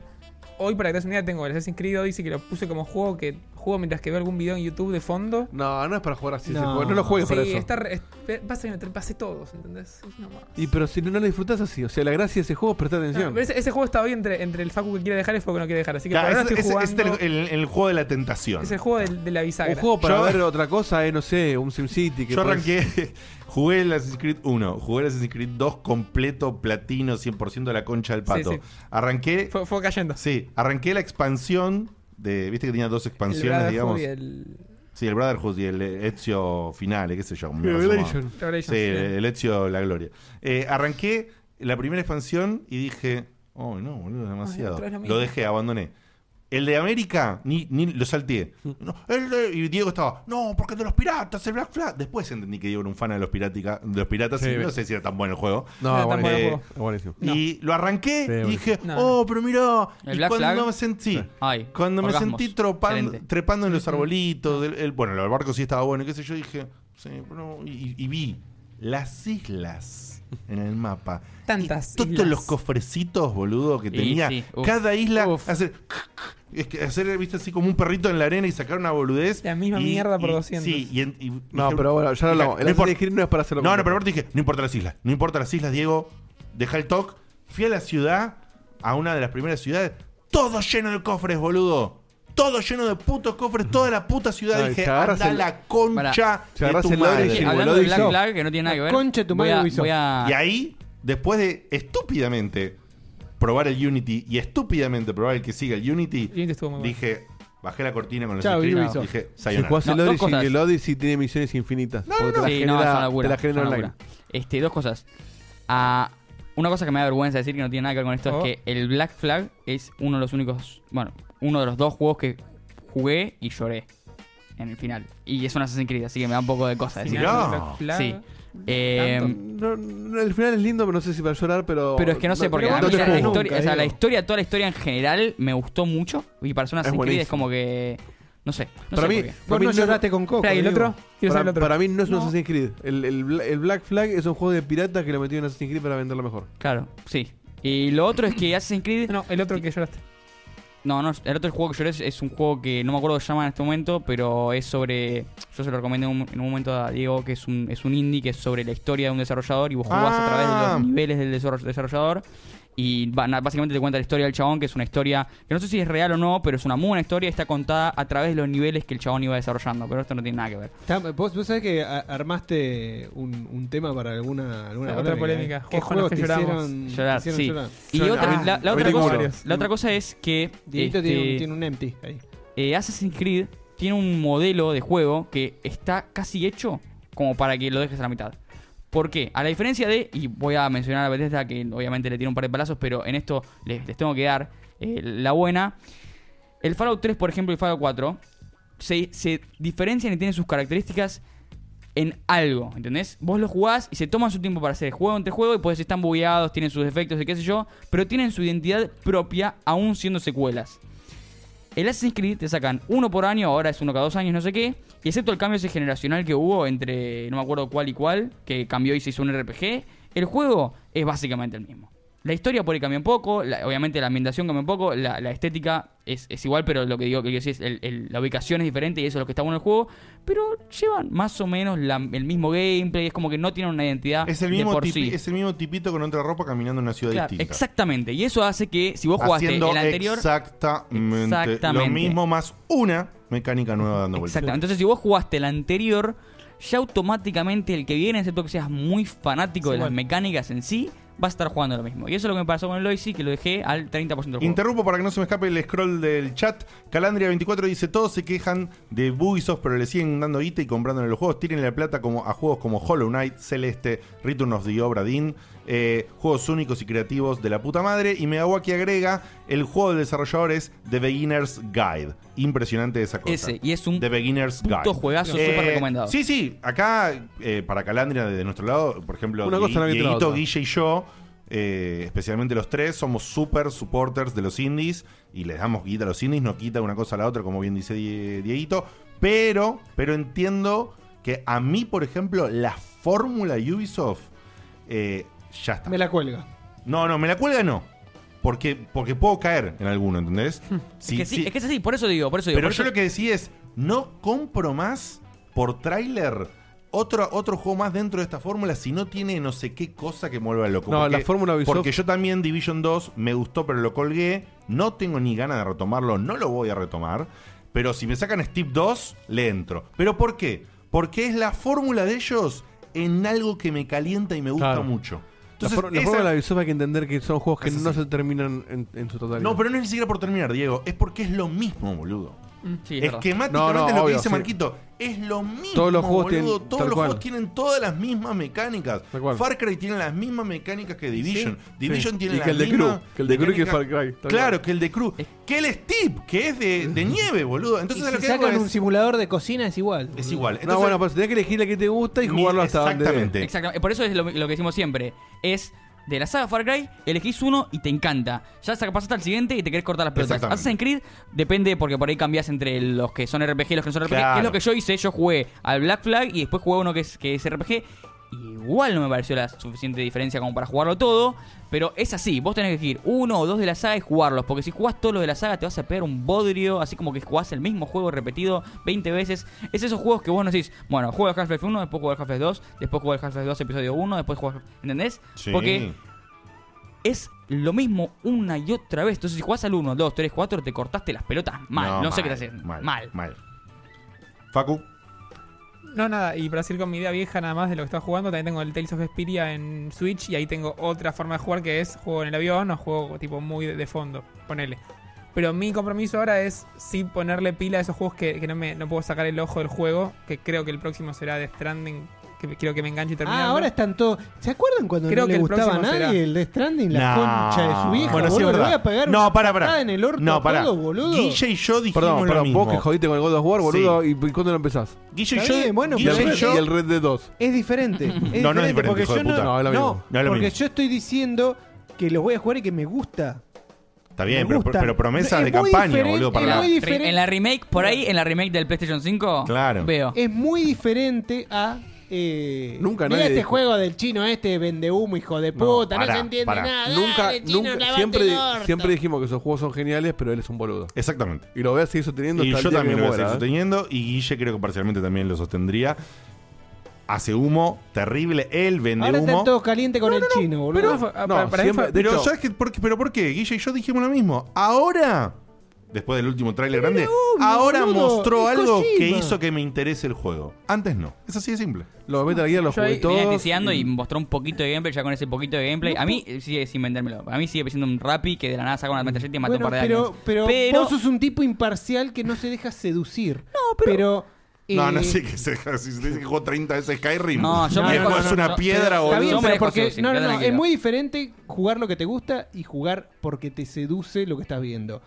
Hoy, para que te des una idea, tengo el Assassin's Creed Odyssey que lo puse como juego que juego mientras que veo algún video en YouTube de fondo. No, no es para jugar así ese juego. No lo juegues sí, para eso. está re- es- pasa que me pasé todos, ¿entendés? Es una mamada. Y pero si no, no lo disfrutas así. O sea, la gracia de ese juego es prestar No, atención. Ah, pero ese, ese juego está hoy entre, entre el Facu que quiere dejar y el Facu que no quiere dejar. Así que Claro, por ahora es- estoy es- jugando. es el, eh, el- el juego de la tentación. es el juego del- de, la bisagra. un juego para Yo- ver otra cosa, eh, no sé, un SimCity. que Yo podés- arranqué, jugué el Assassin's Creed 1, jugué el Assassin's Creed 2 completo, platino, 100% de la concha del pato. sí. Arranqué. Fue, cayendo. Sí, arranqué la expansión de. Viste que tenía dos expansiones, Brotherhood digamos. y el- Sí, el Brotherhood y el eh, Ezio Finale, qué sé yo. me Revelation. asomaba. Revelation, Sí, sí. el Ezio La Gloria. Eh, arranqué la primera expansión y dije, oh no, boludo, es demasiado. otra vez lo mismo. lo dejé, abandoné. El de América, ni, ni lo salteé. No, el de- y Diego estaba, no, porque de los piratas, el Black Flag. Después entendí que Diego era un fan de los, pirática- de los piratas Sí, y no bien. sé si era tan bueno el juego. No, Eh, bueno, buenísimo. buenísimo. Y lo arranqué Sí, y buenísimo. dije, No, oh, pero mirá. El y Black cuando Flag. me sentí, Ay, cuando me orgasmos. sentí tropando- Excelente. trepando en los arbolitos, el, el- bueno, el barco sí estaba bueno, y qué sé yo, dije, sí, pero no, y, y vi las islas en el mapa. Tantas Y todos islas. los cofrecitos, boludo, que Y tenía. sí, uf. cada isla hacer, es que hacer, viste, así como un perrito en la arena y sacar una boludez. La misma mierda por 200. Sí, y, en- y No, dije, pero bueno, ya lo dije, hablamos. El Assassin's importa. Creed no es para hacerlo. No, no, pero aparte dije, no importa las islas, no importa las islas, Diego, deja el toque. Fui a la ciudad, a una de las primeras ciudades, todo lleno de cofres, boludo. Todo lleno de putos cofres, toda la puta ciudad. Ay, dije, te agarras anda el- la concha Pará. Te agarras de el tu madre. Origin, Hablando de Black Flag, que no tiene nada que ver. voy a- voy a- Y ahí, después de estúpidamente probar el Unity y estúpidamente probar el que siga el Unity, dije, bajé la cortina con los Chao, screens, Ubisoft. dije, Si sayonara. jugás el No, dos Odyssey, cosas. el Odyssey tiene misiones infinitas. porque te las Sí, no, genera- es una locura, te las genera es una online. locura. Este, dos cosas. Ah, una cosa que me da vergüenza decir que no tiene nada que ver con esto Oh. es que el Black Flag es uno de los únicos, bueno, uno de los dos juegos que jugué y lloré en el final. Y es un Assassin's Creed, así que me da un poco de cosa decir. Mirá. Black Flag. Sí. Eh, No, no, el final es lindo, pero no sé si para llorar, pero. pero es que no sé, porque te a mí la, la juzgo historia, nunca, o sea, la digo. historia, toda la historia en general me gustó mucho. Y para ser un Es Assassin's Creed es buenísimo. como que, no sé. No para sé mí, por qué. para mí Espera, ¿y el otro? Quiero para, saber el otro. para mí no es un No. Assassin's Creed. El, el Bla- el Black Flag es un juego de piratas que lo metió en Assassin's Creed para venderlo mejor. Claro, sí. Y lo otro es que Assassin's Creed. No, el otro que lloraste. No, no, el otro juego que lloré es, es un juego que no me acuerdo cómo se llama en este momento, pero es sobre. Yo se lo recomendé en un, en un momento a Diego, que es un, es un indie que es sobre la historia de un desarrollador y vos jugás a través de Ah. los niveles del desarroll- desarrollador. Y ba- na- básicamente te cuenta la historia del chabón, que es una historia que no sé si es real o no, pero es una muy buena historia y está contada a través de los niveles que el chabón iba desarrollando. Pero esto no tiene nada que ver. Está- ¿Vos, vos sabés que a- armaste un, un tema para alguna, alguna Otra polémica. eh? Juegos ¿Qué con los juegos que te lloramos. hicieron, te Llorar, hicieron sí. llorar? Y Llorar. otra- la, la Ah, otra tengo cosa, varios. la otra cosa es que. Dieguito este, tiene, un- tiene un empty ahí. eh, Assassin's Creed tiene un modelo de juego que está casi hecho como para que lo dejes a la mitad. ¿Por qué? A la diferencia de, y voy a mencionar a Bethesda que obviamente le tiene un par de palazos, pero en esto les, les tengo que dar eh, la buena. El Fallout 3, por ejemplo, y Fallout 4 se, se diferencian y tienen sus características en algo, ¿entendés? Vos lo jugás y se toman su tiempo para hacer el juego entre juego y pues están bugueados, tienen sus defectos y qué sé yo, pero tienen su identidad propia aún siendo secuelas. El Assassin's Creed te sacan uno por año, ahora es uno cada dos años, no sé qué. Y excepto el cambio ese generacional que hubo entre no me acuerdo cuál y cuál, que cambió y se hizo un RPG, el juego es básicamente el mismo. La historia por ahí cambia un poco, la- obviamente la ambientación cambia un poco, la, la estética es, es igual, pero lo que digo que quiero decir es el- el- la ubicación es diferente y eso es lo que está bueno del juego, pero llevan más o menos la- el mismo gameplay, es como que no tienen una identidad Es el, de mismo por tipi- sí. es el mismo tipito con otra ropa caminando en una ciudad Claro, distinta. exactamente, y eso hace que si vos jugaste Haciendo el anterior... Exactamente. Exactamente. Lo mismo más una mecánica nueva dando vueltas. Exactamente. Entonces, si vos jugaste el anterior, ya automáticamente el que viene, excepto que seas muy fanático de las mecánicas en sí, va a estar jugando lo mismo. Y eso es lo que me pasó con el Loisy, que lo dejé al 30% del juego. Interrumpo para que no se me escape el scroll del chat. Calandria24 dice: Todos se quejan de Ubisoft, pero le siguen dando guita y comprándole los juegos. Tienen la plata como a juegos como Hollow Knight, Celeste, Return of the Obra Dinn, eh, juegos únicos y creativos de la puta madre. Y Megawaki agrega: El juego de desarrolladores The Beginner's Guide. Impresionante esa cosa. Ese, y es un The Beginner's Guide. Eh, puto juegazo súper recomendado. Sí, sí. Acá, eh, para Calandria, de nuestro lado, por ejemplo, Una cosa no quita la Dieguito, otra. Guille y yo, eh, especialmente los tres, somos super supporters de los indies y les damos guita a los indies, no quita una cosa a la otra, como bien dice Die- Dieguito, pero, pero entiendo que a mí, por ejemplo, la fórmula Ubisoft eh, ya está. Me la cuelga. No, no, me la cuelga no. Porque, porque puedo caer en alguno, ¿entendés? Sí, es, que sí, sí. es que es así, por eso digo, por eso digo. Pero por yo eso- lo que decía es, no compro más por tráiler otro, otro juego más dentro de esta fórmula si no tiene no sé qué cosa que mueva loco. No, la fórmula Ubisoft- Porque yo también Division 2 me gustó, pero lo colgué. No tengo ni ganas de retomarlo, no lo voy a retomar. Pero si me sacan Steve 2, le entro. ¿Pero por qué? Porque es la fórmula de ellos en algo que me calienta y me gusta Claro. mucho. La Entonces, for- la esa- forma de la Ubisoft hay que entender que son juegos que Es no se terminan en, en su totalidad. No, pero no es ni siquiera por terminar, Diego. Es porque es lo mismo, boludo. Mm, Sí, es verdad. Esquemáticamente No, no, lo que obvio, dice sí. Marquito. Es lo mismo, Todos los juegos boludo. tienen- Todos tal los cual. juegos tienen todas las mismas mecánicas. cual. Far Cry tiene las mismas mecánicas que Division. Sí, Division sí. tiene Y las que el de mismas Crew, que el de Crew y que mecánicas- Far Cry, tal Claro, cual. que el de Crew. Que el Steve, que es de, de nieve, boludo. Entonces Y lo si que digo sacan es- un simulador de cocina es igual. Es igual. no, bueno, pues tenés que elegir la que te gusta y jugarlo hasta donde. Exactamente. Por eso es lo, lo que decimos siempre. Es de la saga Far Cry, elegís uno y te encanta. Ya saca- pasaste al siguiente y te querés cortar las pelotas. Exactamente. Assassin's Creed depende porque por ahí cambias entre los que son RPG y los que no son RPG. Claro. Que es lo que yo hice. Yo jugué al Black Flag y después jugué a uno que es, que es RPG. Igual no me pareció la suficiente diferencia como para jugarlo todo. Pero es así, vos tenés que elegir uno o dos de la saga y jugarlos. Porque si jugás todos los de la saga te vas a pegar un bodrio. Así como que jugás el mismo juego repetido 20 veces. Es esos juegos que vos no decís, bueno, juego el Half-Life 1, después juego el Half-Life 2, después juego el Half-Life 2 episodio 1, después juego... ¿Entendés? Sí. Porque es lo mismo una y otra vez. Entonces si jugás al 1, 2, 3, 4 te cortaste las pelotas mal. No, sé qué te haces. Mal. Mal. Mal. Facu. No, nada, y para seguir con mi idea vieja nada más de lo que estaba jugando, también tengo el Tales of Vesperia en Switch y ahí tengo otra forma de jugar que es juego en el avión o juego tipo muy de, de fondo, ponele. Pero mi compromiso ahora es sí ponerle pila a esos juegos que, que no me no puedo sacar el ojo del juego, que creo que el próximo será de Stranding, que me- quiero que me enganche y termine. Ah, ahora están todos. ¿Se acuerdan cuando Creo no le que el gustaba a próximo nadie será. el Death Stranding? La No. concha de su vieja. Bueno, sí, boludo, es le verdad. voy a pegar No, una pará, pará. patada en el orto No, a pará. todo, boludo. Guille y yo dijimos Perdón, lo perdón, mismo. vos que jodiste con el God of War, boludo, y, y cuándo lo empezás? Guille Está bien, bueno, y, el pero- Red, y el Red Dead 2. Es diferente. Es diferente, no es diferente, porque hijo yo de puta. no, No, es lo no, mismo. No es lo porque mismo. yo estoy diciendo que los voy a jugar y que me gusta. Está bien, Me pero, gusta. pero promesas Es de muy campaña, diferente, boludo, para es la- muy diferente. En la remake, por ahí, en la remake del PlayStation 5, Claro. veo. Es muy diferente a. Eh, Nunca mirá nadie este dijo- juego del chino este, vende humo, hijo de puta, no, pará, se entiende pará. nada. Nunca, dale, chino, nunca- lavate siempre, el orto. siempre dijimos que esos juegos son geniales, pero él es un boludo. Exactamente. Y lo voy a seguir sosteniendo Y hasta yo el día también que lo me voy a seguir muera, ¿eh? sosteniendo. Y Guille creo que parcialmente también lo sostendría. Hace humo, terrible. Él vende Ahora humo. están todos calientes con el chino, boludo. No, siempre- pero, ¿sabes qué? ¿Por, qué- pero ¿por qué? Guille y yo dijimos lo mismo. Ahora, después del último tráiler grande, obvio, ahora boludo, mostró es algo que Kojima. hizo que me interese el juego. Antes no. Es así de simple. Los Metal Gear los Yo ahí jugué venía todos. noticiando y... mostró un poquito de gameplay, ya con ese poquito de gameplay. A mí eh, sigue sin vendérmelo. A mí sigue pareciendo un Rappi que de la nada saca una metralleta y mató Bueno, un par de pero, aliens. pero, vos sos un tipo imparcial que no se deja seducir. No, pero. no, eh, no sé qué se si se dice que jugó 30 veces Skyrim. No, yo y me después dejo- es no, una no, piedra, Está bien, boludo. pero porque, no, no, no, es muy diferente jugar lo que te gusta y jugar porque te seduce lo que estás viendo.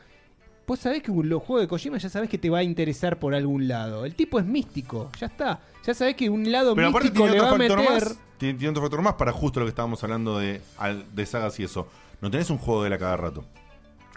Vos sabés que un- los juegos de Kojima ya sabés que te va a interesar por algún lado. El tipo es místico, ya está. Ya sabés que un lado Pero aparte místico tiene le otro va a factor meter. más. Tiene, tiene otro factor más para justo lo que estábamos hablando de, al- de sagas y eso. No tenés un juego de él a cada rato.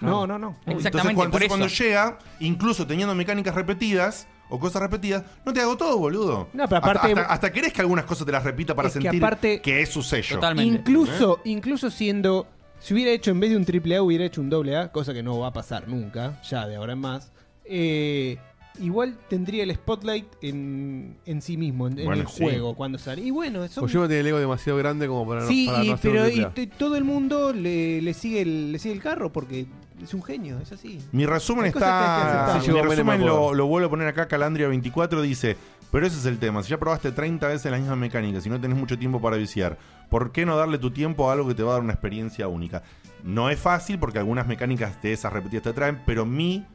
No, no, no. Entonces, cuando, entonces cuando llega, incluso teniendo mecánicas repetidas o cosas repetidas, no te hago todo, boludo. No, pero Hasta- aparte- Hasta, hasta querés que algunas cosas te las repita para Es que sentir que, aparte- es su sello. Incluso, incluso siendo. Si hubiera hecho en vez de un triple A, hubiera hecho un doble A, cosa que no va a pasar nunca, ya de ahora en más. eh, igual tendría el spotlight en, en sí mismo, en, en Bueno, el sí. Pues juego, cuando sale. Y bueno, son- Kojima tiene el ego demasiado grande como para, Sí, para y- no hacer un pero y triple A. t- todo el mundo le, le sigue el, le sigue el carro porque es un genio, es así. Mi resumen Hay cosas que hay que está. aceptar. Sí, llegó mi Menem resumen a lo, poder. lo vuelvo a poner acá. Calandria24 dice: Pero ese es el tema. Si ya probaste 30 veces las mismas mecánicas, si no tenés mucho tiempo para viciar, ¿por qué no darle tu tiempo a algo que te va a dar una experiencia única? No es fácil porque algunas mecánicas de esas repetidas te traen, pero mi,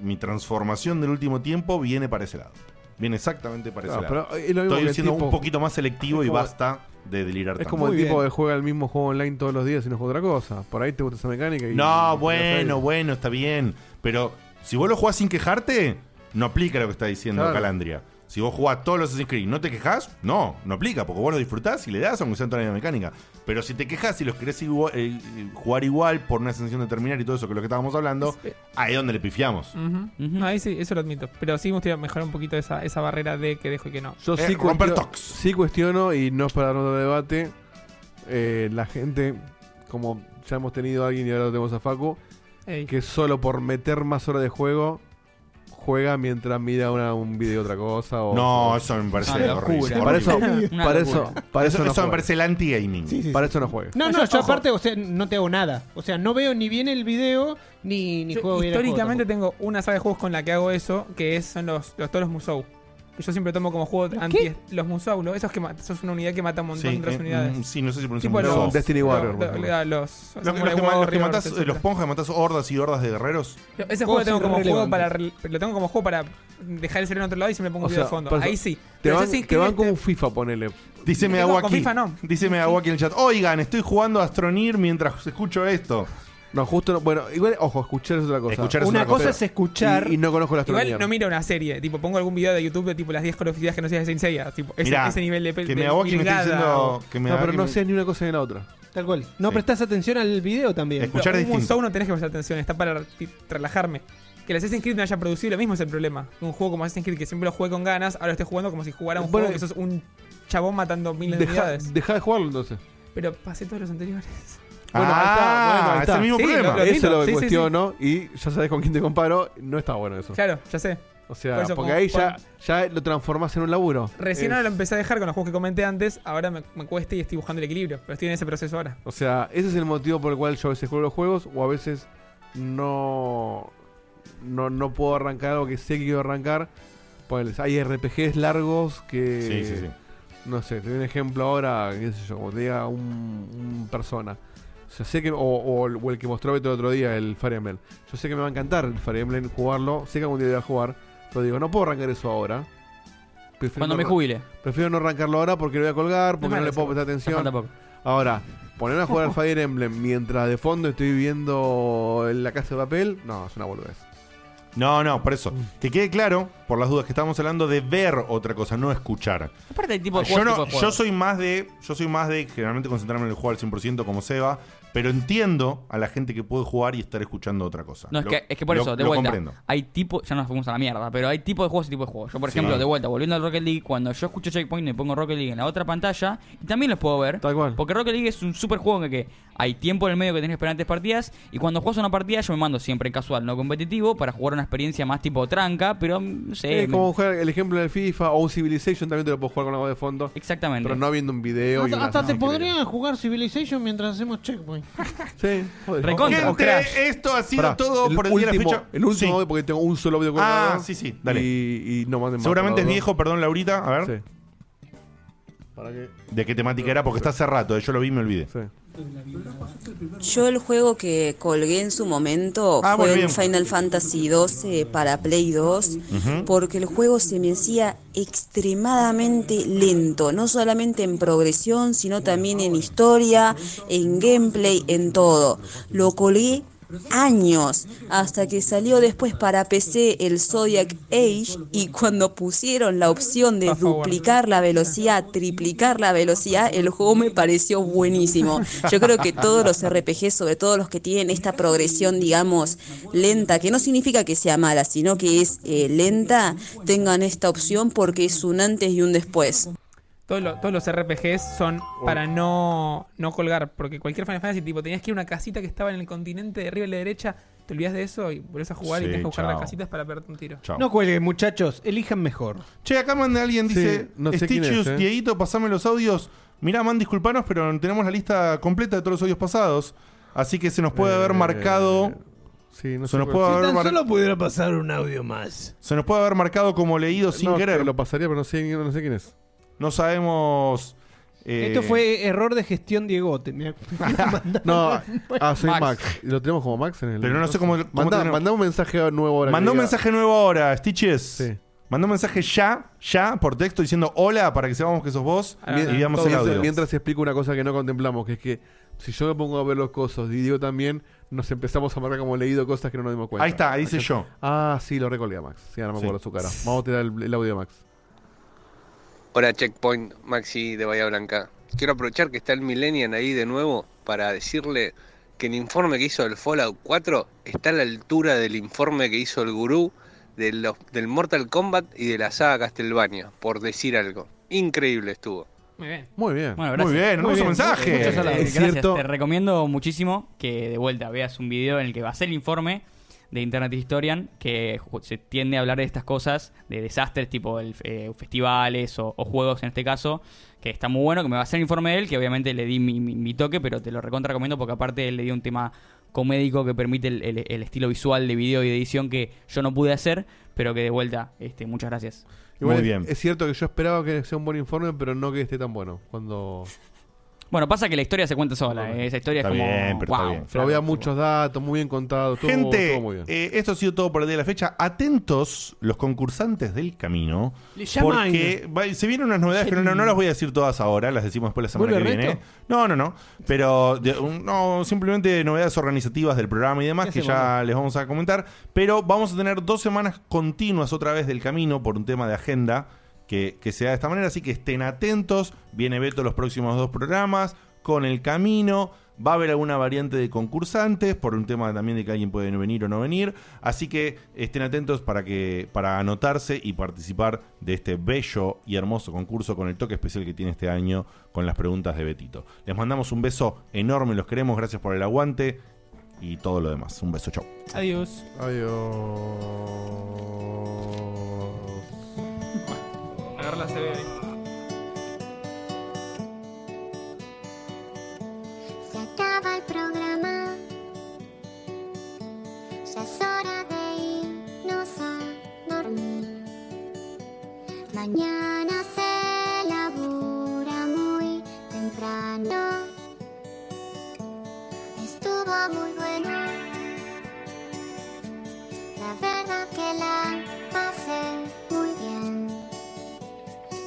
mi transformación del último tiempo viene para ese lado. Viene exactamente para ese Claro, lado. pero eh, es lo mismo que Estoy el siendo tipo- un poquito más selectivo es y como- basta de delirar Es tanto. como el tipo que juega el mismo juego online todos los días y no juega otra cosa. Por ahí te gusta esa mecánica. Y No, y- bueno, bueno, está bien. Pero si vos lo jugás sin quejarte, no aplica lo que está diciendo Claro. Calandria. Si vos jugás todos los Assassin's Creed y no te quejas, no, no aplica, porque vos lo disfrutás y le das aunque sea toda la misma mecánica. Pero si te quejas y los querés igua- eh, eh, jugar igual por una sensación de terminar y todo eso que es lo que estábamos hablando, ahí es donde le pifiamos. Ujú. No, ahí sí, eso lo admito. Pero sí me gustaría mejorar un poquito esa, esa barrera de que dejo y que no. Eh, Yo sí, cuestiono, sí cuestiono, y no es para otro debate, eh, la Eh, gente como ya hemos tenido a alguien y ahora lo tenemos a Facu, Ey. que solo por meter más horas de juego juega mientras mira una- un video de otra cosa. O, No, o- eso me parece Una horrible. Para eso, oh. Una para locura. eso, para Eso- eso, no eso me juegues. parece el anti-gaming. Sí, sí, Para sí. eso no juegues. No, no, yo aparte, o sea, no te hago nada. O sea, no veo ni bien el video, ni, ni Yo juego bien el juego históricamente tengo una saga de juegos con la que hago eso, que es, son los, los toros Musou. Que yo siempre tomo como juego anti los Musou, ¿no? esos que ma- sos una unidad que mata un montón Sí, de otras eh, mm, unidades. sí, no sé si pronuncian Tipo Musou. los- Destiny los- Warrior, por los- ejemplo. los- Los, los Samurai que, ma- Warriors, los que matás, eh, etcétera. los ponjas que matás hordas y hordas de guerreros. Ese juego Juegos lo tengo como juego irrelevantes. para re- lo tengo como juego para dejar el cerebro en otro lado y siempre pongo O un video sea, de fondo. para eso, Ahí sí. Te Pero van, Assassin's te Creed van con un FIFA, ponele. Dice No, me con aquí. FIFA no. Dice me aquí en el chat. Oigan, estoy jugando a Astronir mientras escucho esto. No, justo no. Bueno, igual, ojo, escuchar es otra cosa. Escuchar es Una otra cosa cosa. es escuchar- Y, y no conozco la astronomía. Igual no miro una serie, tipo pongo algún video de YouTube de tipo las 10 colofidades que no seas de Saint Seiya, tipo ese, Mirá, ese nivel de pe- que me de aboque y me virgada estoy diciendo o- que me no, da pero que no me- sé ni una cosa ni la otra. Tal cual. No prestás atención al video también. Pero un Musou no tenés que prestar atención, está para ti- relajarme. Que el Assassin's Creed no haya producido lo mismo es el problema. Un juego como Assassin's Creed que siempre lo jugué con ganas, ahora lo estoy jugando como si jugara un Bueno, juego que sos un chabón matando miles de Deja, unidades. deja de jugarlo entonces. Pero pasé todos los anteriores. Bueno, ahí está, bueno, ahí Ah, es está. el mismo Sí, problema. lo- lo eso es admito, lo que sí, sí, cuestiono. Y ya sabes con quién te comparo. No está bueno eso. Claro, ya sé. O sea, Por eso, porque como- ahí ya, ya lo transformás en un laburo. Recién Es- ahora lo empecé a dejar con los juegos que comenté antes, ahora me, me cuesta y estoy buscando el equilibrio, pero estoy en ese proceso ahora. O sea, ese es el motivo por el cual yo a veces juego los juegos o a veces no, no, no puedo arrancar algo que sé que quiero arrancar. Pues hay RPGs largos que... Sí, sí, sí. No sé, te doy un ejemplo ahora, qué sé yo, como te diga un, un persona. O sea, sé que... O, o el o el que mostró Beto el otro día, el Fire Emblem. Yo sé que me va a encantar el Fire Emblem, jugarlo. Sé que algún día voy a jugar. Pero digo, no puedo arrancar eso ahora. Prefiero Cuando no me arran- jubile. Prefiero no arrancarlo ahora porque lo voy a colgar, porque no, malo le eso, puedo prestar ya atención. falta poco. Ahora, poner a jugar al Fire Emblem mientras de fondo estoy viendo la casa de papel, no, es una boludez. No, no, por eso. Que quede claro, por las dudas, que estamos hablando de ver otra cosa, no escuchar. Aparte hay tipo de yo, juegos, no- tipo de yo juegos. soy más de yo soy más de generalmente concentrarme en el juego al 100% como Seba pero entiendo a la gente que puede jugar y estar escuchando otra cosa No, es, Lo- que, es que por lo- eso, de lo vuelta. comprendo. Hay tipo, ya nos fuimos a la mierda, pero hay tipo de juegos y tipo de juegos. Yo, por Sí. ejemplo, de vuelta, volviendo al Rocket League, cuando yo escucho Checkpoint me pongo Rocket League en la otra pantalla, y también los puedo ver. Porque Rocket League es un super juego en el que hay tiempo en el medio que tenés que esperar antes partidas, y cuando juegas una partida yo me mando siempre casual, no competitivo, para jugar una experiencia más tipo tranca, pero mm, no sé. Eh, me- como jugar el ejemplo del FIFA o un Civilization también te lo puedo jugar con algo de fondo. Exactamente. Pero no viendo un video. y Hasta, una- hasta te no, podrían jugar Civilization mientras hacemos checkpoint. sí, joder. Recontra. Gente, O Crash. esto ha sido todo por el día de la último- fecha. El último Sí. audio, porque tengo un solo audio con Ah, Laura, sí, sí, dale. Y, y no manden más, seguramente por es favor. viejo perdón Laurita a ver Para que- de qué temática era porque está hace rato eh, yo lo vi y me olvidé Yo el juego que colgué en su momento Ah, muy fue bien. el Final Fantasy XII para Play 2, Ujú. porque el juego se me hacía extremadamente lento, no solamente en progresión, sino también en historia, en gameplay, en todo. Lo colgué años hasta que salió después para PC el Zodiac Age y cuando pusieron la opción de duplicar la velocidad, triplicar la velocidad, el juego me pareció buenísimo. Yo creo que todos los RPG, sobre todo los que tienen esta progresión, digamos, lenta, que no significa que sea mala, sino que es eh, lenta, tengan esta opción porque es un antes y un después. Todos, lo- todos los RPGs son para no, no colgar, porque cualquier Final Fantasy, tipo, tenías que ir a una casita que estaba en el continente de arriba a la derecha, te olvidas de eso y volvés a jugar Sí, y tenés que buscar chao. las casitas para pegarte un tiro. No cuelguen, muchachos, elijan mejor. Che, acá manda alguien, dice Sí, no sé quién es, Stitchius, eh. Dieguito, pasame los audios. Mirá, man, disculpanos, pero tenemos la lista completa de todos los audios pasados. Así que se nos puede haber Eh, marcado. Sí, no se sé nos por- puede Si haber tan mar- solo pudiera pasar un audio más. Se nos puede haber marcado como leído sin No, querer. Lo pasaría, pero no sé, no sé quién es. No sabemos. eh, Esto fue error de gestión Diegote. me- No, ah, soy Max. Max. ¿Y ¿Lo tenemos como Max en el.? Pero no sé cómo- cómo Manda, tenemos- manda un mensaje nuevo ahora. que Mandó un diga- mensaje nuevo ahora, Stitches. Mandó un mensaje ya, ya, por texto diciendo hola para que sepamos que sos vos Mien- y veamos Ah, el mientras, audio. mientras explico una cosa que no contemplamos, que es que si yo me pongo a ver los cosas y digo también, nos empezamos a marcar como leído cosas que no nos dimos cuenta. Ahí está, ahí dice Acá- yo. Ah, sí, lo recolía Max. Sí, ahora me Sí. acuerdo su cara. Vamos a tirar el, el audio de Max. Hola Checkpoint, Maxi de Bahía Blanca. Quiero aprovechar que está el Millennium ahí de nuevo para decirle que el informe que hizo el Fallout 4 está a la altura del informe que hizo el gurú de los- del Mortal Kombat y de la saga Castlevania, por decir algo. Increíble estuvo. Muy bien. Muy bien. Bueno, gracias. Muy bien, hermoso mensaje. Muchas gracias. Es Gracias. cierto. Te recomiendo muchísimo que de vuelta veas un video en el que vas el informe de Internet Historian que ju- se tiende a hablar de estas cosas, de desastres tipo el, eh, festivales o, o juegos en este caso, que está muy bueno, que me va a hacer el informe de él, que obviamente le di mi, mi- mi toque, pero te lo recontra recomiendo porque aparte él le dio un tema comédico que permite el, el- el estilo visual de video y de edición que yo no pude hacer, pero que de vuelta, este, muchas gracias. Igual es- Es, cierto que yo esperaba que sea un buen informe, pero no que esté tan bueno. Cuando. Bueno, pasa que la historia se cuenta sola. eh. Esa historia Está es como. bien, pero está wow. bien. Pero había muchos datos, muy bien contados. estuvo- Gente, estuvo muy bien. eh, esto ha sido todo por el día de la fecha. Atentos los concursantes del camino. Le llaman. Porque va- se vienen unas novedades, pero no, no las voy a decir todas ahora, las decimos después la semana que ¿Vuelve viene. Ernesto? No, no, no. Pero de- un- no, simplemente novedades organizativas del programa y demás ¿Qué que hacemos, ya les vamos a comentar. Pero vamos a tener dos semanas continuas otra vez del camino por un tema de agenda que, que se da de esta manera. Así que estén atentos. Viene Beto los próximos dos programas con el camino. Va a haber alguna variante de concursantes por un tema también de que alguien puede venir o no venir. Así que estén atentos para que para anotarse y participar de este bello y hermoso concurso con el toque especial que tiene este año con las preguntas de Betito. Les mandamos un beso enorme, los queremos, gracias por el aguante y todo lo demás. Un beso, chau. Adiós. Adiós. Agarra la CB ahí. Se acaba el programa. Ya es hora de irnos a dormir. Mañana se labura muy temprano. Estuvo muy bueno. La verdad que la pasé muy bien.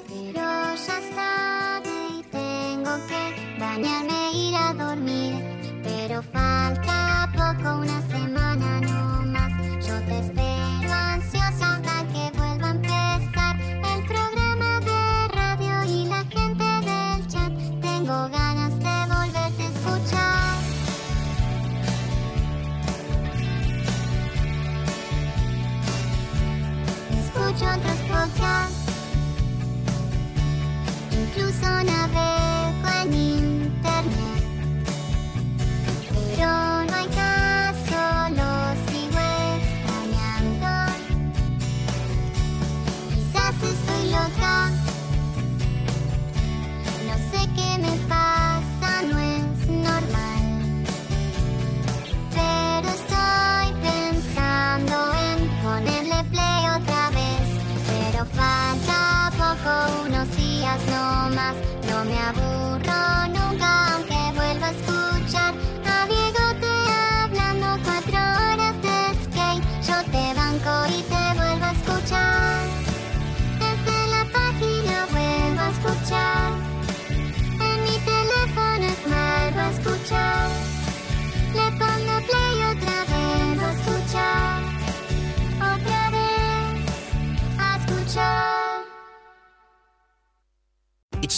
Pero ya es tarde y tengo que bañarme e ir a dormir. Pero falta poco, una semana no más. Yo te espero ansiosa hasta que vuelva a empezar el programa de radio y la gente del chat. Tengo ganas de volverte a escuchar. Escucho otros podcasts. Incluso navego en internet. Pero no hay caso, lo sigo extrañando. Quizás estoy loca. No sé qué me pasa, no es normal. Pero estoy pensando en ponerle play otra vez. Pero falta poco, unos días no más. No me aburro nunca, aunque vuelva a escuchar a Diego te hablando cuatro horas de skate. Yo te banco y te vuelvo a escuchar. Desde la página vuelvo a escuchar. En mi teléfono es vuelvo a escuchar. Le pongo play otra vez a escuchar. Otra vez a escuchar. It's